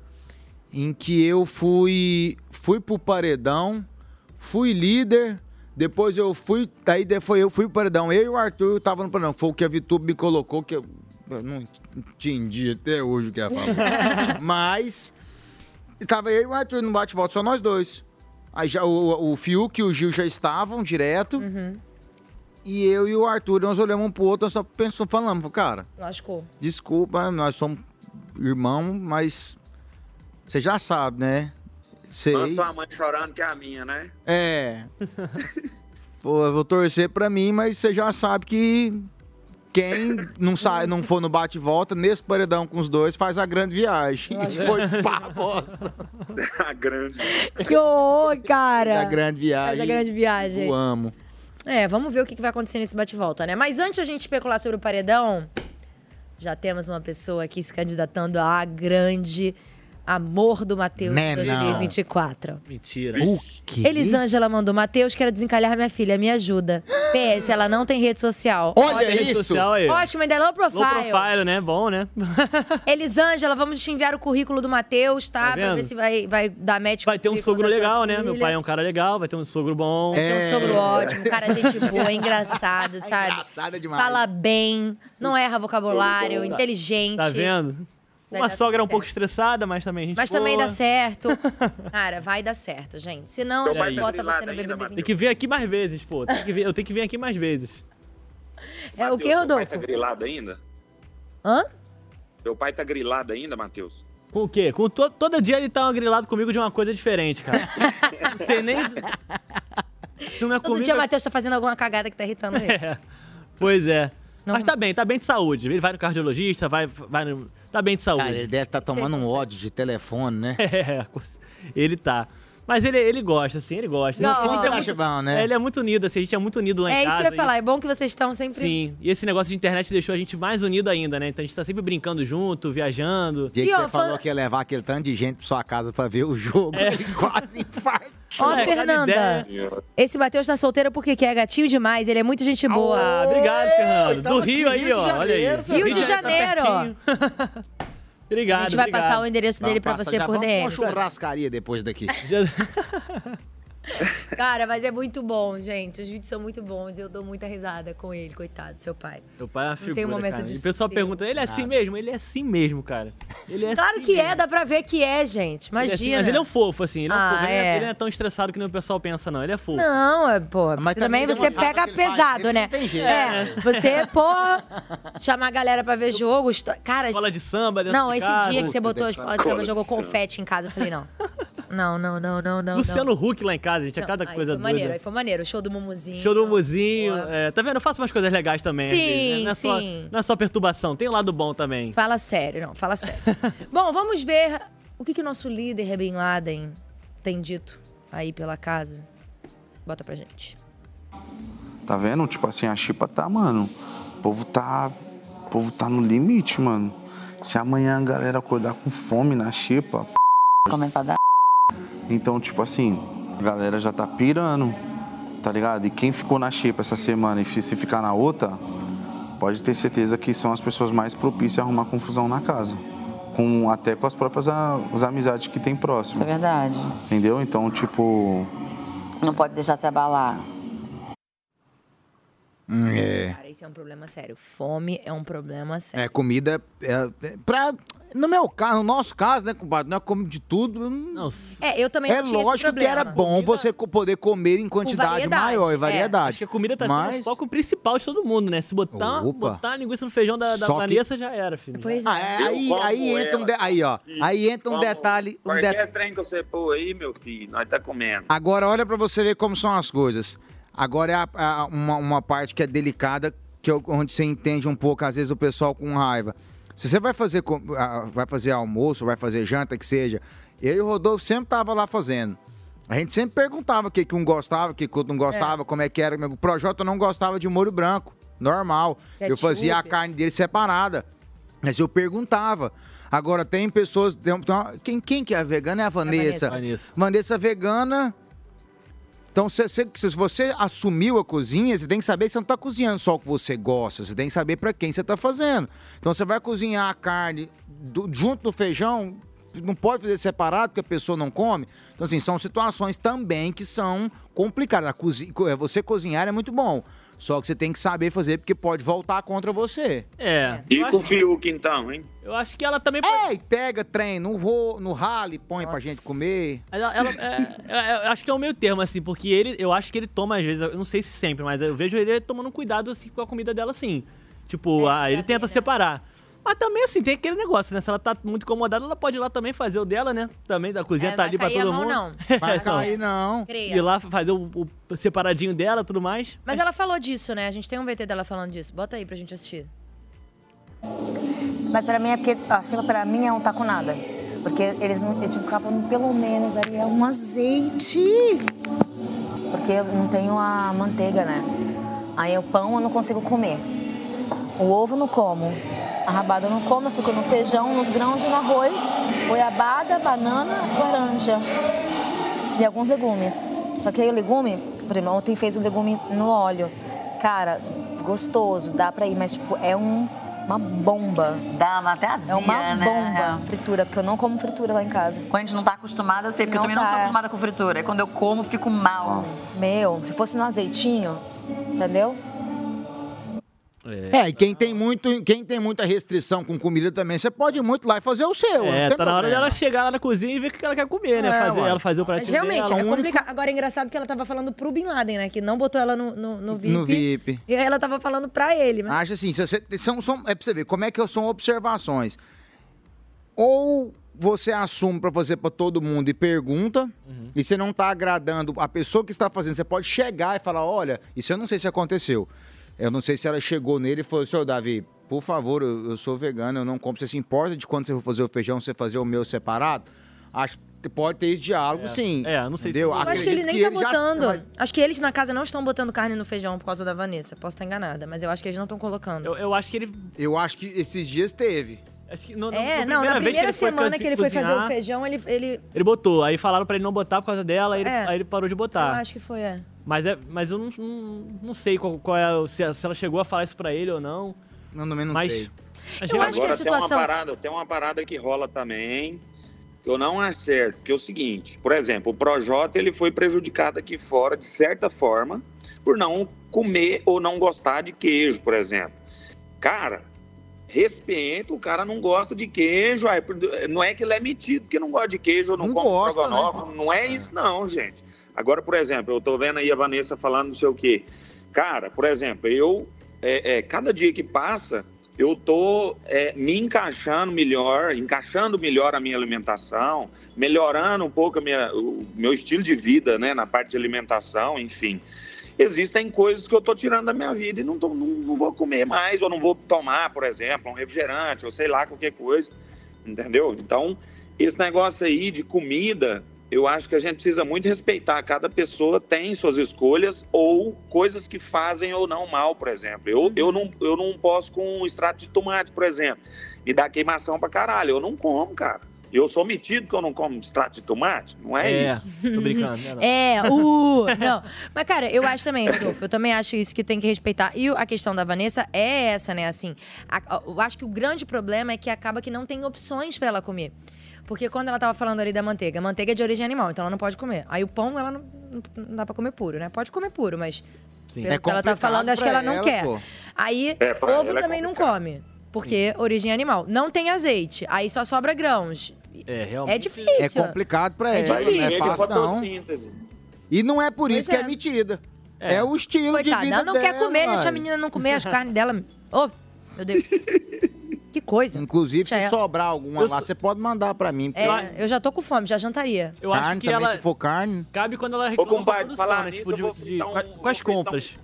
em que eu fui fui pro paredão, fui líder, depois eu fui, aí de- foi eu fui pro paredão, eu e o Arthur eu tava no paredão, foi o que a Vitube me colocou que eu, eu não entendi até hoje o que ela falou. Mas tava eu e o Arthur no bate-volta, só nós dois. Aí já o, o Fiuk e o Gil já estavam direto. E eu e o Arthur, nós olhamos um pro outro, nós só pensamos, falamos, cara,
Lascou.
desculpa, nós somos irmão, mas você já sabe, né? Sei.
Olha sua mãe chorando que é a minha, né?
É. Pô, eu vou torcer pra mim, mas você já sabe que quem não sai, não for no bate e volta, nesse paredão com os dois, faz a grande viagem. E foi pá, bosta.
a grande.
Que horror, cara.
A grande viagem.
Essa grande viagem.
Eu amo.
É, vamos ver o que que vai acontecer nesse bate-volta, né? Mas antes a gente especular sobre o paredão, já temos uma pessoa aqui se candidatando à grande amor do Matheus
Né, não.
2024.
Mentira.
O
Elisângela mandou, Matheus, quero desencalhar minha filha, me ajuda. PS, ela não tem rede social.
Olha isso! social aí.
Ótimo, ainda é low profile.
Low profile, né? Bom, né?
Elisângela, vamos te enviar o currículo do Matheus, tá?
Tá
pra ver
vendo?
se vai, vai dar match
Vai ter um sogro legal, né? Meu
filha.
pai é um cara legal, vai ter um sogro bom.
Vai ter um sogro
É.
ótimo, cara, gente boa, é engraçado, sabe?
Engraçado
demais.
Fala bem, não erra vocabulário,
Tá-
inteligente.
Tá vendo?
Vai
Uma
dar
sogra
tudo
um pouco estressada, mas também a gente
Mas também dá
boa.
certo. Cara, vai dar certo, gente. Se não, a
Teu
gente
pai tá
bota você no
grilado
BBB.
Tem que vir aqui mais vezes, pô. Tem que vir- eu tenho que vir aqui mais vezes.
É o que,
Teu pai
Rodolfo?
tá grilado ainda?
Hã?
Teu pai tá grilado ainda, Matheus?
Com o quê? Com to- todo dia ele tá grilado comigo de uma coisa diferente, cara. não sei nem. Se não é
Todo
comigo,
dia
é-
o Matheus tá fazendo alguma cagada que tá irritando ele.
É. Pois é. Mas tá bem, tá bem de saúde. Ele vai no cardiologista, vai, vai no. Tá bem de saúde.
Cara, ele deve estar
é
tomando um ódio de telefone, né?
É, ele tá. Mas ele, ele gosta, assim, ele gosta.
Não,
Ele é
ele
muito-
acha bom,
né?
É, Ele é muito unido, assim, a gente é muito unido lá em
É
casa.
isso que eu ia
e-
falar. É bom que vocês estão sempre.
Sim, e esse negócio de internet deixou a gente mais unido ainda, né? Então a gente tá sempre brincando junto, viajando.
dia que você falou que tá ia levar aquele tanto de gente pra sua casa pra ver o jogo. quase infarto.
É. Ó,
É, cada
Fernanda.
ideia.
Esse Matheus tá solteiro porque quer, é gatinho demais. Ele é muito gente boa.
Ah, obrigado, Fernando. Do Rio aí, ó. olha aí.
Rio de Janeiro.
Tá pertinho. obrigado.
A gente vai
obrigado.
passar o endereço dele pra
Passa,
você
já
por
vamos pra uma
DM.
churrascaria depois daqui.
Cara, mas é muito bom, gente. Os vídeos são muito bons. Eu dou muita risada com ele, coitado, seu pai.
Meu pai é uma
Não tem um
figura,
momento
cara. E
de
o pessoal
sossego.
pergunta, ele é assim
Nada.
mesmo? Ele é assim mesmo, cara. Ele é
claro
assim
que é, dá pra ver que é, gente.
Ele é
Imagina.
assim, mas ele é um fofo, assim. Ele, é um
Ah,
fofo. Ele,
é.
é, ele não é tão estressado que nem o pessoal pensa, não. Ele é fofo.
Não, é, pô. Mas também,
também
você
tem uma
pega
raiva que ele
pesado,
faz,
né?
ele não tem jeito.
É,
É.
você, pô, chamar a galera pra ver jogo. esto- Cara,
Escola de samba dentro
não,
de
esse
casa.
dia que você botou a escola de samba, jogou
Escola de
confete em casa, eu falei, não. Não, não, não, não, não. não.
Luciano Huck lá em casa, gente, é cada
Aí
coisa
foi maneiro, aí
doida.
foi maneiro. O show do Mumuzinho.
Show do Muzinho. é, tá vendo? Eu faço umas coisas legais também. às
Sim,
vezes, né? não é
sim.
Só, não é só perturbação, tem o lado bom também.
Fala sério, não, fala sério. Bom, vamos ver o que, que o nosso líder Bin Laden tem dito aí pela casa. Bota pra gente.
Tá vendo? Tipo assim, a chipa tá, mano. O povo tá. O povo tá no limite, mano. Se amanhã a galera acordar com fome na chipa. p****.
Começar a dar.
Então, tipo assim, a galera já tá pirando, tá ligado? E quem ficou na chipa essa semana e fi- se ficar na outra, pode ter certeza que são as pessoas mais propícias a arrumar confusão na casa. Com, até com as próprias a- as amizades que tem próximo. Isso
é verdade.
Entendeu? Então, tipo,
Não pode deixar se abalar.
Hum.
É.
Cara, isso é um problema sério. Fome é um problema sério.
É, comida. É, é, pra, no meu caso, no nosso caso, né, compadre? Nós comemos de tudo. Não,
É, eu também
é
não tinha esse
lógico que
problema.
era bom você co- poder comer em quantidade
variedade,
maior e variedade.
é. Acho que a comida tá sendo o
Mas
foco principal de todo mundo, né? Se botar,
Opa.
botar a linguiça no feijão da, da
Só que-
Vanessa, já era, filho.
Pois
Ah, é, Eu aí- como aí entra ela. um de- aí, ó. Aí entra um detalhe- um
Qualquer
det-
trem que você pôr aí, meu filho, nós tá comendo.
agora olha pra você ver como são as coisas. Agora é a- a- uma, uma parte que é delicada, que eu- onde você entende um pouco, às vezes, o pessoal com raiva. Se você vai fazer, com- ah, vai fazer almoço, vai fazer janta, que seja, eu e o Rodolfo sempre tava lá fazendo. A gente sempre perguntava o que, que um gostava, o que, que outro não gostava, como é que era. O Projota não gostava de molho branco, normal. Eu
Ketchup.
fazia a carne dele separada. Mas eu perguntava. Agora tem pessoas. tem uma- tem uma- quem, quem que é a vegana é a Vanessa.
Vanessa. Vanessa.
Vanessa vegana. Então, se, se- se você assumiu a cozinha, você tem que saber que você não tá cozinhando só o que você gosta, você tem que saber para quem você tá fazendo. Então, você vai cozinhar a carne do- junto do feijão, não pode fazer separado porque a pessoa não come. Então, assim, são situações também que são complicadas. A cozi- co- é, você cozinhar é muito bom, só que você tem que saber fazer porque pode voltar contra você.
É.
E com o Fiuk, então, hein?
Eu acho que ela também.
Ei, pega trem, no, ro, no rale, põe pra gente comer.
Ela, ela- é, é, eu acho que é o meio termo, assim, porque ele, eu acho que ele toma, às vezes, eu não sei se
É,
sempre, mas eu vejo ele tomando cuidado assim, com a comida dela, assim. Tipo, ah, ele tenta separar. Mas também, assim, tem aquele negócio, né? Se ela tá muito incomodada, ela pode ir lá também fazer o dela, né? Também da
É,
cozinha tá
vai
ali pra
cair
todo
a mão,
mundo.
não. Vai
É, então,
cair,
não.
Creia.
Ir lá fazer o, o separadinho dela tudo mais.
Mas ela falou disso, né? A gente tem um VT dela falando disso. Bota aí pra gente assistir.
Mas pra mim é porque. Ó, Sheila, pra mim é um taco nada. Porque eles não. Eu tipo, capa pelo menos ali é um azeite. Porque eu não tenho a manteiga, né? Aí o pão eu não consigo comer. O ovo eu não como. A rabada eu não como, eu fico no feijão, nos grãos e no arroz. Goiabada, banana, laranja. E alguns legumes. Só que aí o legume, por exemplo, ontem fez o legume no óleo. Cara, gostoso, dá pra ir, mas tipo, é um, uma bomba.
Dá uma até azia,
É uma
né?
bomba fritura, porque eu não como fritura lá em casa.
Quando a gente não tá acostumada, eu sei, porque eu
Não
também não
tá.
sou acostumada com fritura. E É quando eu como, eu fico mal.
Meu, se fosse no azeitinho, entendeu?
É, e quem tem, muito, quem tem muita restrição com comida também, você pode ir muito lá e fazer o seu.
É,
não tem
tá na hora
problema.
dela chegar lá na cozinha e ver o que ela quer comer, né?
É,
Fazer-
ué.
ela fazer o
Mas
pratinho
realmente,
dela. um
é complicado. Agora, é engraçado que ela tava falando pro Bin Laden, né? Que não botou ela no, no, no VIP.
No VIP.
E aí ela tava falando pra ele, mas...
Acho assim, se você- são, são, é pra você ver como é que são observações. Ou você assume pra fazer pra todo mundo e pergunta,
Uhum.
e você não tá agradando a pessoa que está fazendo, você pode chegar e falar, olha, isso eu não sei se aconteceu. Eu não sei se ela chegou nele e falou, senhor Davi, por favor, eu, eu sou vegano, eu não como. Você se importa de quando você for fazer o feijão, você fazer o meu separado? Acho que pode ter esse diálogo,
É.
sim.
É, não sei se-
Entendeu?
Eu
Eu acho que ele
Acredito
nem
que
tá
já-
botando.
mas-
Acho que eles na casa não estão botando carne no feijão por causa da Vanessa. Posso estar enganada, mas eu acho que eles não estão colocando.
Eu, eu acho que ele.
Eu acho que esses dias teve.
Acho que no, no-
É,
no
não, na
vez que
primeira
ele foi
semana
cozi-
que ele foi fazer o
cozinhar,
feijão, ele. ele
Ele botou, aí falaram pra ele não botar por causa dela, aí, ele,
É.
aí ele parou de
Eu
botar.
acho que foi, é.
Mas, é, mas eu não, não, não sei qual, qual é, o- se, se ela chegou a falar isso pra ele ou não.
Não, também não
mas,
sei.
Mas
Agora,
realmente-
tem uma parada, tem uma parada que rola também. que Eu não acerto, que é o seguinte, por exemplo, o Projota ele foi prejudicado aqui fora de certa forma por não comer ou não gostar de queijo, por exemplo. Cara, respeito, o cara não gosta de queijo, aí, não é que ele é metido porque não gosta de queijo ou não, come
gosta, né?
estrogonofe, não é isso não, gente. Agora, por exemplo, eu tô vendo aí a Vanessa falando não sei o quê. Cara, por exemplo, eu, é, é, cada dia que passa, eu tô é, me encaixando melhor, encaixando melhor a minha alimentação, melhorando um pouco a minha- o meu estilo de vida, né, na parte de alimentação, enfim. Existem coisas que eu tô tirando da minha vida e não, tô- não- não vou comer mais, ou não vou tomar, por exemplo, um refrigerante, ou sei lá, qualquer coisa, entendeu? Então, esse negócio aí de comida, eu acho que a gente precisa muito respeitar. Cada pessoa tem suas escolhas ou coisas que fazem ou não mal, por exemplo. Eu, eu, não, eu não posso com um extrato de tomate, por exemplo. Me dá queimação pra caralho. Eu não como, cara. Eu sou metido que eu não como extrato de tomate? Não é,
É,
isso.
tô brincando, né, não?
É, uh, não. Mas, cara, eu acho também, Rodolfo, eu também acho isso que tem que respeitar. E o- a questão da Vanessa é essa, né? Assim, a- a- eu acho que o grande problema é que acaba que não tem opções pra ela comer. Porque quando ela tava falando ali da manteiga, a manteiga é de origem animal, então ela não pode comer. Aí o pão, ela não, não- não dá pra comer puro, né? Pode comer puro, mas.
Sim.
pelo
É
que ela tá
complicado
falando, acho que
pra
ela não
ela,
quer.
pô.
Aí,
É, pra
ovo
ela é
também não come, porque origem animal. Não tem azeite, aí só sobra grãos.
É, realmente.
É difícil.
É complicado pra
É
ela, não é
difícil.
fácil não. E não é por
Pois
isso que
é.
é metida. É. o estilo
Coitada,
de vida
ela não quer
dela,
comer, deixa a
uai.
menina não comer as carnes dela. Ô, meu Deus. Que coisa.
Inclusive,
Deixa
se
ela.
sobrar alguma
Eu
lá,
sou-
você pode mandar pra mim. porque
É, eu já tô com fome, já jantaria.
Eu acho
carne
que
também,
ela-
se for carne...
Cabe quando ela reclama com a produção, né? Tipo, de, de- com, a- com as compras.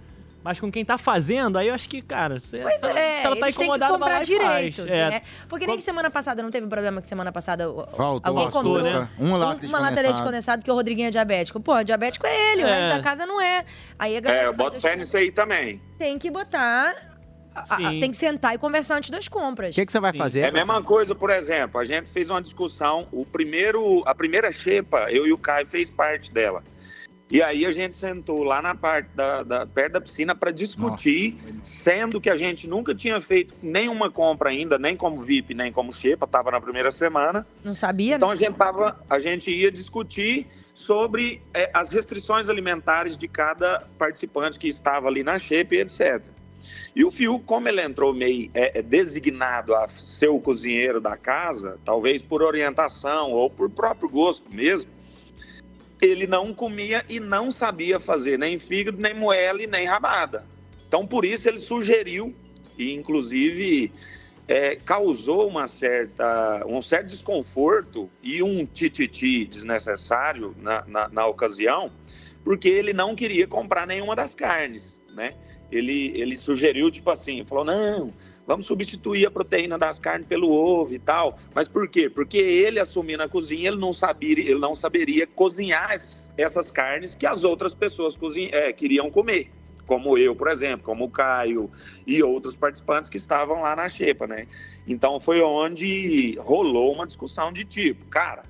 Mas com quem tá fazendo, aí eu acho que, cara, se, se ela, se ela tá
é, eles têm que
incomodada, vai
comprar
lá e
direito.
faz. É.
né? Porque nem que semana passada, não teve problema que semana passada o-
Faltou,
alguém
passou,
comprou
né? Uma lata de
uma lata de leite
condensado.
condensado que o Rodriguinho é diabético. Pô, diabético é ele, o
É.
resto da casa não é. Aí a
É,
galera
eu boto fé nisso aí também.
tem que botar... a- a-
Sim.
tem que sentar e conversar antes das compras.
que você vai
fazer? É a mesma coisa, por exemplo, a gente fez uma discussão, o primeiro, a primeira xepa, eu e o Caio fez parte dela. E aí a gente sentou lá na parte da, da- perto da piscina para discutir, sendo que a gente nunca tinha feito nenhuma compra ainda, nem como VIP, nem como xepa, tava na primeira semana.
Não sabia? né?
Então a gente tava, a gente ia discutir sobre eh, as restrições alimentares de cada participante que estava ali na Shape, etc. E o Fiuk, como ele entrou meio eh, eh, designado a ser o cozinheiro da casa, talvez por orientação ou por próprio gosto mesmo, ele não comia e não sabia fazer nem fígado, nem moela e nem rabada. Então, por isso, ele sugeriu, e inclusive é, causou uma certa, um certo desconforto e um tititi desnecessário na, na, na ocasião, porque ele não queria comprar nenhuma das carnes, né? Ele, ele sugeriu, tipo assim, falou, não, vamos substituir a proteína das carnes pelo ovo e tal. Mas por quê? Porque ele assumindo a cozinha, ele não saberia, ele não saberia cozinhar es- essas carnes que as outras pessoas cozin- é, queriam comer. Como eu, por exemplo, como o Caio e outros participantes que estavam lá na xepa, né? Então foi onde rolou uma discussão de tipo, cara,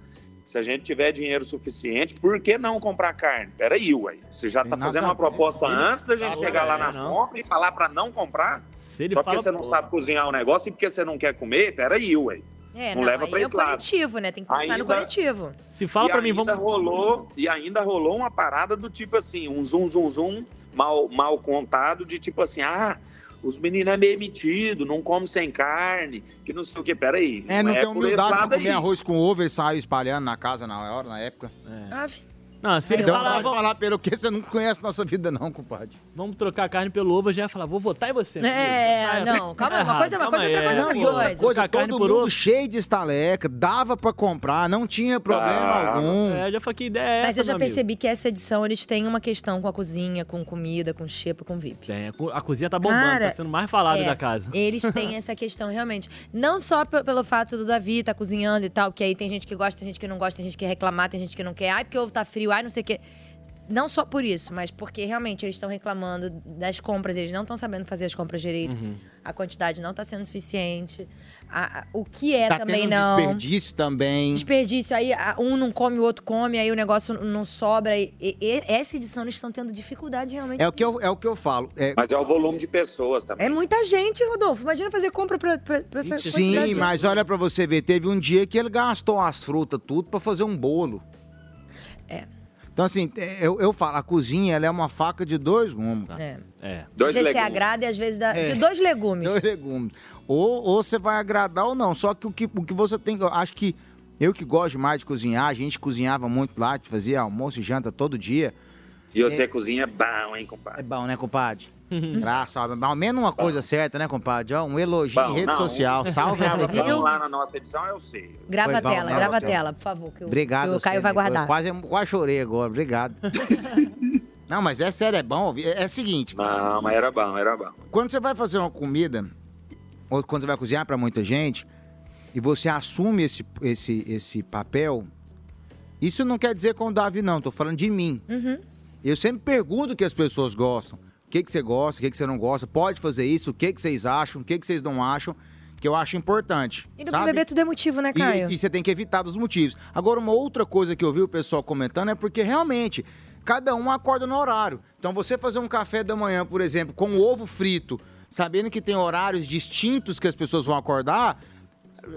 se a gente tiver dinheiro suficiente, por que não comprar carne? Peraí, ué, você já tá
nada
fazendo
a
uma
ver,
proposta
sim.
antes da gente
Fala,
chegar lá
é,
na
não.
compra e falar pra não comprar?
Se ele
Só
fala,
porque você não
pô.
sabe cozinhar o negócio e porque você não quer comer, peraí, ué.
É,
não,
não,
leva
aí
pra
é o
esse lado.
coletivo, né? Tem que pensar no
Ainda-
coletivo.
Se
e ainda rolou E ainda rolou uma parada do tipo assim, um zum, zum, zum, mal, mal contado, de tipo assim, ah, os meninos é meio metido, não come sem carne, que não sei o que, peraí.
É, não tem
por esse
humildade pra
lado
comer
aí.
arroz com ovo, ele saiu espalhando na casa na hora, na época.
É.
É. Não, se ele
então,
falar,
pode
vamos-
falar pelo que você não conhece nossa vida não, compadre.
Vamos trocar a carne pelo ovo, eu já ia falar, vou votar em você. meu
É,
amigo. Ah,
não, calma, uma coisa é uma coisa, outra coisa é
Não,
outra
e outra
coisa.
Coisa,
trocar carne
todo
por
mundo
ovo.
cheio de estaleca, dava pra comprar, não tinha problema
Ah,
algum.
É, já falei que ideia é
Mas
essa,
eu já
meu amigo?
percebi que essa edição eles têm uma questão com a cozinha, com comida, com xepa, com VIP.
Tem, a co- a cozinha tá bombando,
Cara,
tá sendo mais falado
é,
da casa.
Eles têm essa questão, realmente. Não só pe- pelo fato do Davi tá cozinhando e tal, que aí tem gente que gosta, tem gente que não gosta, tem gente que quer reclamar, tem gente que não quer. Ai, porque o ovo tá frio, ai, não sei o quê. Não só por isso, mas porque realmente eles estão reclamando das compras, eles não estão sabendo fazer as compras direito.
Uhum.
A quantidade não tá sendo suficiente. A- a- o que é
tá
também
tendo
não.
desperdício também.
Desperdício, aí a- um não come, o outro come, aí o negócio n- não sobra. E, e- e- essa edição eles estão tendo dificuldade realmente.
É o que eu, é o que eu falo. É,
Mas é o volume de pessoas também.
É muita gente, Rodolfo. Imagina fazer compra pra, pra, pra essa
Sim,
quantidade.
mas olha pra você ver, teve um dia que ele gastou as frutas tudo pra fazer um bolo.
É.
Então, assim, é, eu, eu falo, a cozinha ela é uma faca de dois gumes, cara.
É.
É.
às vezes você agrada e às vezes dá.
É.
De dois legumes.
Dois legumes. Ou, ou você vai agradar ou não. Só que o que, o que você tem. eu Acho que eu que gosto mais de cozinhar, a gente cozinhava muito lá, a gente fazia almoço e janta todo dia.
E você cozinha é bom, hein, compadre?
É bom, né, compadre? Graças a Deus. Ao menos uma coisa certa, né, compadre? Ó, um elogio em rede
não, um
social.
o-
Salve
Tava
essa
bom lá na nossa edição, eu sei.
Grava
Foi
a
bom,
tela,
né,
grava a
Rafael?
tela, por favor. Que eu-
Obrigado.
que o
você,
Caio vai
né? Eu
guardar.
Quase, quase chorei agora, obrigado. não, mas é sério, é bom. ouvir. É, é seguinte,
Não, mas era bom, era bom.
quando você vai fazer uma comida, ou quando você vai cozinhar pra muita gente, e você assume esse, esse, esse papel, isso não quer dizer com o Davi, não, tô falando de mim. Eu sempre pergunto o que as pessoas gostam. O que, que você gosta, o que, que você não gosta, pode fazer isso, o que, que vocês acham, o que, que vocês não acham, que eu acho importante.
E no
sabe?
bebê tudo é motivo, né,
E-
Caio?
E, você tem que evitar dos motivos. Agora, uma outra coisa que eu vi o pessoal comentando é porque realmente cada um acorda no horário. Então, você fazer um café da manhã, por exemplo, com ovo frito, sabendo que tem horários distintos que as pessoas vão acordar.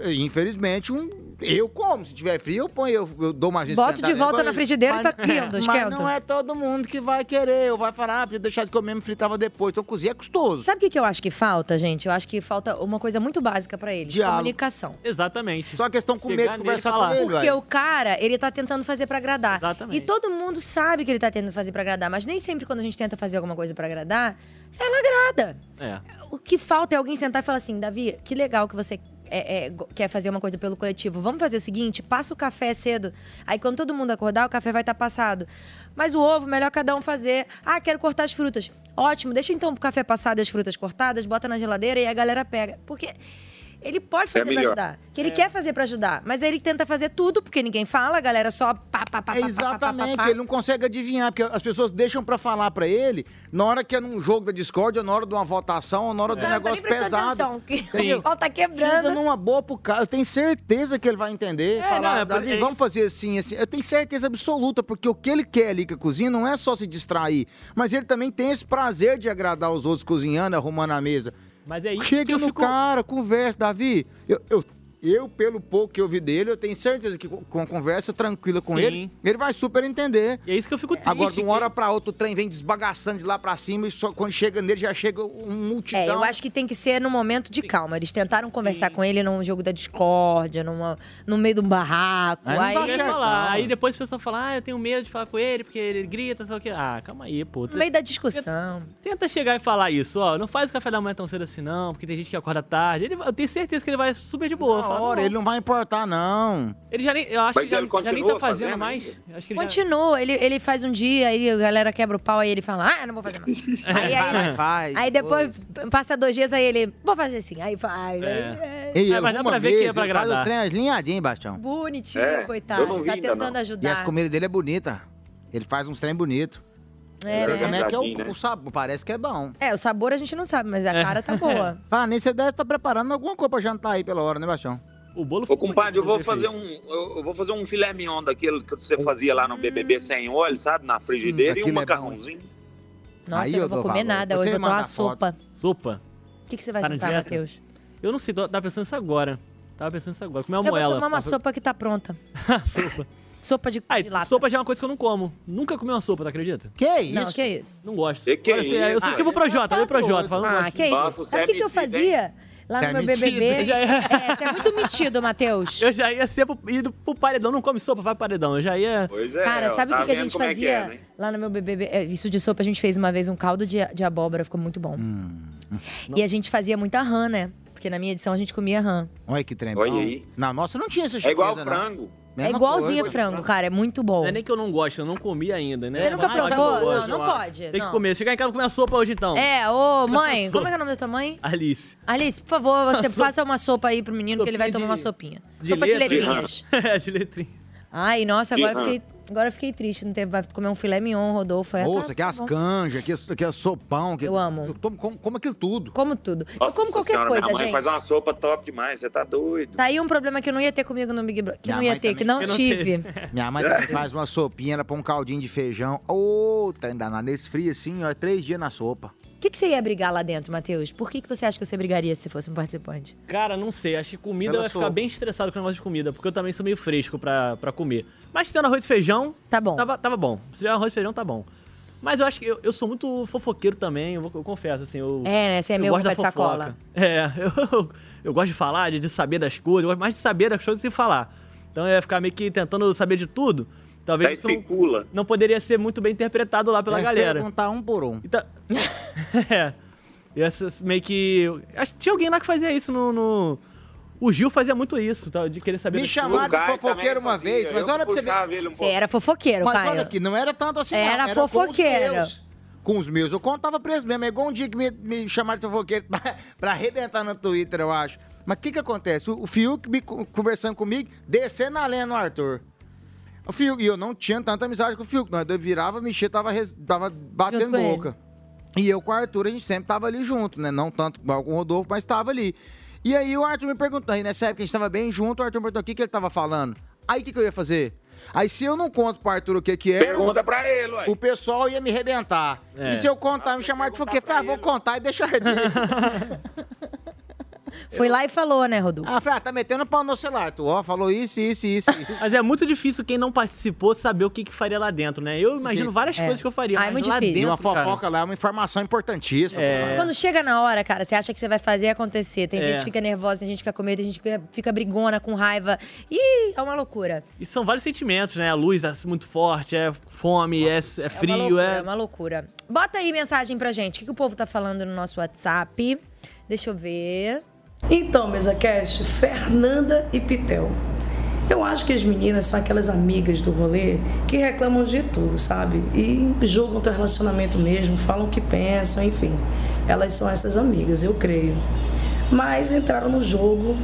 eh, Infelizmente, um, eu como. Se tiver frio, eu ponho, eu, eu dou uma gente
Boto
esquentada.
de volta
Mas-
na frigideira e tá
mas-
quente,
Mas
esquenta.
não é todo mundo que vai querer. Ou vai falar, ah, podia deixar de comer, me fritava depois. Então, cozinha é custoso.
Sabe o que, que eu acho que falta, gente? Eu acho que falta uma coisa muito básica pra eles:
Diálogo.
comunicação.
Exatamente.
Só que eles estão com
Chegar
medo de
nele e
conversar
falar.
com ele,
Porque
velho.
o cara, ele tá tentando fazer pra agradar.
Exatamente.
E todo mundo sabe que ele tá tentando fazer pra agradar, mas nem sempre quando a gente tenta fazer alguma coisa pra agradar, ela agrada.
É.
O que falta é alguém sentar e falar assim, Davi, que legal que você é, é, go- quer fazer uma coisa pelo coletivo. Vamos fazer o seguinte, passa o café cedo. Aí quando todo mundo acordar, o café vai estar passado. Mas o ovo, melhor cada um fazer. Ah, quero cortar as frutas. Ótimo, deixa então o café passado e as frutas cortadas, bota na geladeira e a galera pega. Porque ele pode fazer pra
melhor.
ajudar. Que ele
É.
quer fazer pra ajudar. Mas aí ele tenta fazer tudo, porque ninguém fala, a galera só pá, pá, pá,
É exatamente, ele não consegue adivinhar, porque as pessoas deixam pra falar pra ele na hora que é num jogo da discórdia, na hora de uma votação, ou na hora de um
Cara, tá
negócio
nem prestando
pesado.
atenção, que
Entendeu?
o pau tá quebrando.
Chega numa boa pro cara, eu tenho certeza que ele vai entender.
É,
falar,
não, é por-
Davi,
é
vamos
isso.
fazer assim, assim. Eu tenho certeza absoluta, porque o que ele quer ali com a cozinha não é só se distrair, mas ele também tem esse prazer de agradar os outros cozinhando, arrumando a mesa.
Mas é isso
Chega
que eu
no
fico...
cara, conversa, Davi. Eu, eu, Eu, pelo pouco que eu vi dele, eu tenho certeza que com uma conversa tranquila com
Sim.
ele, ele vai super entender.
E é isso que eu fico triste.
Agora, de uma
que-
hora pra outra, o trem vem desbagaçando de lá pra cima e só quando chega nele já chega um multidão.
Então,
É, eu acho que tem que ser num momento de calma. Eles tentaram conversar com ele num jogo da discórdia, numa, no meio de um barraco.
Aí,
Aí,
não dá certo. falar. aí depois o pessoal fala, ah, eu tenho medo de falar com ele, porque ele grita, sei lá o quê. Ah, calma aí, pô.
no meio da discussão.
Tenta chegar e falar isso, ó. Não faz o café da manhã tão cedo assim, não, porque tem gente que acorda tarde. Ele, vai- eu tenho certeza que ele vai super de boa.
Na
fala,
hora, ele não vai importar, não.
Ele já nem. Eu acho
Mas
que já,
ele
já nem
continua
tá fazendo,
fazendo
mais. Acho que ele já-
Continua, ele, ele faz um dia, aí a galera quebra o pau, aí ele fala, ah, não vou fazer mais. Aí, aí-
Vai, vai,
aí depois, passa dois dias, aí ele, vou fazer assim. Aí faz. aí-
E
É, mas dá
alguma
pra ver que é
vez
pra
ele faz
agradar.
os trem linhadinhos, Bastião.
Bonitinho,
É,
coitado. tá tentando ajudar.
E as comidas dele é bonita. Ele faz uns trem bonito.
É,
Sei
né?
Como é que é
Jardim, né?
o, o sabor? Parece que é bom.
É, o sabor a gente não sabe, mas a
É.
cara tá boa.
Ah, nem você deve estar preparando alguma coisa pra jantar aí pela hora, né, Bastião?
O bolo
Ô, compadre, eu
é
vou fazer um, eu eu vou fazer um filé mignon daquele que você fazia lá no BBB sem óleo, sabe? Na frigideira e um
Hum. aquilo é bom,
macarrãozinho.
Nossa, eu não vou comer nada. Hoje eu vou tomar sopa.
Sopa?
O que, que você vai
Tá na
jantar,
dieta?
Matheus?
Eu não sei, tô- tava pensando isso agora. Tava pensando isso agora. Comer
Eu
uma moela.
vou tomar uma
Tava-
sopa que tá pronta.
sopa.
Sopa de,
Ai,
de lata.
Sopa já é uma coisa que eu não como. Nunca comi uma sopa, tá acredita?
Que é isso?
Não, que É isso?
Não gosto.
que é
Olha, assim,
isso?
Eu sou tipo Projota, eu Projota. falo, não
Ah,
gosto.
que isso?
é
Sabe o que, que eu fazia? Lá
Você
no
é
meu
metido,
BBB.
hein? Já
É, você é muito metido, Matheus.
Eu já ia ser pro, ido pro paredão, não come sopa, vai pro paredão. Eu já ia.
Pois é,
É,
tá
Cara, sabe
tá
o que, que a gente fazia
né?
né?
lá no meu BBB? É, Isso de sopa, a gente fez uma vez um caldo de, de abóbora, ficou muito bom.
Hum.
E a gente fazia muita rã, né? Porque na minha edição a gente comia rã.
Olha que trem.
Olha
bom.
aí.
Na nossa não tinha essa
É igual
chiqueza, não.
frango.
é
Mesma
igualzinho
coisa.
frango, cara, é muito bom.
Não é nem que eu não gosto, eu não comi ainda, né?
Você nunca
Mas eu acho
provou?
que eu gosto,
Não, não
eu acho.
pode,
Tem
não.
que comer. Chegar em casa e comer uma sopa hoje então.
É, ô mãe,
Sopa.
como é que é o nome da tua mãe?
Alice.
Alice, por favor, você
Sopa.
passa uma sopa aí pro menino que ele vai tomar uma sopinha. sopa de
letra.
letrinhas.
É, de letrinhas.
Ai, nossa, agora
De
eu
rã.
fiquei, agora eu fiquei triste. Não teve, vai comer um filé mignon, Rodolfo. é, tá-
Nossa, que
tá
as
bom.
canjas, que as, que as sopão. Que eu amo. Eu tomo, como, como aquilo tudo.
Como tudo.
Nossa
eu como qualquer
senhora,
coisa,
minha mãe
gente.
faz uma sopa top demais, você tá doido.
Tá aí um problema que eu não ia ter comigo no Big Brother. Que não ia ter, que não tive.
Minha mãe também faz uma sopinha, ela põe um caldinho de feijão. Ô, tá enganado. Esse frio assim, ó, três dias na sopa.
O que, que você ia brigar lá dentro, Matheus? Por que, que você acha que você brigaria se fosse um participante?
Cara, não sei. Acho que comida
Pela
eu ia ficar
sopa.
bem estressado com o negócio de comida, porque eu também sou meio fresco pra, pra comer. Mas tendo arroz e feijão.
Tá bom.
Tava, tava bom. Se tiver arroz e feijão, tá bom. Mas eu acho que eu, eu sou muito fofoqueiro também, eu, vou- eu confesso, assim. Eu,
É, né? Você é
eu
meio
gosto da
roupa de sacola.
fofoca. É, eu, eu, gosto de falar, de, de saber das coisas, eu gosto mais de saber das coisas do que falar. Então eu ia ficar meio que tentando saber de tudo. Talvez
Tá
isso não-
especula.
não poderia ser muito bem interpretado lá
É,
pela
Deve
galera.
perguntar um por um.
É. E essas meio que. Acho que tinha alguém lá que fazia isso no. no- O Gil fazia muito isso, tá? de querer saber.
Me
das
chamaram
coisas.
de fofoqueiro uma vez, mas olha pra você
é um
ver.
Você era fofoqueiro,
mas
Caio.
olha aqui, não era tanto assim,
Era
não. com os
fofoqueiro.
meus. Com os meus, eu contava pra eles mesmo. É igual um dia que me, me chamaram de fofoqueiro pra, pra arrebentar no Twitter, eu acho. Mas o que que acontece? O, o Fiuk me co- conversando comigo, descendo a lenha no Arthur. O Fiuk, e eu não tinha tanta amizade com o Fiuk, não. Eu virava, mexia, tava, res- tava batendo
Junto com
boca. E eu com o Arthur, a gente sempre tava ali junto, né? Não tanto igual com o Rodolfo, mas tava ali. E aí o Arthur me perguntou, aí nessa época a gente tava bem junto, o Arthur me perguntou o que, que ele tava falando. Aí o que, que eu ia fazer? Aí se eu não conto pro Arthur o que que é...
Pergunta pra ele, ué.
O pessoal ia me arrebentar.
É.
E se eu contar, me chamar de fofoqueiro, eu falei, ah, vou contar e deixa arder.
Foi lá e falou, né, Rodolfo?
Ah, falei, ah, tá metendo pau no celular, tu, ó, falou isso, isso, isso, isso.
Mas é muito difícil quem não participou saber o que, que faria lá dentro, né? Eu imagino várias
É.
coisas que eu faria.
Ah, é
mas
muito
lá
difícil.
E
dentro.
uma fofoca
cara,
lá é uma informação importantíssima.
É.
Quando chega na hora, cara, você acha que você vai fazer acontecer. Tem
É.
gente que fica nervosa, tem gente que fica com medo, tem gente que fica brigona, com raiva. Ih, é uma loucura.
E são vários sentimentos, né? A luz é muito forte, é fome, é, é
é uma
frio,
loucura,
é.
uma loucura. Bota aí mensagem pra gente. O que, que o povo tá falando no nosso WhatsApp? Deixa eu ver.
Então, mesa cash, Fernanda e Pitel. Eu acho que as meninas são aquelas amigas do rolê que reclamam de tudo, sabe? E julgam teu relacionamento mesmo, falam o que pensam, enfim. Elas são essas amigas, eu creio. Mas entraram no jogo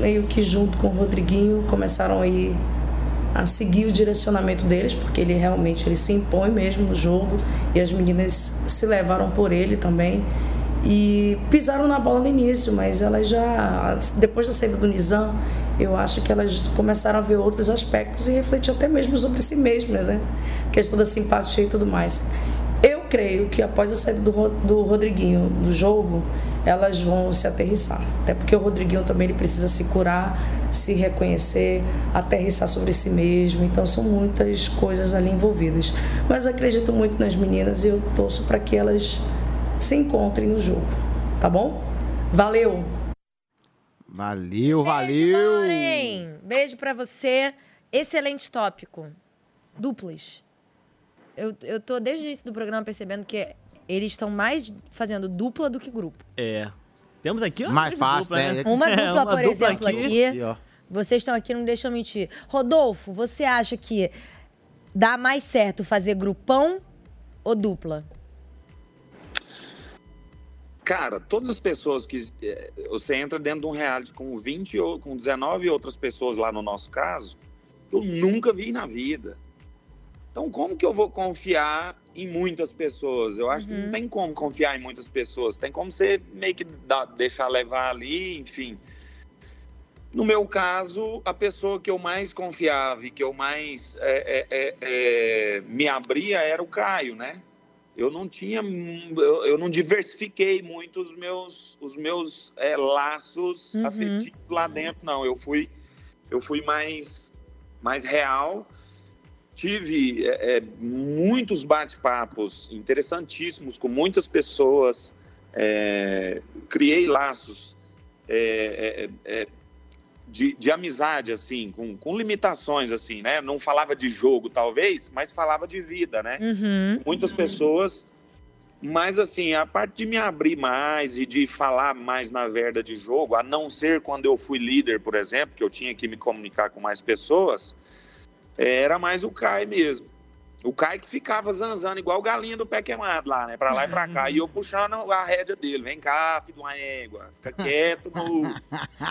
meio que junto com o Rodriguinho, começaram a ir a seguir o direcionamento deles, porque ele realmente ele se impõe mesmo no jogo e as meninas se levaram por ele também e pisaram na bola no início, mas elas já depois da saída do Nizam, eu acho que elas começaram a ver outros aspectos e refletir até mesmo sobre si mesmas, né? Questão da simpatia e tudo mais. Eu creio que após a saída do, Ro- do Rodriguinho do jogo, elas vão se aterrissar. Até porque o Rodriguinho também ele precisa se curar, se reconhecer, aterrissar sobre si mesmo. Então são muitas coisas ali envolvidas. Mas eu acredito muito nas meninas e eu torço para que elas se encontrem no jogo. Tá bom? Valeu!
Valeu, valeu!
Lauren, beijo pra você. Excelente tópico. Duplas. Eu, eu tô desde o início do programa percebendo que eles estão mais fazendo dupla do que grupo.
É. Temos aqui ó,
Mais fácil,
dupla,
né?
Uma
É,
dupla,
uma
por
dupla
exemplo, aqui.
aqui, ó.
Vocês estão aqui, não deixam eu mentir. Rodolfo, você acha que dá mais certo fazer grupão ou dupla?
Cara, todas as pessoas que. eh, Você entra dentro de um reality com 20 ou com 19 outras pessoas lá no nosso caso, eu nunca vi na vida. Então, como que eu vou confiar em muitas pessoas? Eu acho que não tem como confiar em muitas pessoas. Tem como você meio que dá- deixar levar ali, enfim. No meu caso, a pessoa que eu mais confiava e que eu mais eh, eh, eh, eh, me abria era o Caio, né? eu não tinha hum, eu, eu não diversifiquei muito os meus os meus é, laços
Uhum.
afetivos lá dentro não eu fui eu fui mais mais real tive é, é, muitos bate-papos interessantíssimos com muitas pessoas é, criei laços é, é, é, de, de amizade assim com, com limitações assim né não falava de jogo talvez mas falava de vida né
Uhum.
muitas pessoas. Mas assim, a parte de me abrir mais e de falar mais na verda de jogo, a não ser quando eu fui líder, por exemplo, que eu tinha que me comunicar com mais pessoas, eh, era mais o Kai mesmo. O Kai que ficava zanzando igual galinha do pé queimado lá, né? Pra lá e pra cá. E eu puxando a rédea dele. Vem cá, filho de uma égua. Fica quieto, moço.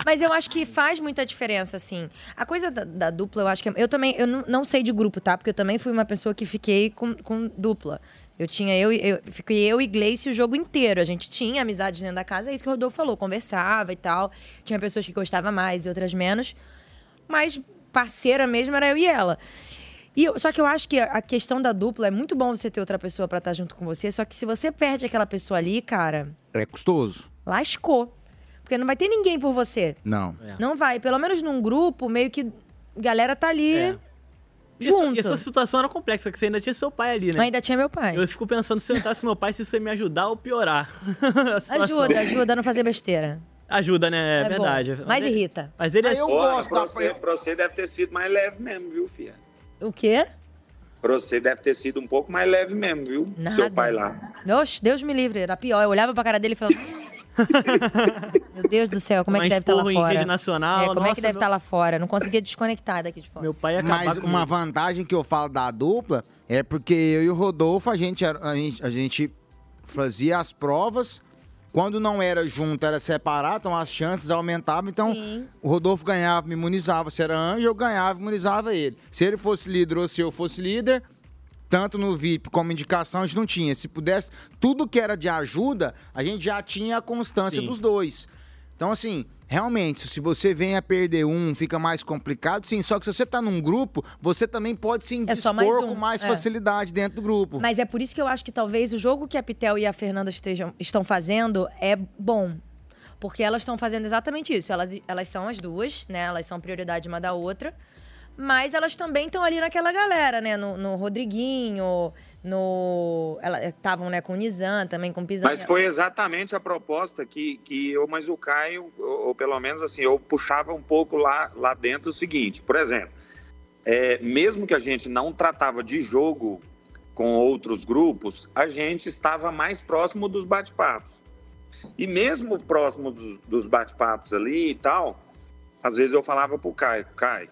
Mas eu acho que faz muita diferença, assim. A coisa da, da dupla, eu acho que. é- Eu também. Eu não, não sei de grupo, tá? Porque eu também fui uma pessoa que fiquei com, com dupla. Eu tinha eu, e- eu fiquei eu e Gleice o jogo inteiro. A gente tinha amizade dentro da casa, é isso que o Rodolfo falou, conversava e tal. Tinha pessoas que gostava mais e outras menos. Mas parceira mesmo era eu e ela. E eu- só que eu acho que a a questão da dupla é muito bom você ter outra pessoa pra estar junto com você, só que se você perde aquela pessoa ali, cara,
É custoso?
lascou. Porque não vai ter ninguém por você.
Não.
É.
Não vai. Pelo menos num grupo, meio que galera tá ali.
É. E a sua situação era complexa, que você ainda tinha seu pai ali, né?
Ainda tinha É meu pai.
Eu fico pensando se eu entrasse com meu pai, se isso ia me ajudar ou piorar. a situação.
Ajuda, ajuda a não fazer besteira.
Ajuda, né? É,
bom.
verdade.
Mas irrita.
Mas ele é
Olha, pra, você, pra você deve ter sido mais leve mesmo, viu, filha?
O quê?
Pra você deve ter sido um pouco mais leve mesmo, viu?
Nada.
Seu pai lá.
Oxe, Deus me livre, era pior. Eu olhava pra cara dele e falava. meu Deus do céu, como é que
Mas
deve estar lá
esporro em
fora?
rede nacional,
é, como é que
nossa,
deve
meu-
estar lá fora? Não conseguia desconectar daqui de fora.
Meu pai ia acabar
Mas
comigo.
uma vantagem que eu falo da dupla é porque eu e o Rodolfo, a gente, era- a gente, a gente fazia as provas. Quando não era junto, era separado, então as chances aumentavam. Então, o Rodolfo ganhava, me imunizava. Se era anjo, eu ganhava, imunizava ele. Se ele fosse líder ou se eu fosse líder, tanto no VIP como indicação, a gente não tinha. Se pudesse, tudo que era de ajuda, a gente já tinha a constância
Sim.
dos dois. Então, assim, realmente, se você vem a perder um, fica mais complicado, sim. Só que se você tá num grupo, você também pode se indispor
só mais um,
com mais
é.
facilidade dentro do grupo.
Mas é por isso que eu acho que talvez o jogo que a Pitel e a Fernanda estejam, estão fazendo é bom. Porque elas estão fazendo exatamente isso. Elas, elas são as duas, né? Elas são prioridade uma da outra. Mas elas também estão ali naquela galera, né? No, no Rodriguinho, no. Elas estavam, né, com o Nizam, também com o Pizan.
Mas foi exatamente a proposta que, que eu, mas o Caio, ou, ou pelo menos assim, eu puxava um pouco lá, lá dentro o seguinte, por exemplo, é, mesmo que a gente não tratava de jogo com outros grupos, a gente estava mais próximo dos bate-papos. E mesmo próximo dos, dos bate-papos ali e tal, às vezes eu falava pro Caio, Caio,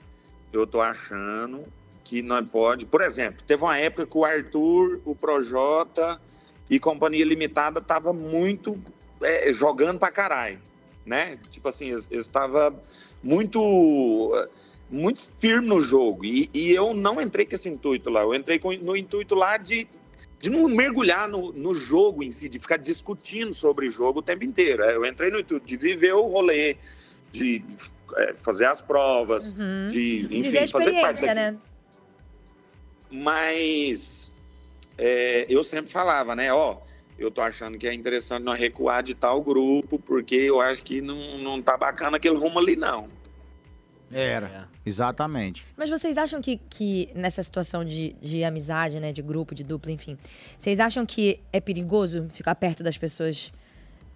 eu tô achando que nós pode... Por exemplo, teve uma época que o Arthur, o Projota e Companhia Limitada tava muito é, jogando pra caralho, né? Tipo assim, eu estava muito eh, muito firme no jogo e, e eu não entrei com esse intuito lá. Eu entrei com, no intuito lá de, de não mergulhar no, no jogo em si, de ficar discutindo sobre jogo o tempo inteiro. É, Eu entrei no intuito de viver o rolê, de eh, fazer as provas,
Uhum.
de enfim
Viver a né?
fazer parte
experiência,
daquilo
né?
mas é, eu sempre falava, né? Ó, eu tô achando que é interessante nós recuar de tal grupo, porque eu acho que não, não tá bacana aquele rumo ali, não.
Era. Exatamente.
Mas vocês acham que, que nessa situação de, de amizade, né? De grupo, de dupla, enfim. Vocês acham que é perigoso ficar perto das pessoas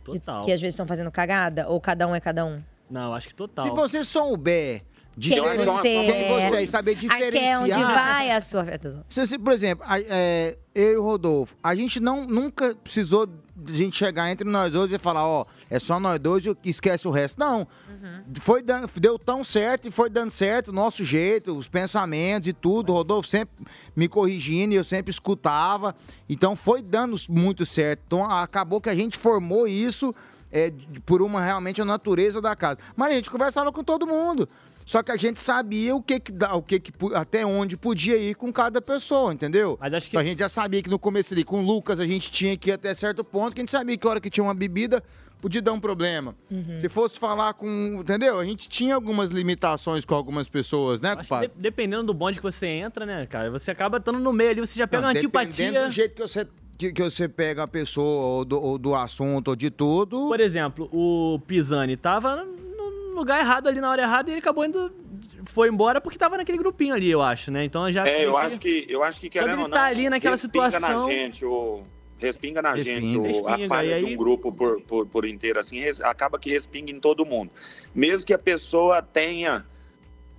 que-
Total.
que às vezes estão fazendo cagada? Ou cada um é cada um?
Não, acho que total.
Se é, vocês são o B,
Quem
diferen-
você
quem você
é.
é, e saber
Aqui é
diferenciar.
onde vai a sua...
Se, se, por exemplo, a- é, eu e o Rodolfo, a gente não, nunca precisou de gente chegar entre nós dois e falar, ó, é só nós dois e esquece o resto. Não.
Uhum.
Foi dan- deu tão certo e foi dando certo o nosso jeito, os pensamentos e tudo. O Rodolfo sempre me corrigindo e eu sempre escutava. Então foi dando muito certo. Então a- acabou que a gente formou isso é, de- por uma realmente a natureza da casa. Mas a gente conversava com todo mundo. Só que a gente sabia o que que dá, o que que pu- até onde podia ir com cada pessoa, entendeu? Mas acho que a gente já sabia que no começo ali com o Lucas a gente tinha que ir até certo ponto, que a gente sabia que a hora que tinha uma bebida podia dar um problema.
Uhum.
Se fosse falar com, entendeu? A gente tinha algumas limitações com algumas pessoas, né, compadre?
De- dependendo do bonde que você entra, né, cara? Você acaba estando no meio ali, você já pega
Não,
uma
Dependendo
antipatia.
do jeito que você que, que você pega a pessoa ou do, ou do assunto ou de tudo.
Por exemplo, o Pisani tava no lugar errado ali na hora errada e ele acabou indo. Foi embora porque tava naquele grupinho ali, eu acho, né? Então já.
É, eu acho que, eu acho que
Quando
querendo
ele
ou não,
tá ali naquela
respinga
situação-
na gente, o, respinga na gente o-
Respinga,
a falha
e
de
aí-
um grupo por, por, por inteiro, assim, res- acaba que respinga em todo mundo. Mesmo que a pessoa tenha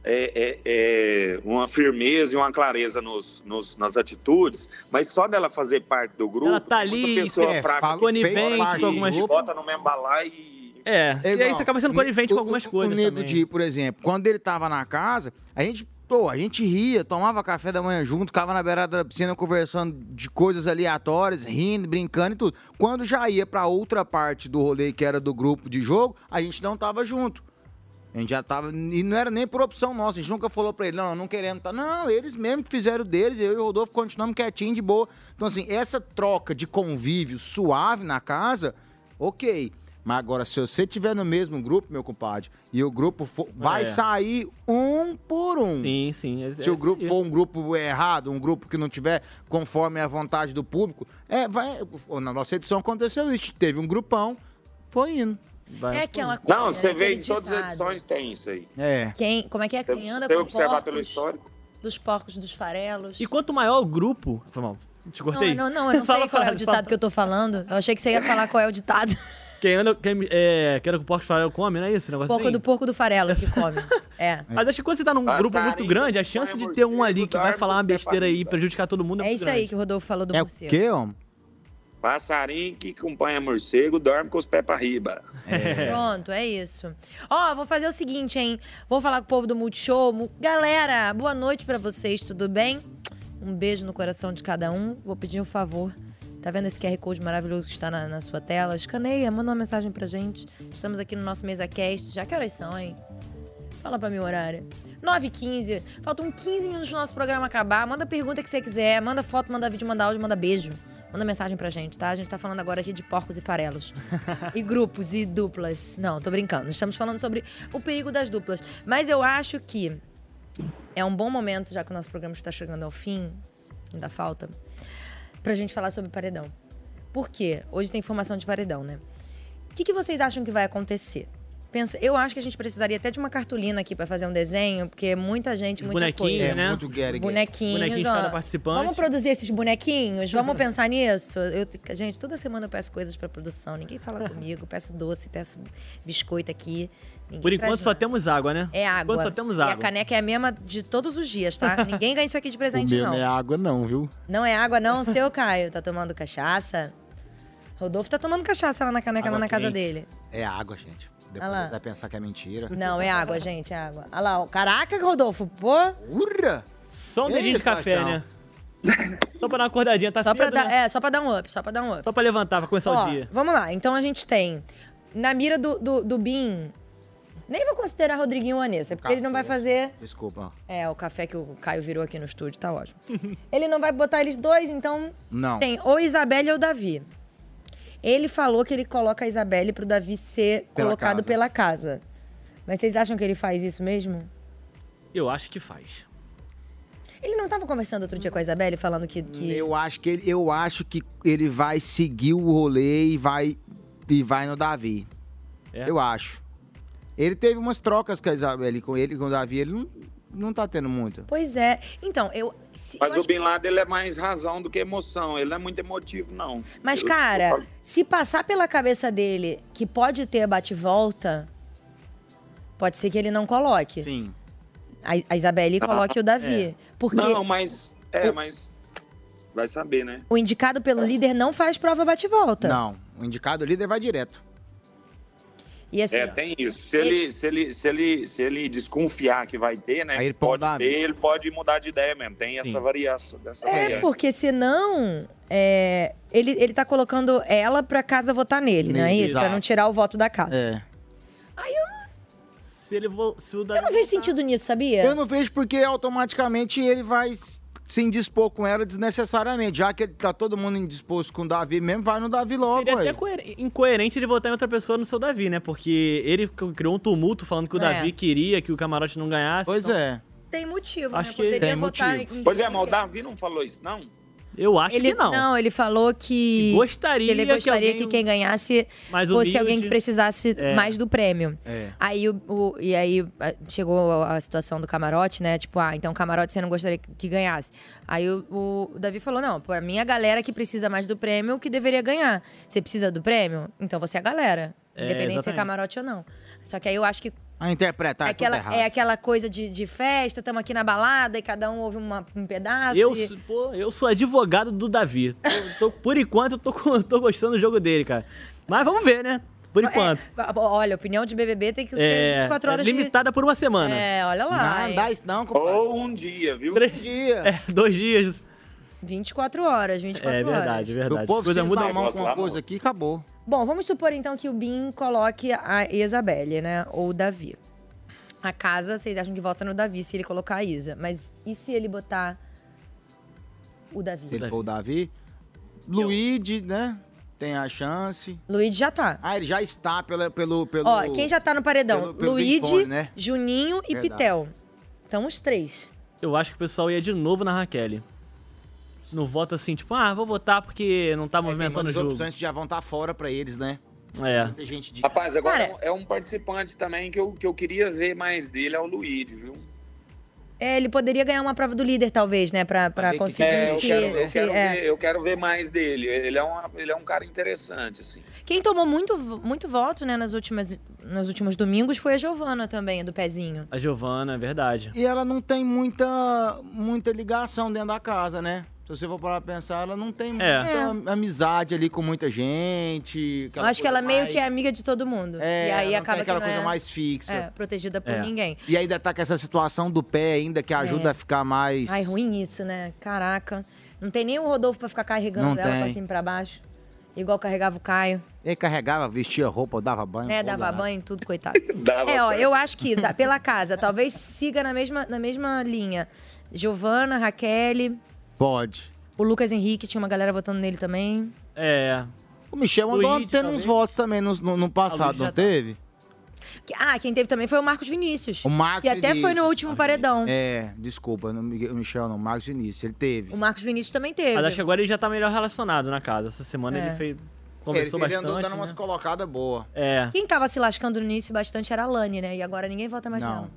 é, é, é, uma firmeza e uma clareza nos, nos- nas atitudes, mas só dela fazer parte do grupo,
Ela tá
muita
ali,
pessoa
é,
fraca,
fala- conivente com algumas-
e bota no mesmo balaio e
É, e aí
igual,
você acaba sendo
o-
conivente com
o-
algumas
o-
coisas.
O Nego
também.
Di, por exemplo, quando ele tava na casa, a gente, pô, a gente ria, tomava café da manhã junto, ficava na beirada da piscina conversando de coisas aleatórias, rindo, brincando e tudo. Quando já ia pra outra parte do rolê, que era do grupo de jogo, a gente não tava junto. A gente já tava. E não era nem por opção nossa. A gente nunca falou pra ele, não, não queremos. Tá. Não, eles mesmo que fizeram deles, eu e o Rodolfo continuamos quietinho, de boa. Então, assim, essa troca de convívio suave na casa, ok. Mas agora, se você tiver no mesmo grupo, meu compadre, e o grupo for- vai
É.
sair um por um.
Sim, sim. é-
Se
é
o grupo
isso
for um grupo errado, um grupo que não tiver conforme a vontade do público, é, vai. Na nossa edição aconteceu isso. Teve um grupão, foi indo.
É aquela coisa,
Não, você
né,
vê
aquele
em todas as
ditado.
edições tem isso aí.
É.
Quem, como é que é? Quem anda
Tem
com
observar
porcos,
pelo histórico.
dos porcos, dos farelos.
E quanto maior o grupo. Foi mal, te cortei?
Não, não, não, eu não
Fala,
sei qual é
fala,
o ditado que eu tô falando. Eu achei que você ia falar qual é o ditado.
Quem anda. Quem, é, quem anda com porco de farelo come, não é isso? Negócio
Porco
assim?
do porco do farelo que come. É.
Mas acho que quando você tá num grupo muito grande, a chance de ter um ali que vai falar uma besteira aí e prejudicar todo mundo é,
É
muito
isso
grande.
aí que o Rodolfo falou
É
do morcego.
É homem?
Passarinho que acompanha morcego dorme com os pés pra riba.
Pronto, é isso. Ó, vou fazer o seguinte, hein? Vou falar com o povo do Multishow. Mu- Galera, boa noite pra vocês, tudo bem? Um beijo no coração de cada um. Vou pedir um favor. Tá vendo esse QR Code maravilhoso que está na, na sua tela? Escaneia, manda uma mensagem pra gente. Estamos aqui no nosso MesaCast. Já que horas são, hein? Fala pra mim o horário. 9h15. Faltam 15 minutos do nosso programa acabar. Manda a pergunta que você quiser. Manda foto, manda vídeo, manda áudio, manda beijo. Manda mensagem pra gente, tá? A gente tá falando agora aqui de porcos e farelos. e grupos e duplas. Não, tô brincando. Estamos falando sobre o perigo das duplas. Mas eu acho que é um bom momento, já que o nosso programa está chegando ao fim, ainda falta, pra gente falar sobre paredão. Por quê? Hoje tem formação de paredão, né? O que, que vocês acham que vai acontecer? Pensa, eu acho que a gente precisaria até de uma cartolina aqui pra fazer um desenho, porque é muita gente, muita
bonequinhos,
coisa.
né? É, muito
get,
get.
Bonequinhos,
Bonequinhos de
ó.
cada participante.
Vamos produzir esses bonequinhos? Vamos pensar nisso? Eu, gente, toda semana eu peço coisas pra produção, ninguém fala comigo. Peço doce, peço biscoito aqui. ninguém
Por enquanto
traz
só
nada.
temos água, né?
É água.
Por enquanto só temos
E a
água.
caneca é a mesma de todos os dias, tá? Ninguém ganha isso aqui de presente, não.
É água, não, viu?
Não é água, não, seu Caio. Tá tomando cachaça? Rodolfo tá tomando cachaça lá na caneca, lá
Água
na casa
quente.
dele.
É água, gente. Depois
Ah lá.
você vai pensar que é mentira.
Não, é água, gente, é água. Olha lá, ó. caraca, Rodolfo, pô.
Urra!
Só um dedinho de café, né? Só pra dar uma acordadinha, tá
é então. só pra
cedo,
dar,
né?
É, só pra dar um up, só pra dar um up.
Só pra levantar, pra começar
Ó,
o dia.
Vamos lá, então a gente tem. Na mira do, do, do Bin. Nem vou considerar Rodriguinho ou Anessa, porque ele não vai fazer.
Desculpa.
É, o café que o Caio virou aqui no estúdio, tá ótimo. ele não vai botar eles dois, então
Não.
Tem ou Isabelle ou Davi. Ele falou que ele coloca a Isabelle pro Davi ser
Pela
colocado
casa.
pela casa. Mas vocês acham que ele faz isso mesmo?
Eu acho que faz.
Ele não tava conversando outro dia com a Isabelle falando que. que...
Eu acho que ele, eu acho que ele vai seguir o rolê e vai e vai no Davi. Eu acho. Ele teve umas trocas com a Isabelle, com ele, com o Davi, ele não, não tá tendo muito.
Pois é. Então, eu. se- eu
Mas
acho
o
que-
Bin Laden ele é mais razão do que emoção. Ele não é muito emotivo, não.
Mas,
Eu-
cara, se passar pela cabeça dele que pode ter bate-volta, pode ser que ele não coloque.
Sim.
A, a Isabelle coloque o Davi.
É.
Porque
Não, mas. É, mas. Vai saber, né?
o indicado pelo líder não faz prova bate-volta.
Não. O indicado líder vai direto.
E assim,
é, tem isso. Se ele... se, ele, se, ele, se ele desconfiar que vai ter, né?
Aí ele
pode
pode dar-
ter, ele pode mudar de ideia mesmo. Tem essa variação. Dessa
É,
variante.
porque senão. é, ele, ele tá colocando ela pra casa votar nele, não é isso?
Exato.
Pra não tirar o voto da casa.
É.
Se ele vo... se o Davi
Eu não vejo sentido nisso, sabia?
Eu não vejo porque automaticamente ele vai s- se indispor com ela desnecessariamente. Já que ele tá todo mundo indisposto com o Davi mesmo, vai no Davi logo.
Seria é até
ué.
coer- incoerente ele votar em outra pessoa no seu Davi, né? Porque ele c- criou um tumulto falando que o
É.
Davi queria que o camarote não ganhasse. então Pois
é.
Tem motivo,
Acho
né?
que
Poderia
tem
votar em.
Pois é, mas o Davi não falou isso, não?
Eu acho
ele,
que não.
ele falou que.
Que gostaria
que ele
que
gostaria que,
alguém
quem ganhasse
mais
fosse
humilde.
alguém que precisasse
É.
mais do prêmio.
É.
Aí o, o- e aí a- chegou a situação do camarote, né? Tipo, ah, então camarote você não gostaria que que ganhasse. Aí o, o Davi falou: não, pra mim a galera que precisa mais do prêmio que deveria ganhar. Você precisa do prêmio? Então você é a galera.
É,
Independente de ser
exatamente.
camarote ou não. Só que aí eu acho que
A interpretar é
é aquela,
tudo errado.
é aquela coisa de, de festa, estamos aqui na balada e cada um ouve uma- um pedaço.
Eu,
e-
sou- pô, eu sou advogado do Davi. Tô- tô- por enquanto, eu tô, co- tô gostando do jogo dele, cara. Mas vamos ver, né? Por enquanto.
Olha, opinião de BBB É, tem que ter
É,
24 horas
é limitada por uma
de...
semana.
É, olha lá.
Não
hein?
dá isso não, compadre.
Ou um dia, viu?
Três
dias.
É, dois dias.
24 horas, 24
É
horas.
verdade, verdade.
O povo
Coisa
coisa
muda-
na mão com uma
Lá,
coisa aqui, acabou.
Bom, vamos supor então que o Bin coloque a Isabelle, né? Ou o Davi. A casa, vocês acham que vota no Davi se ele colocar a Isa. Mas e se ele botar o Davi?
Se ele for o Davi. Luigi, né? Tem a chance.
Luigi já tá.
Ah, ele já está pela, pelo, pelo.
Ó, quem já tá no paredão?
pelo- pelo
Luigi,
Big Fone, né?
Juninho e
Verdade.
Pitel. Então os três.
Eu acho que o pessoal ia de novo na Raquel. Não vota assim, tipo, ah, vou votar porque não tá movimentando o
As
jogo.
opções que já vão tá estar fora pra eles, né?
É.
Muita gente de...
Rapaz, agora é um participante também que eu, que eu queria ver mais dele, é o Luigi, viu?
É, ele poderia ganhar uma prova do líder, talvez, né? Pra, pra conseguir
É, eu
se-
quero, eu
se-
quero
é.
ver, eu quero ver mais dele. Ele é, uma, ele é um cara interessante, assim.
Quem tomou muito, vo- muito voto, né, nas últimas, nos últimos domingos foi a Giovana também, do pezinho.
A Giovana, é verdade.
E ela não tem muita, muita ligação dentro da casa, né? Se você for parar pra pensar, ela não tem muita
É.
am- amizade ali com muita gente.
Eu
aquela
acho que
coisa
ela meio
mais-
que é amiga de todo mundo.
É,
e aí
ela não
acaba
tem aquela
que não
coisa
é-
mais fixa.
É, protegida por
É.
ninguém.
E ainda tá com essa situação do pé ainda, que ajuda
É.
a ficar mais...
Ai, ruim isso, né? Caraca. Não tem nem o Rodolfo pra ficar carregando
Não
ela pra
tem.
cima e pra baixo. Igual carregava o Caio.
Ele carregava, vestia roupa, dava banho.
né?
pô,
Dava
danado.
banho, tudo, coitado.
Dava
é, ó,
banho.
eu acho que dá- pela casa, talvez siga na mesma, na mesma linha. Giovana, Raquel,
Pode.
o Lucas Henrique, tinha uma galera votando nele também.
É.
O Michel andou
Luigi,
tendo
talvez.
uns votos também no, no, no
Ah, o
passado,
Luigi
não
já tá.
teve?
Que- Ah, quem teve também foi o Marcos Vinícius.
O Marcos
Que até foi no
Vinícius.
último paredão.
É, desculpa, não, Miguel- Michel não, Marcos Vinícius, ele teve.
O Marcos Vinícius também teve.
Mas acho que agora ele já tá melhor relacionado na casa. Essa semana
É.
ele foi, conversou
ele, ele
bastante.
andou dando
né?
umas colocadas boas.
É.
Quem tava se lascando no início bastante era a Lani, né? E agora ninguém vota mais
Não.
nela.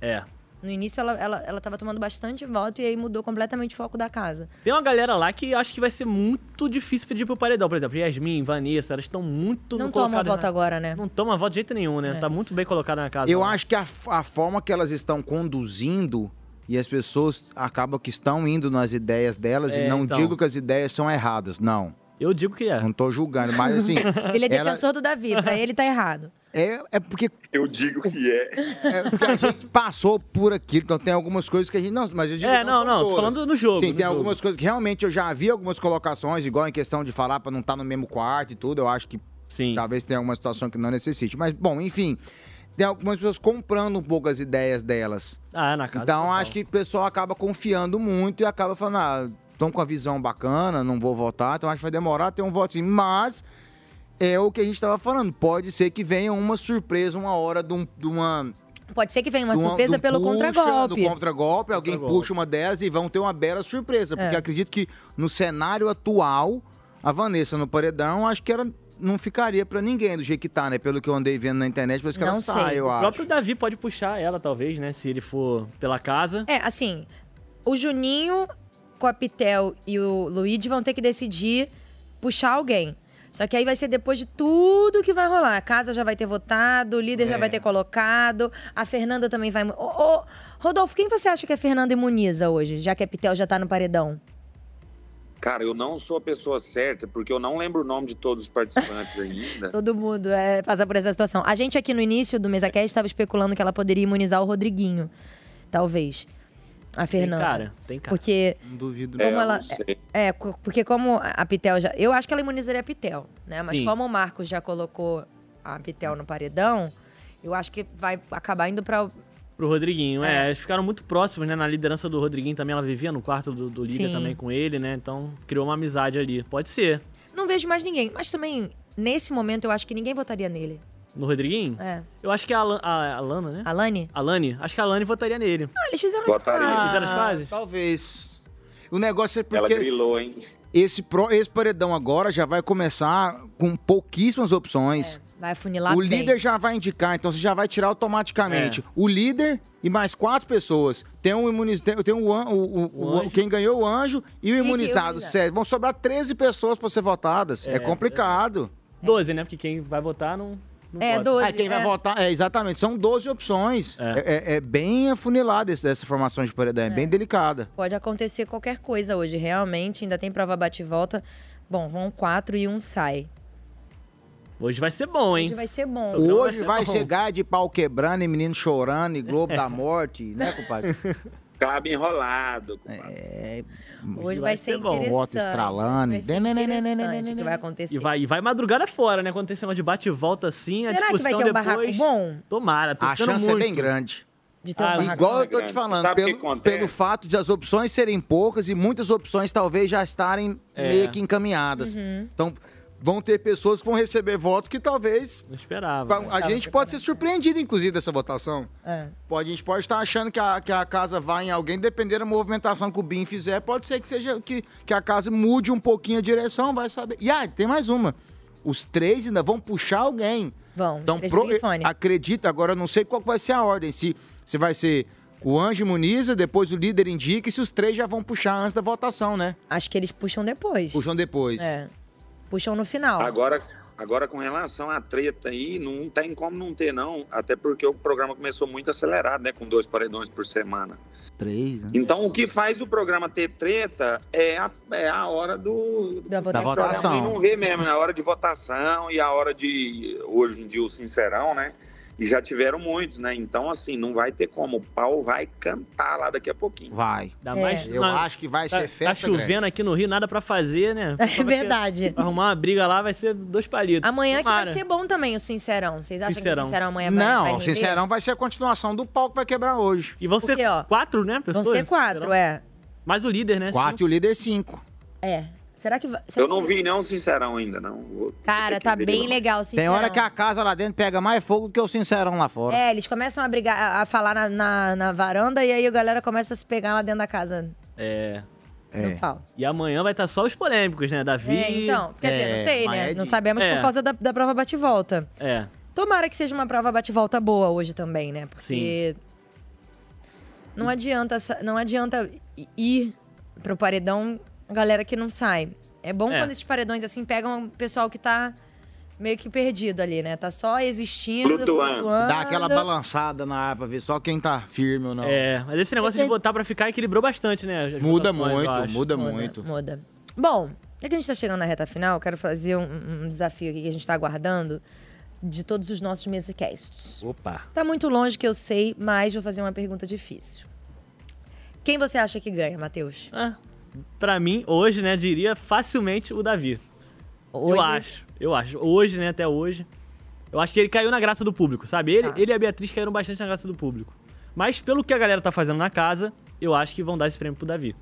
É.
No início ela, ela, ela tava tomando bastante voto e aí mudou completamente o foco da casa.
Tem uma galera lá que acho que vai ser muito difícil pedir pro paredão. Por exemplo, Yasmin, Vanessa, elas estão muito
Não toma
colocadas
voto
na-
agora, né?
Não toma voto de jeito nenhum, né?
É.
Tá muito bem colocado na casa.
Eu
lá.
acho que a, f- a forma que elas estão conduzindo e as pessoas acabam que estão indo nas ideias delas
É,
e não
então.
digo que as ideias são erradas, não.
Eu digo que é.
Não tô julgando, mas assim.
Ele é
ela-
defensor do Davi, pra ele tá errado.
É, é porque.
Eu digo que é.
porque a gente passou por aquilo, então tem algumas coisas que a gente. Não, mas eu digo
É,
que
não,
são
não, tô
todas.
falando no jogo,
Sim,
no
tem
jogo.
algumas coisas que realmente eu já vi algumas colocações, igual em questão de falar pra não estar no mesmo quarto e tudo. Eu acho que talvez tenha alguma situação que não necessite. Mas, bom, enfim. Tem algumas pessoas comprando um pouco as ideias delas.
Ah, na casa.
Então
total.
acho que o pessoal acaba confiando muito e acaba falando, ah, estão com a visão bacana, não vou votar, então acho que vai demorar ter um voto sim. Mas é o que a gente estava falando, pode ser que venha uma surpresa uma hora de, um- de uma
Pode ser que venha uma
Do-
surpresa
do
pelo
puxa,
contragolpe.
Do contragolpe, alguém puxa uma delas e vão ter uma bela surpresa. Porque
É.
acredito que no cenário atual, a Vanessa no paredão, acho que ela não ficaria pra ninguém do jeito que tá, né? Pelo que eu andei vendo na internet, parece que ela sai, eu
O
acho.
próprio Davi pode puxar ela, talvez, né? Se ele for pela casa.
É, assim, o Juninho, com a Pitel e o Luigi vão ter que decidir puxar alguém. Só que aí vai ser depois de tudo que vai rolar. A casa já vai ter votado, o líder
É.
já vai ter colocado, a Fernanda também vai. mu- Ô, ô, Rodolfo, quem você acha que a Fernanda imuniza hoje, já que a Pitel já tá no paredão?
Cara, eu não sou a pessoa certa, porque eu não lembro o nome de todos os participantes ainda.
Todo mundo é, passa por essa situação. A gente aqui no início do MesaCast estava especulando que ela poderia imunizar o Rodriguinho. Talvez. A Fernanda.
cara, tem cara.
Porque.
É, Não duvido.
Como ela, é, co- porque como a- a Pitel já. Eu acho que ela imunizaria a Pitel, né? Mas
Sim.
como o Marcos já colocou a Pitel no paredão, eu acho que vai acabar indo pra.
Pro Rodriguinho, é. Eles ficaram muito próximos, né? Na liderança do Rodriguinho também, ela vivia no quarto do, do líder
Sim.
também com ele, né? Então criou uma amizade ali. Pode ser.
Não vejo mais ninguém. Mas também, nesse momento, eu acho que ninguém votaria nele.
No Rodriguinho?
É.
Eu acho que a, Alan- a Alana, né?
Alane?
Alane. Acho que a Alane votaria nele.
Ah, eles fizeram
Eles fizeram
Ah,
as fases?
Talvez. O negócio é porque.
Ela grilou, hein?
Esse, pro, esse paredão agora já vai começar com pouquíssimas opções.
Vai funilar
o
bem.
líder já vai indicar, então você já vai tirar automaticamente o líder e mais quatro pessoas. Tem um imunizado, tem um, an- o, o- o-
anjo.
quem ganhou o anjo e o
E
imunizado.
quem imunizado.
Sério, vão sobrar 13 pessoas para ser votadas. É,
É,
complicado.
12, né? Porque quem vai votar não. não
É,
vota.
Ah, quem vai votar, é, exatamente, são 12 opções. É, é- é bem afunilada esse- essa formação de paredão, é bem delicada.
Pode acontecer qualquer coisa hoje, realmente. Ainda tem prova bate-volta. Bom, vão quatro e um sai.
Hoje vai ser bom, hein?
Hoje vai ser bom.
Hoje vai chegar de pau quebrando e menino chorando e Globo da Morte, né, compadre?
Cabe enrolado.
É.
Hoje vai ser interessante.
Moto estralando.
Vai ser interessante o que vai acontecer.
E vai, e vai madrugada fora, né? Quando tem esse negócio de bate-volta assim, a
Será que
discussão
vai ter um barraco
depois...
bom?
Tomara, tô
A
torcendo
chance é
muito.
bem grande.
De
Ah,
ter um barraco
Igual eu tô
grande.
te falando,
Sabe o que
é pelo,
acontece?
pelo fato de as opções serem poucas e muitas opções talvez já estarem
É.
meio que encaminhadas.
Uhum.
Então, vão ter pessoas que vão receber votos que talvez.
Não esperava. né?
pra- A gente pode ser surpreendido, inclusive, dessa votação.
É.
Pode, a gente pode estar achando que a, que a casa vai em alguém, dependendo da movimentação que o BIM fizer, pode ser que seja que, que a casa mude um pouquinho a direção, vai saber. E ah, tem mais uma. Os três ainda vão puxar alguém.
Vão.
Então,
três
pro-
microfone.
acredito, agora eu não sei qual vai ser a ordem, se, se vai ser o anjo imuniza, depois o líder indica e se os três já vão puxar antes da votação, né?
Acho que eles puxam depois.
Puxam depois.
É. Puxam no final.
Agora, agora, com relação à treta aí, não tem como não ter, não. Até porque o programa começou muito acelerado, né? Com dois paredões por semana.
Três, né?
Então, o que faz o programa ter treta é a, é a hora do.
Da
votação.
E não vê mesmo, na hora de votação e a hora de. Hoje em dia, o Sincerão, né? E já tiveram muitos, né? Então, assim, não vai ter como. O pau vai cantar lá daqui a pouquinho.
Vai.
Ainda mais
Eu
na-
acho que vai
tá,
ser
Tá
festa
chovendo
grande.
aqui no Rio, nada pra fazer, né?
É verdade.
Arrumar uma briga lá vai ser dois palitos.
Amanhã que
Tomara.
vai ser bom também o Sincerão. Vocês acham que
Sincerão.
o Sincerão amanhã vai
Não,
vai
o
render?
Sincerão vai ser a continuação do palco que vai quebrar hoje.
E vão
ser Porque, ó,
quatro, né,
Vão ser quatro, é.
Mas o líder, né?
Quatro e o líder, cinco.
É. Será que vai. será
Eu não
que-
vi, não, Sincerão ainda, não. Vou-
Cara, tá bem legal o
Tem
Sincerão.
hora que a casa lá dentro pega mais fogo que o Sincerão lá fora.
É, eles começam a brigar, a- a falar na, na- na varanda e aí a galera começa a se pegar lá dentro da casa.
É.
É.
pau.
E amanhã vai estar só os polêmicos, né? Davi.
É, então. Quer dizer, não sei, né? Não sabemos
É.
por causa da, da prova bate-volta.
É.
Tomara que seja uma prova bate-volta boa hoje também, né? Porque não adianta, sa- não adianta i- ir pro paredão a galera que não sai. É bom
É.
quando esses paredões assim pegam o pessoal que tá meio que perdido ali, né? Tá só existindo,
Flutuando.
flutuando.
Dá aquela balançada na ar pra ver só quem tá firme ou não.
É, mas esse negócio de botar pra ficar equilibrou bastante, né? as
Muda
votações, eu
muito,
acho.
muda muito.
Muda. Bom, já que a gente tá chegando na reta final, eu quero fazer um, um desafio aqui que a gente tá aguardando de todos os nossos mesacasts.
Opa.
Tá muito longe que eu sei, mas vou fazer uma pergunta difícil. Quem você acha que ganha, Matheus?
Pra mim, hoje, né, diria facilmente o Davi.
Hoje?
Eu acho, eu acho. Hoje, né, até hoje. Eu acho que ele caiu na graça do público, sabe? Ele, ele e a Beatriz caíram bastante na graça do público. Mas pelo que a galera tá fazendo na casa, eu acho que vão dar esse prêmio pro Davi.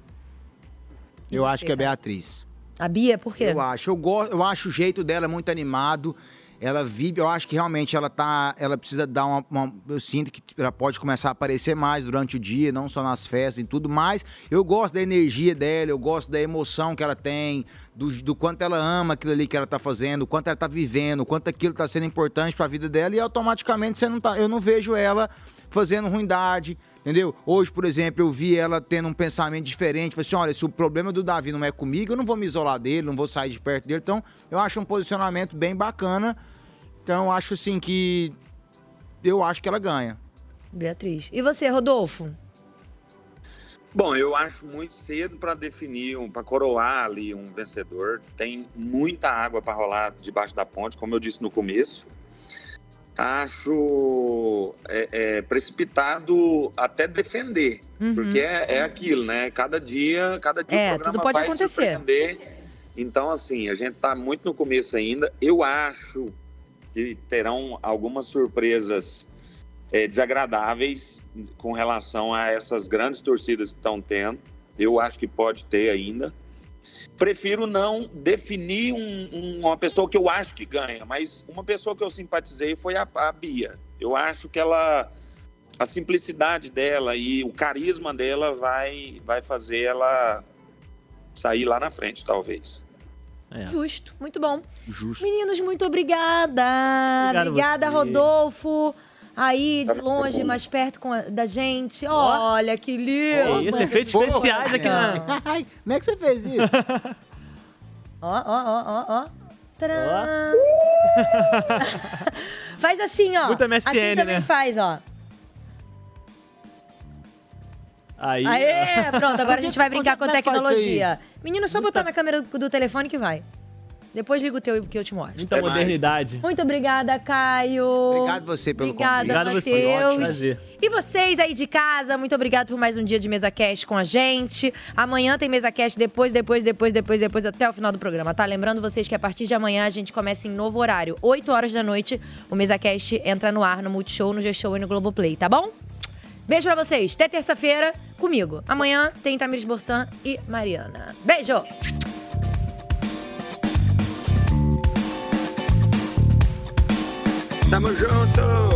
Eu acho que é Beatriz.
A Bia, por quê?
Eu acho. Eu, gosto, eu acho o jeito dela muito animado. Ela vive, eu acho que realmente ela tá. Ela precisa dar uma, uma- Eu sinto que ela pode começar a aparecer mais durante o dia, não só nas festas e tudo mais. Eu gosto da energia dela, eu gosto da emoção que ela tem, do, do quanto ela ama aquilo ali que ela tá fazendo, o quanto ela tá vivendo, o quanto aquilo tá sendo importante pra vida dela, e automaticamente você não tá. Eu não vejo ela fazendo ruindade, entendeu? Hoje, por exemplo, eu vi ela tendo um pensamento diferente, falei assim, olha, se o problema do Davi não é comigo, eu não vou me isolar dele, não vou sair de perto dele, então eu acho um posicionamento bem bacana, então eu acho assim que eu acho que ela ganha.
Beatriz. E você, Rodolfo?
Bom, eu acho muito cedo para definir, para coroar ali um vencedor. Tem muita água para rolar debaixo da ponte, como eu disse no começo. Acho é, é, precipitado até defender,
Uhum.
porque é, é aquilo, né? Cada dia, cada dia
É,
o programa
tudo pode
vai
acontecer.
surpreender. Então, assim, a gente está muito no começo ainda. Eu acho que terão algumas surpresas é, desagradáveis com relação a essas grandes torcidas que estão tendo. Eu acho que pode ter ainda. Prefiro não definir um- um- uma pessoa que eu acho que ganha, mas uma pessoa que eu simpatizei foi a, a Bia. Eu acho que ela, a simplicidade dela e o carisma dela vai, vai fazer ela sair lá na frente, talvez.
É.
Justo, muito bom.
Justo.
Meninos, muito obrigada.
Obrigado
obrigada,
você.
Rodolfo. Aí, de
Tá
longe,
bom.
mais perto com a- da gente. Olha que lindo.
Esse efeitos especiais aqui na.
Ai, como é que você fez isso?
Ó, ó, ó, ó, ó. Tcharam. faz assim, ó.
Muito MSN,
assim também
né?
faz, ó.
Aí.
Aê, pronto, agora a gente vai brincar com a
Onde é que faz isso aí?
tecnologia. Menino, só botar na câmera do do telefone que vai. Depois liga o teu que eu te mostro.
Muita modernidade.
Muito obrigada, Caio.
Obrigado você pelo
Obrigada,
convite. Obrigado
Matheus.
você, foi ótimo. Prazer.
E vocês aí de casa, muito obrigado por mais um dia de mesa cast com a gente. Amanhã tem mesa cast depois, depois, depois, depois, depois até o final do programa, tá? Lembrando vocês que a partir de amanhã a gente começa em novo horário, 8 horas da noite. O mesa cast entra no ar no Multishow, no G-Show e no Globoplay, tá bom? Beijo pra vocês. Até terça-feira comigo. Amanhã tem Tamires Borsan e Mariana. Beijo.
Tamo junto!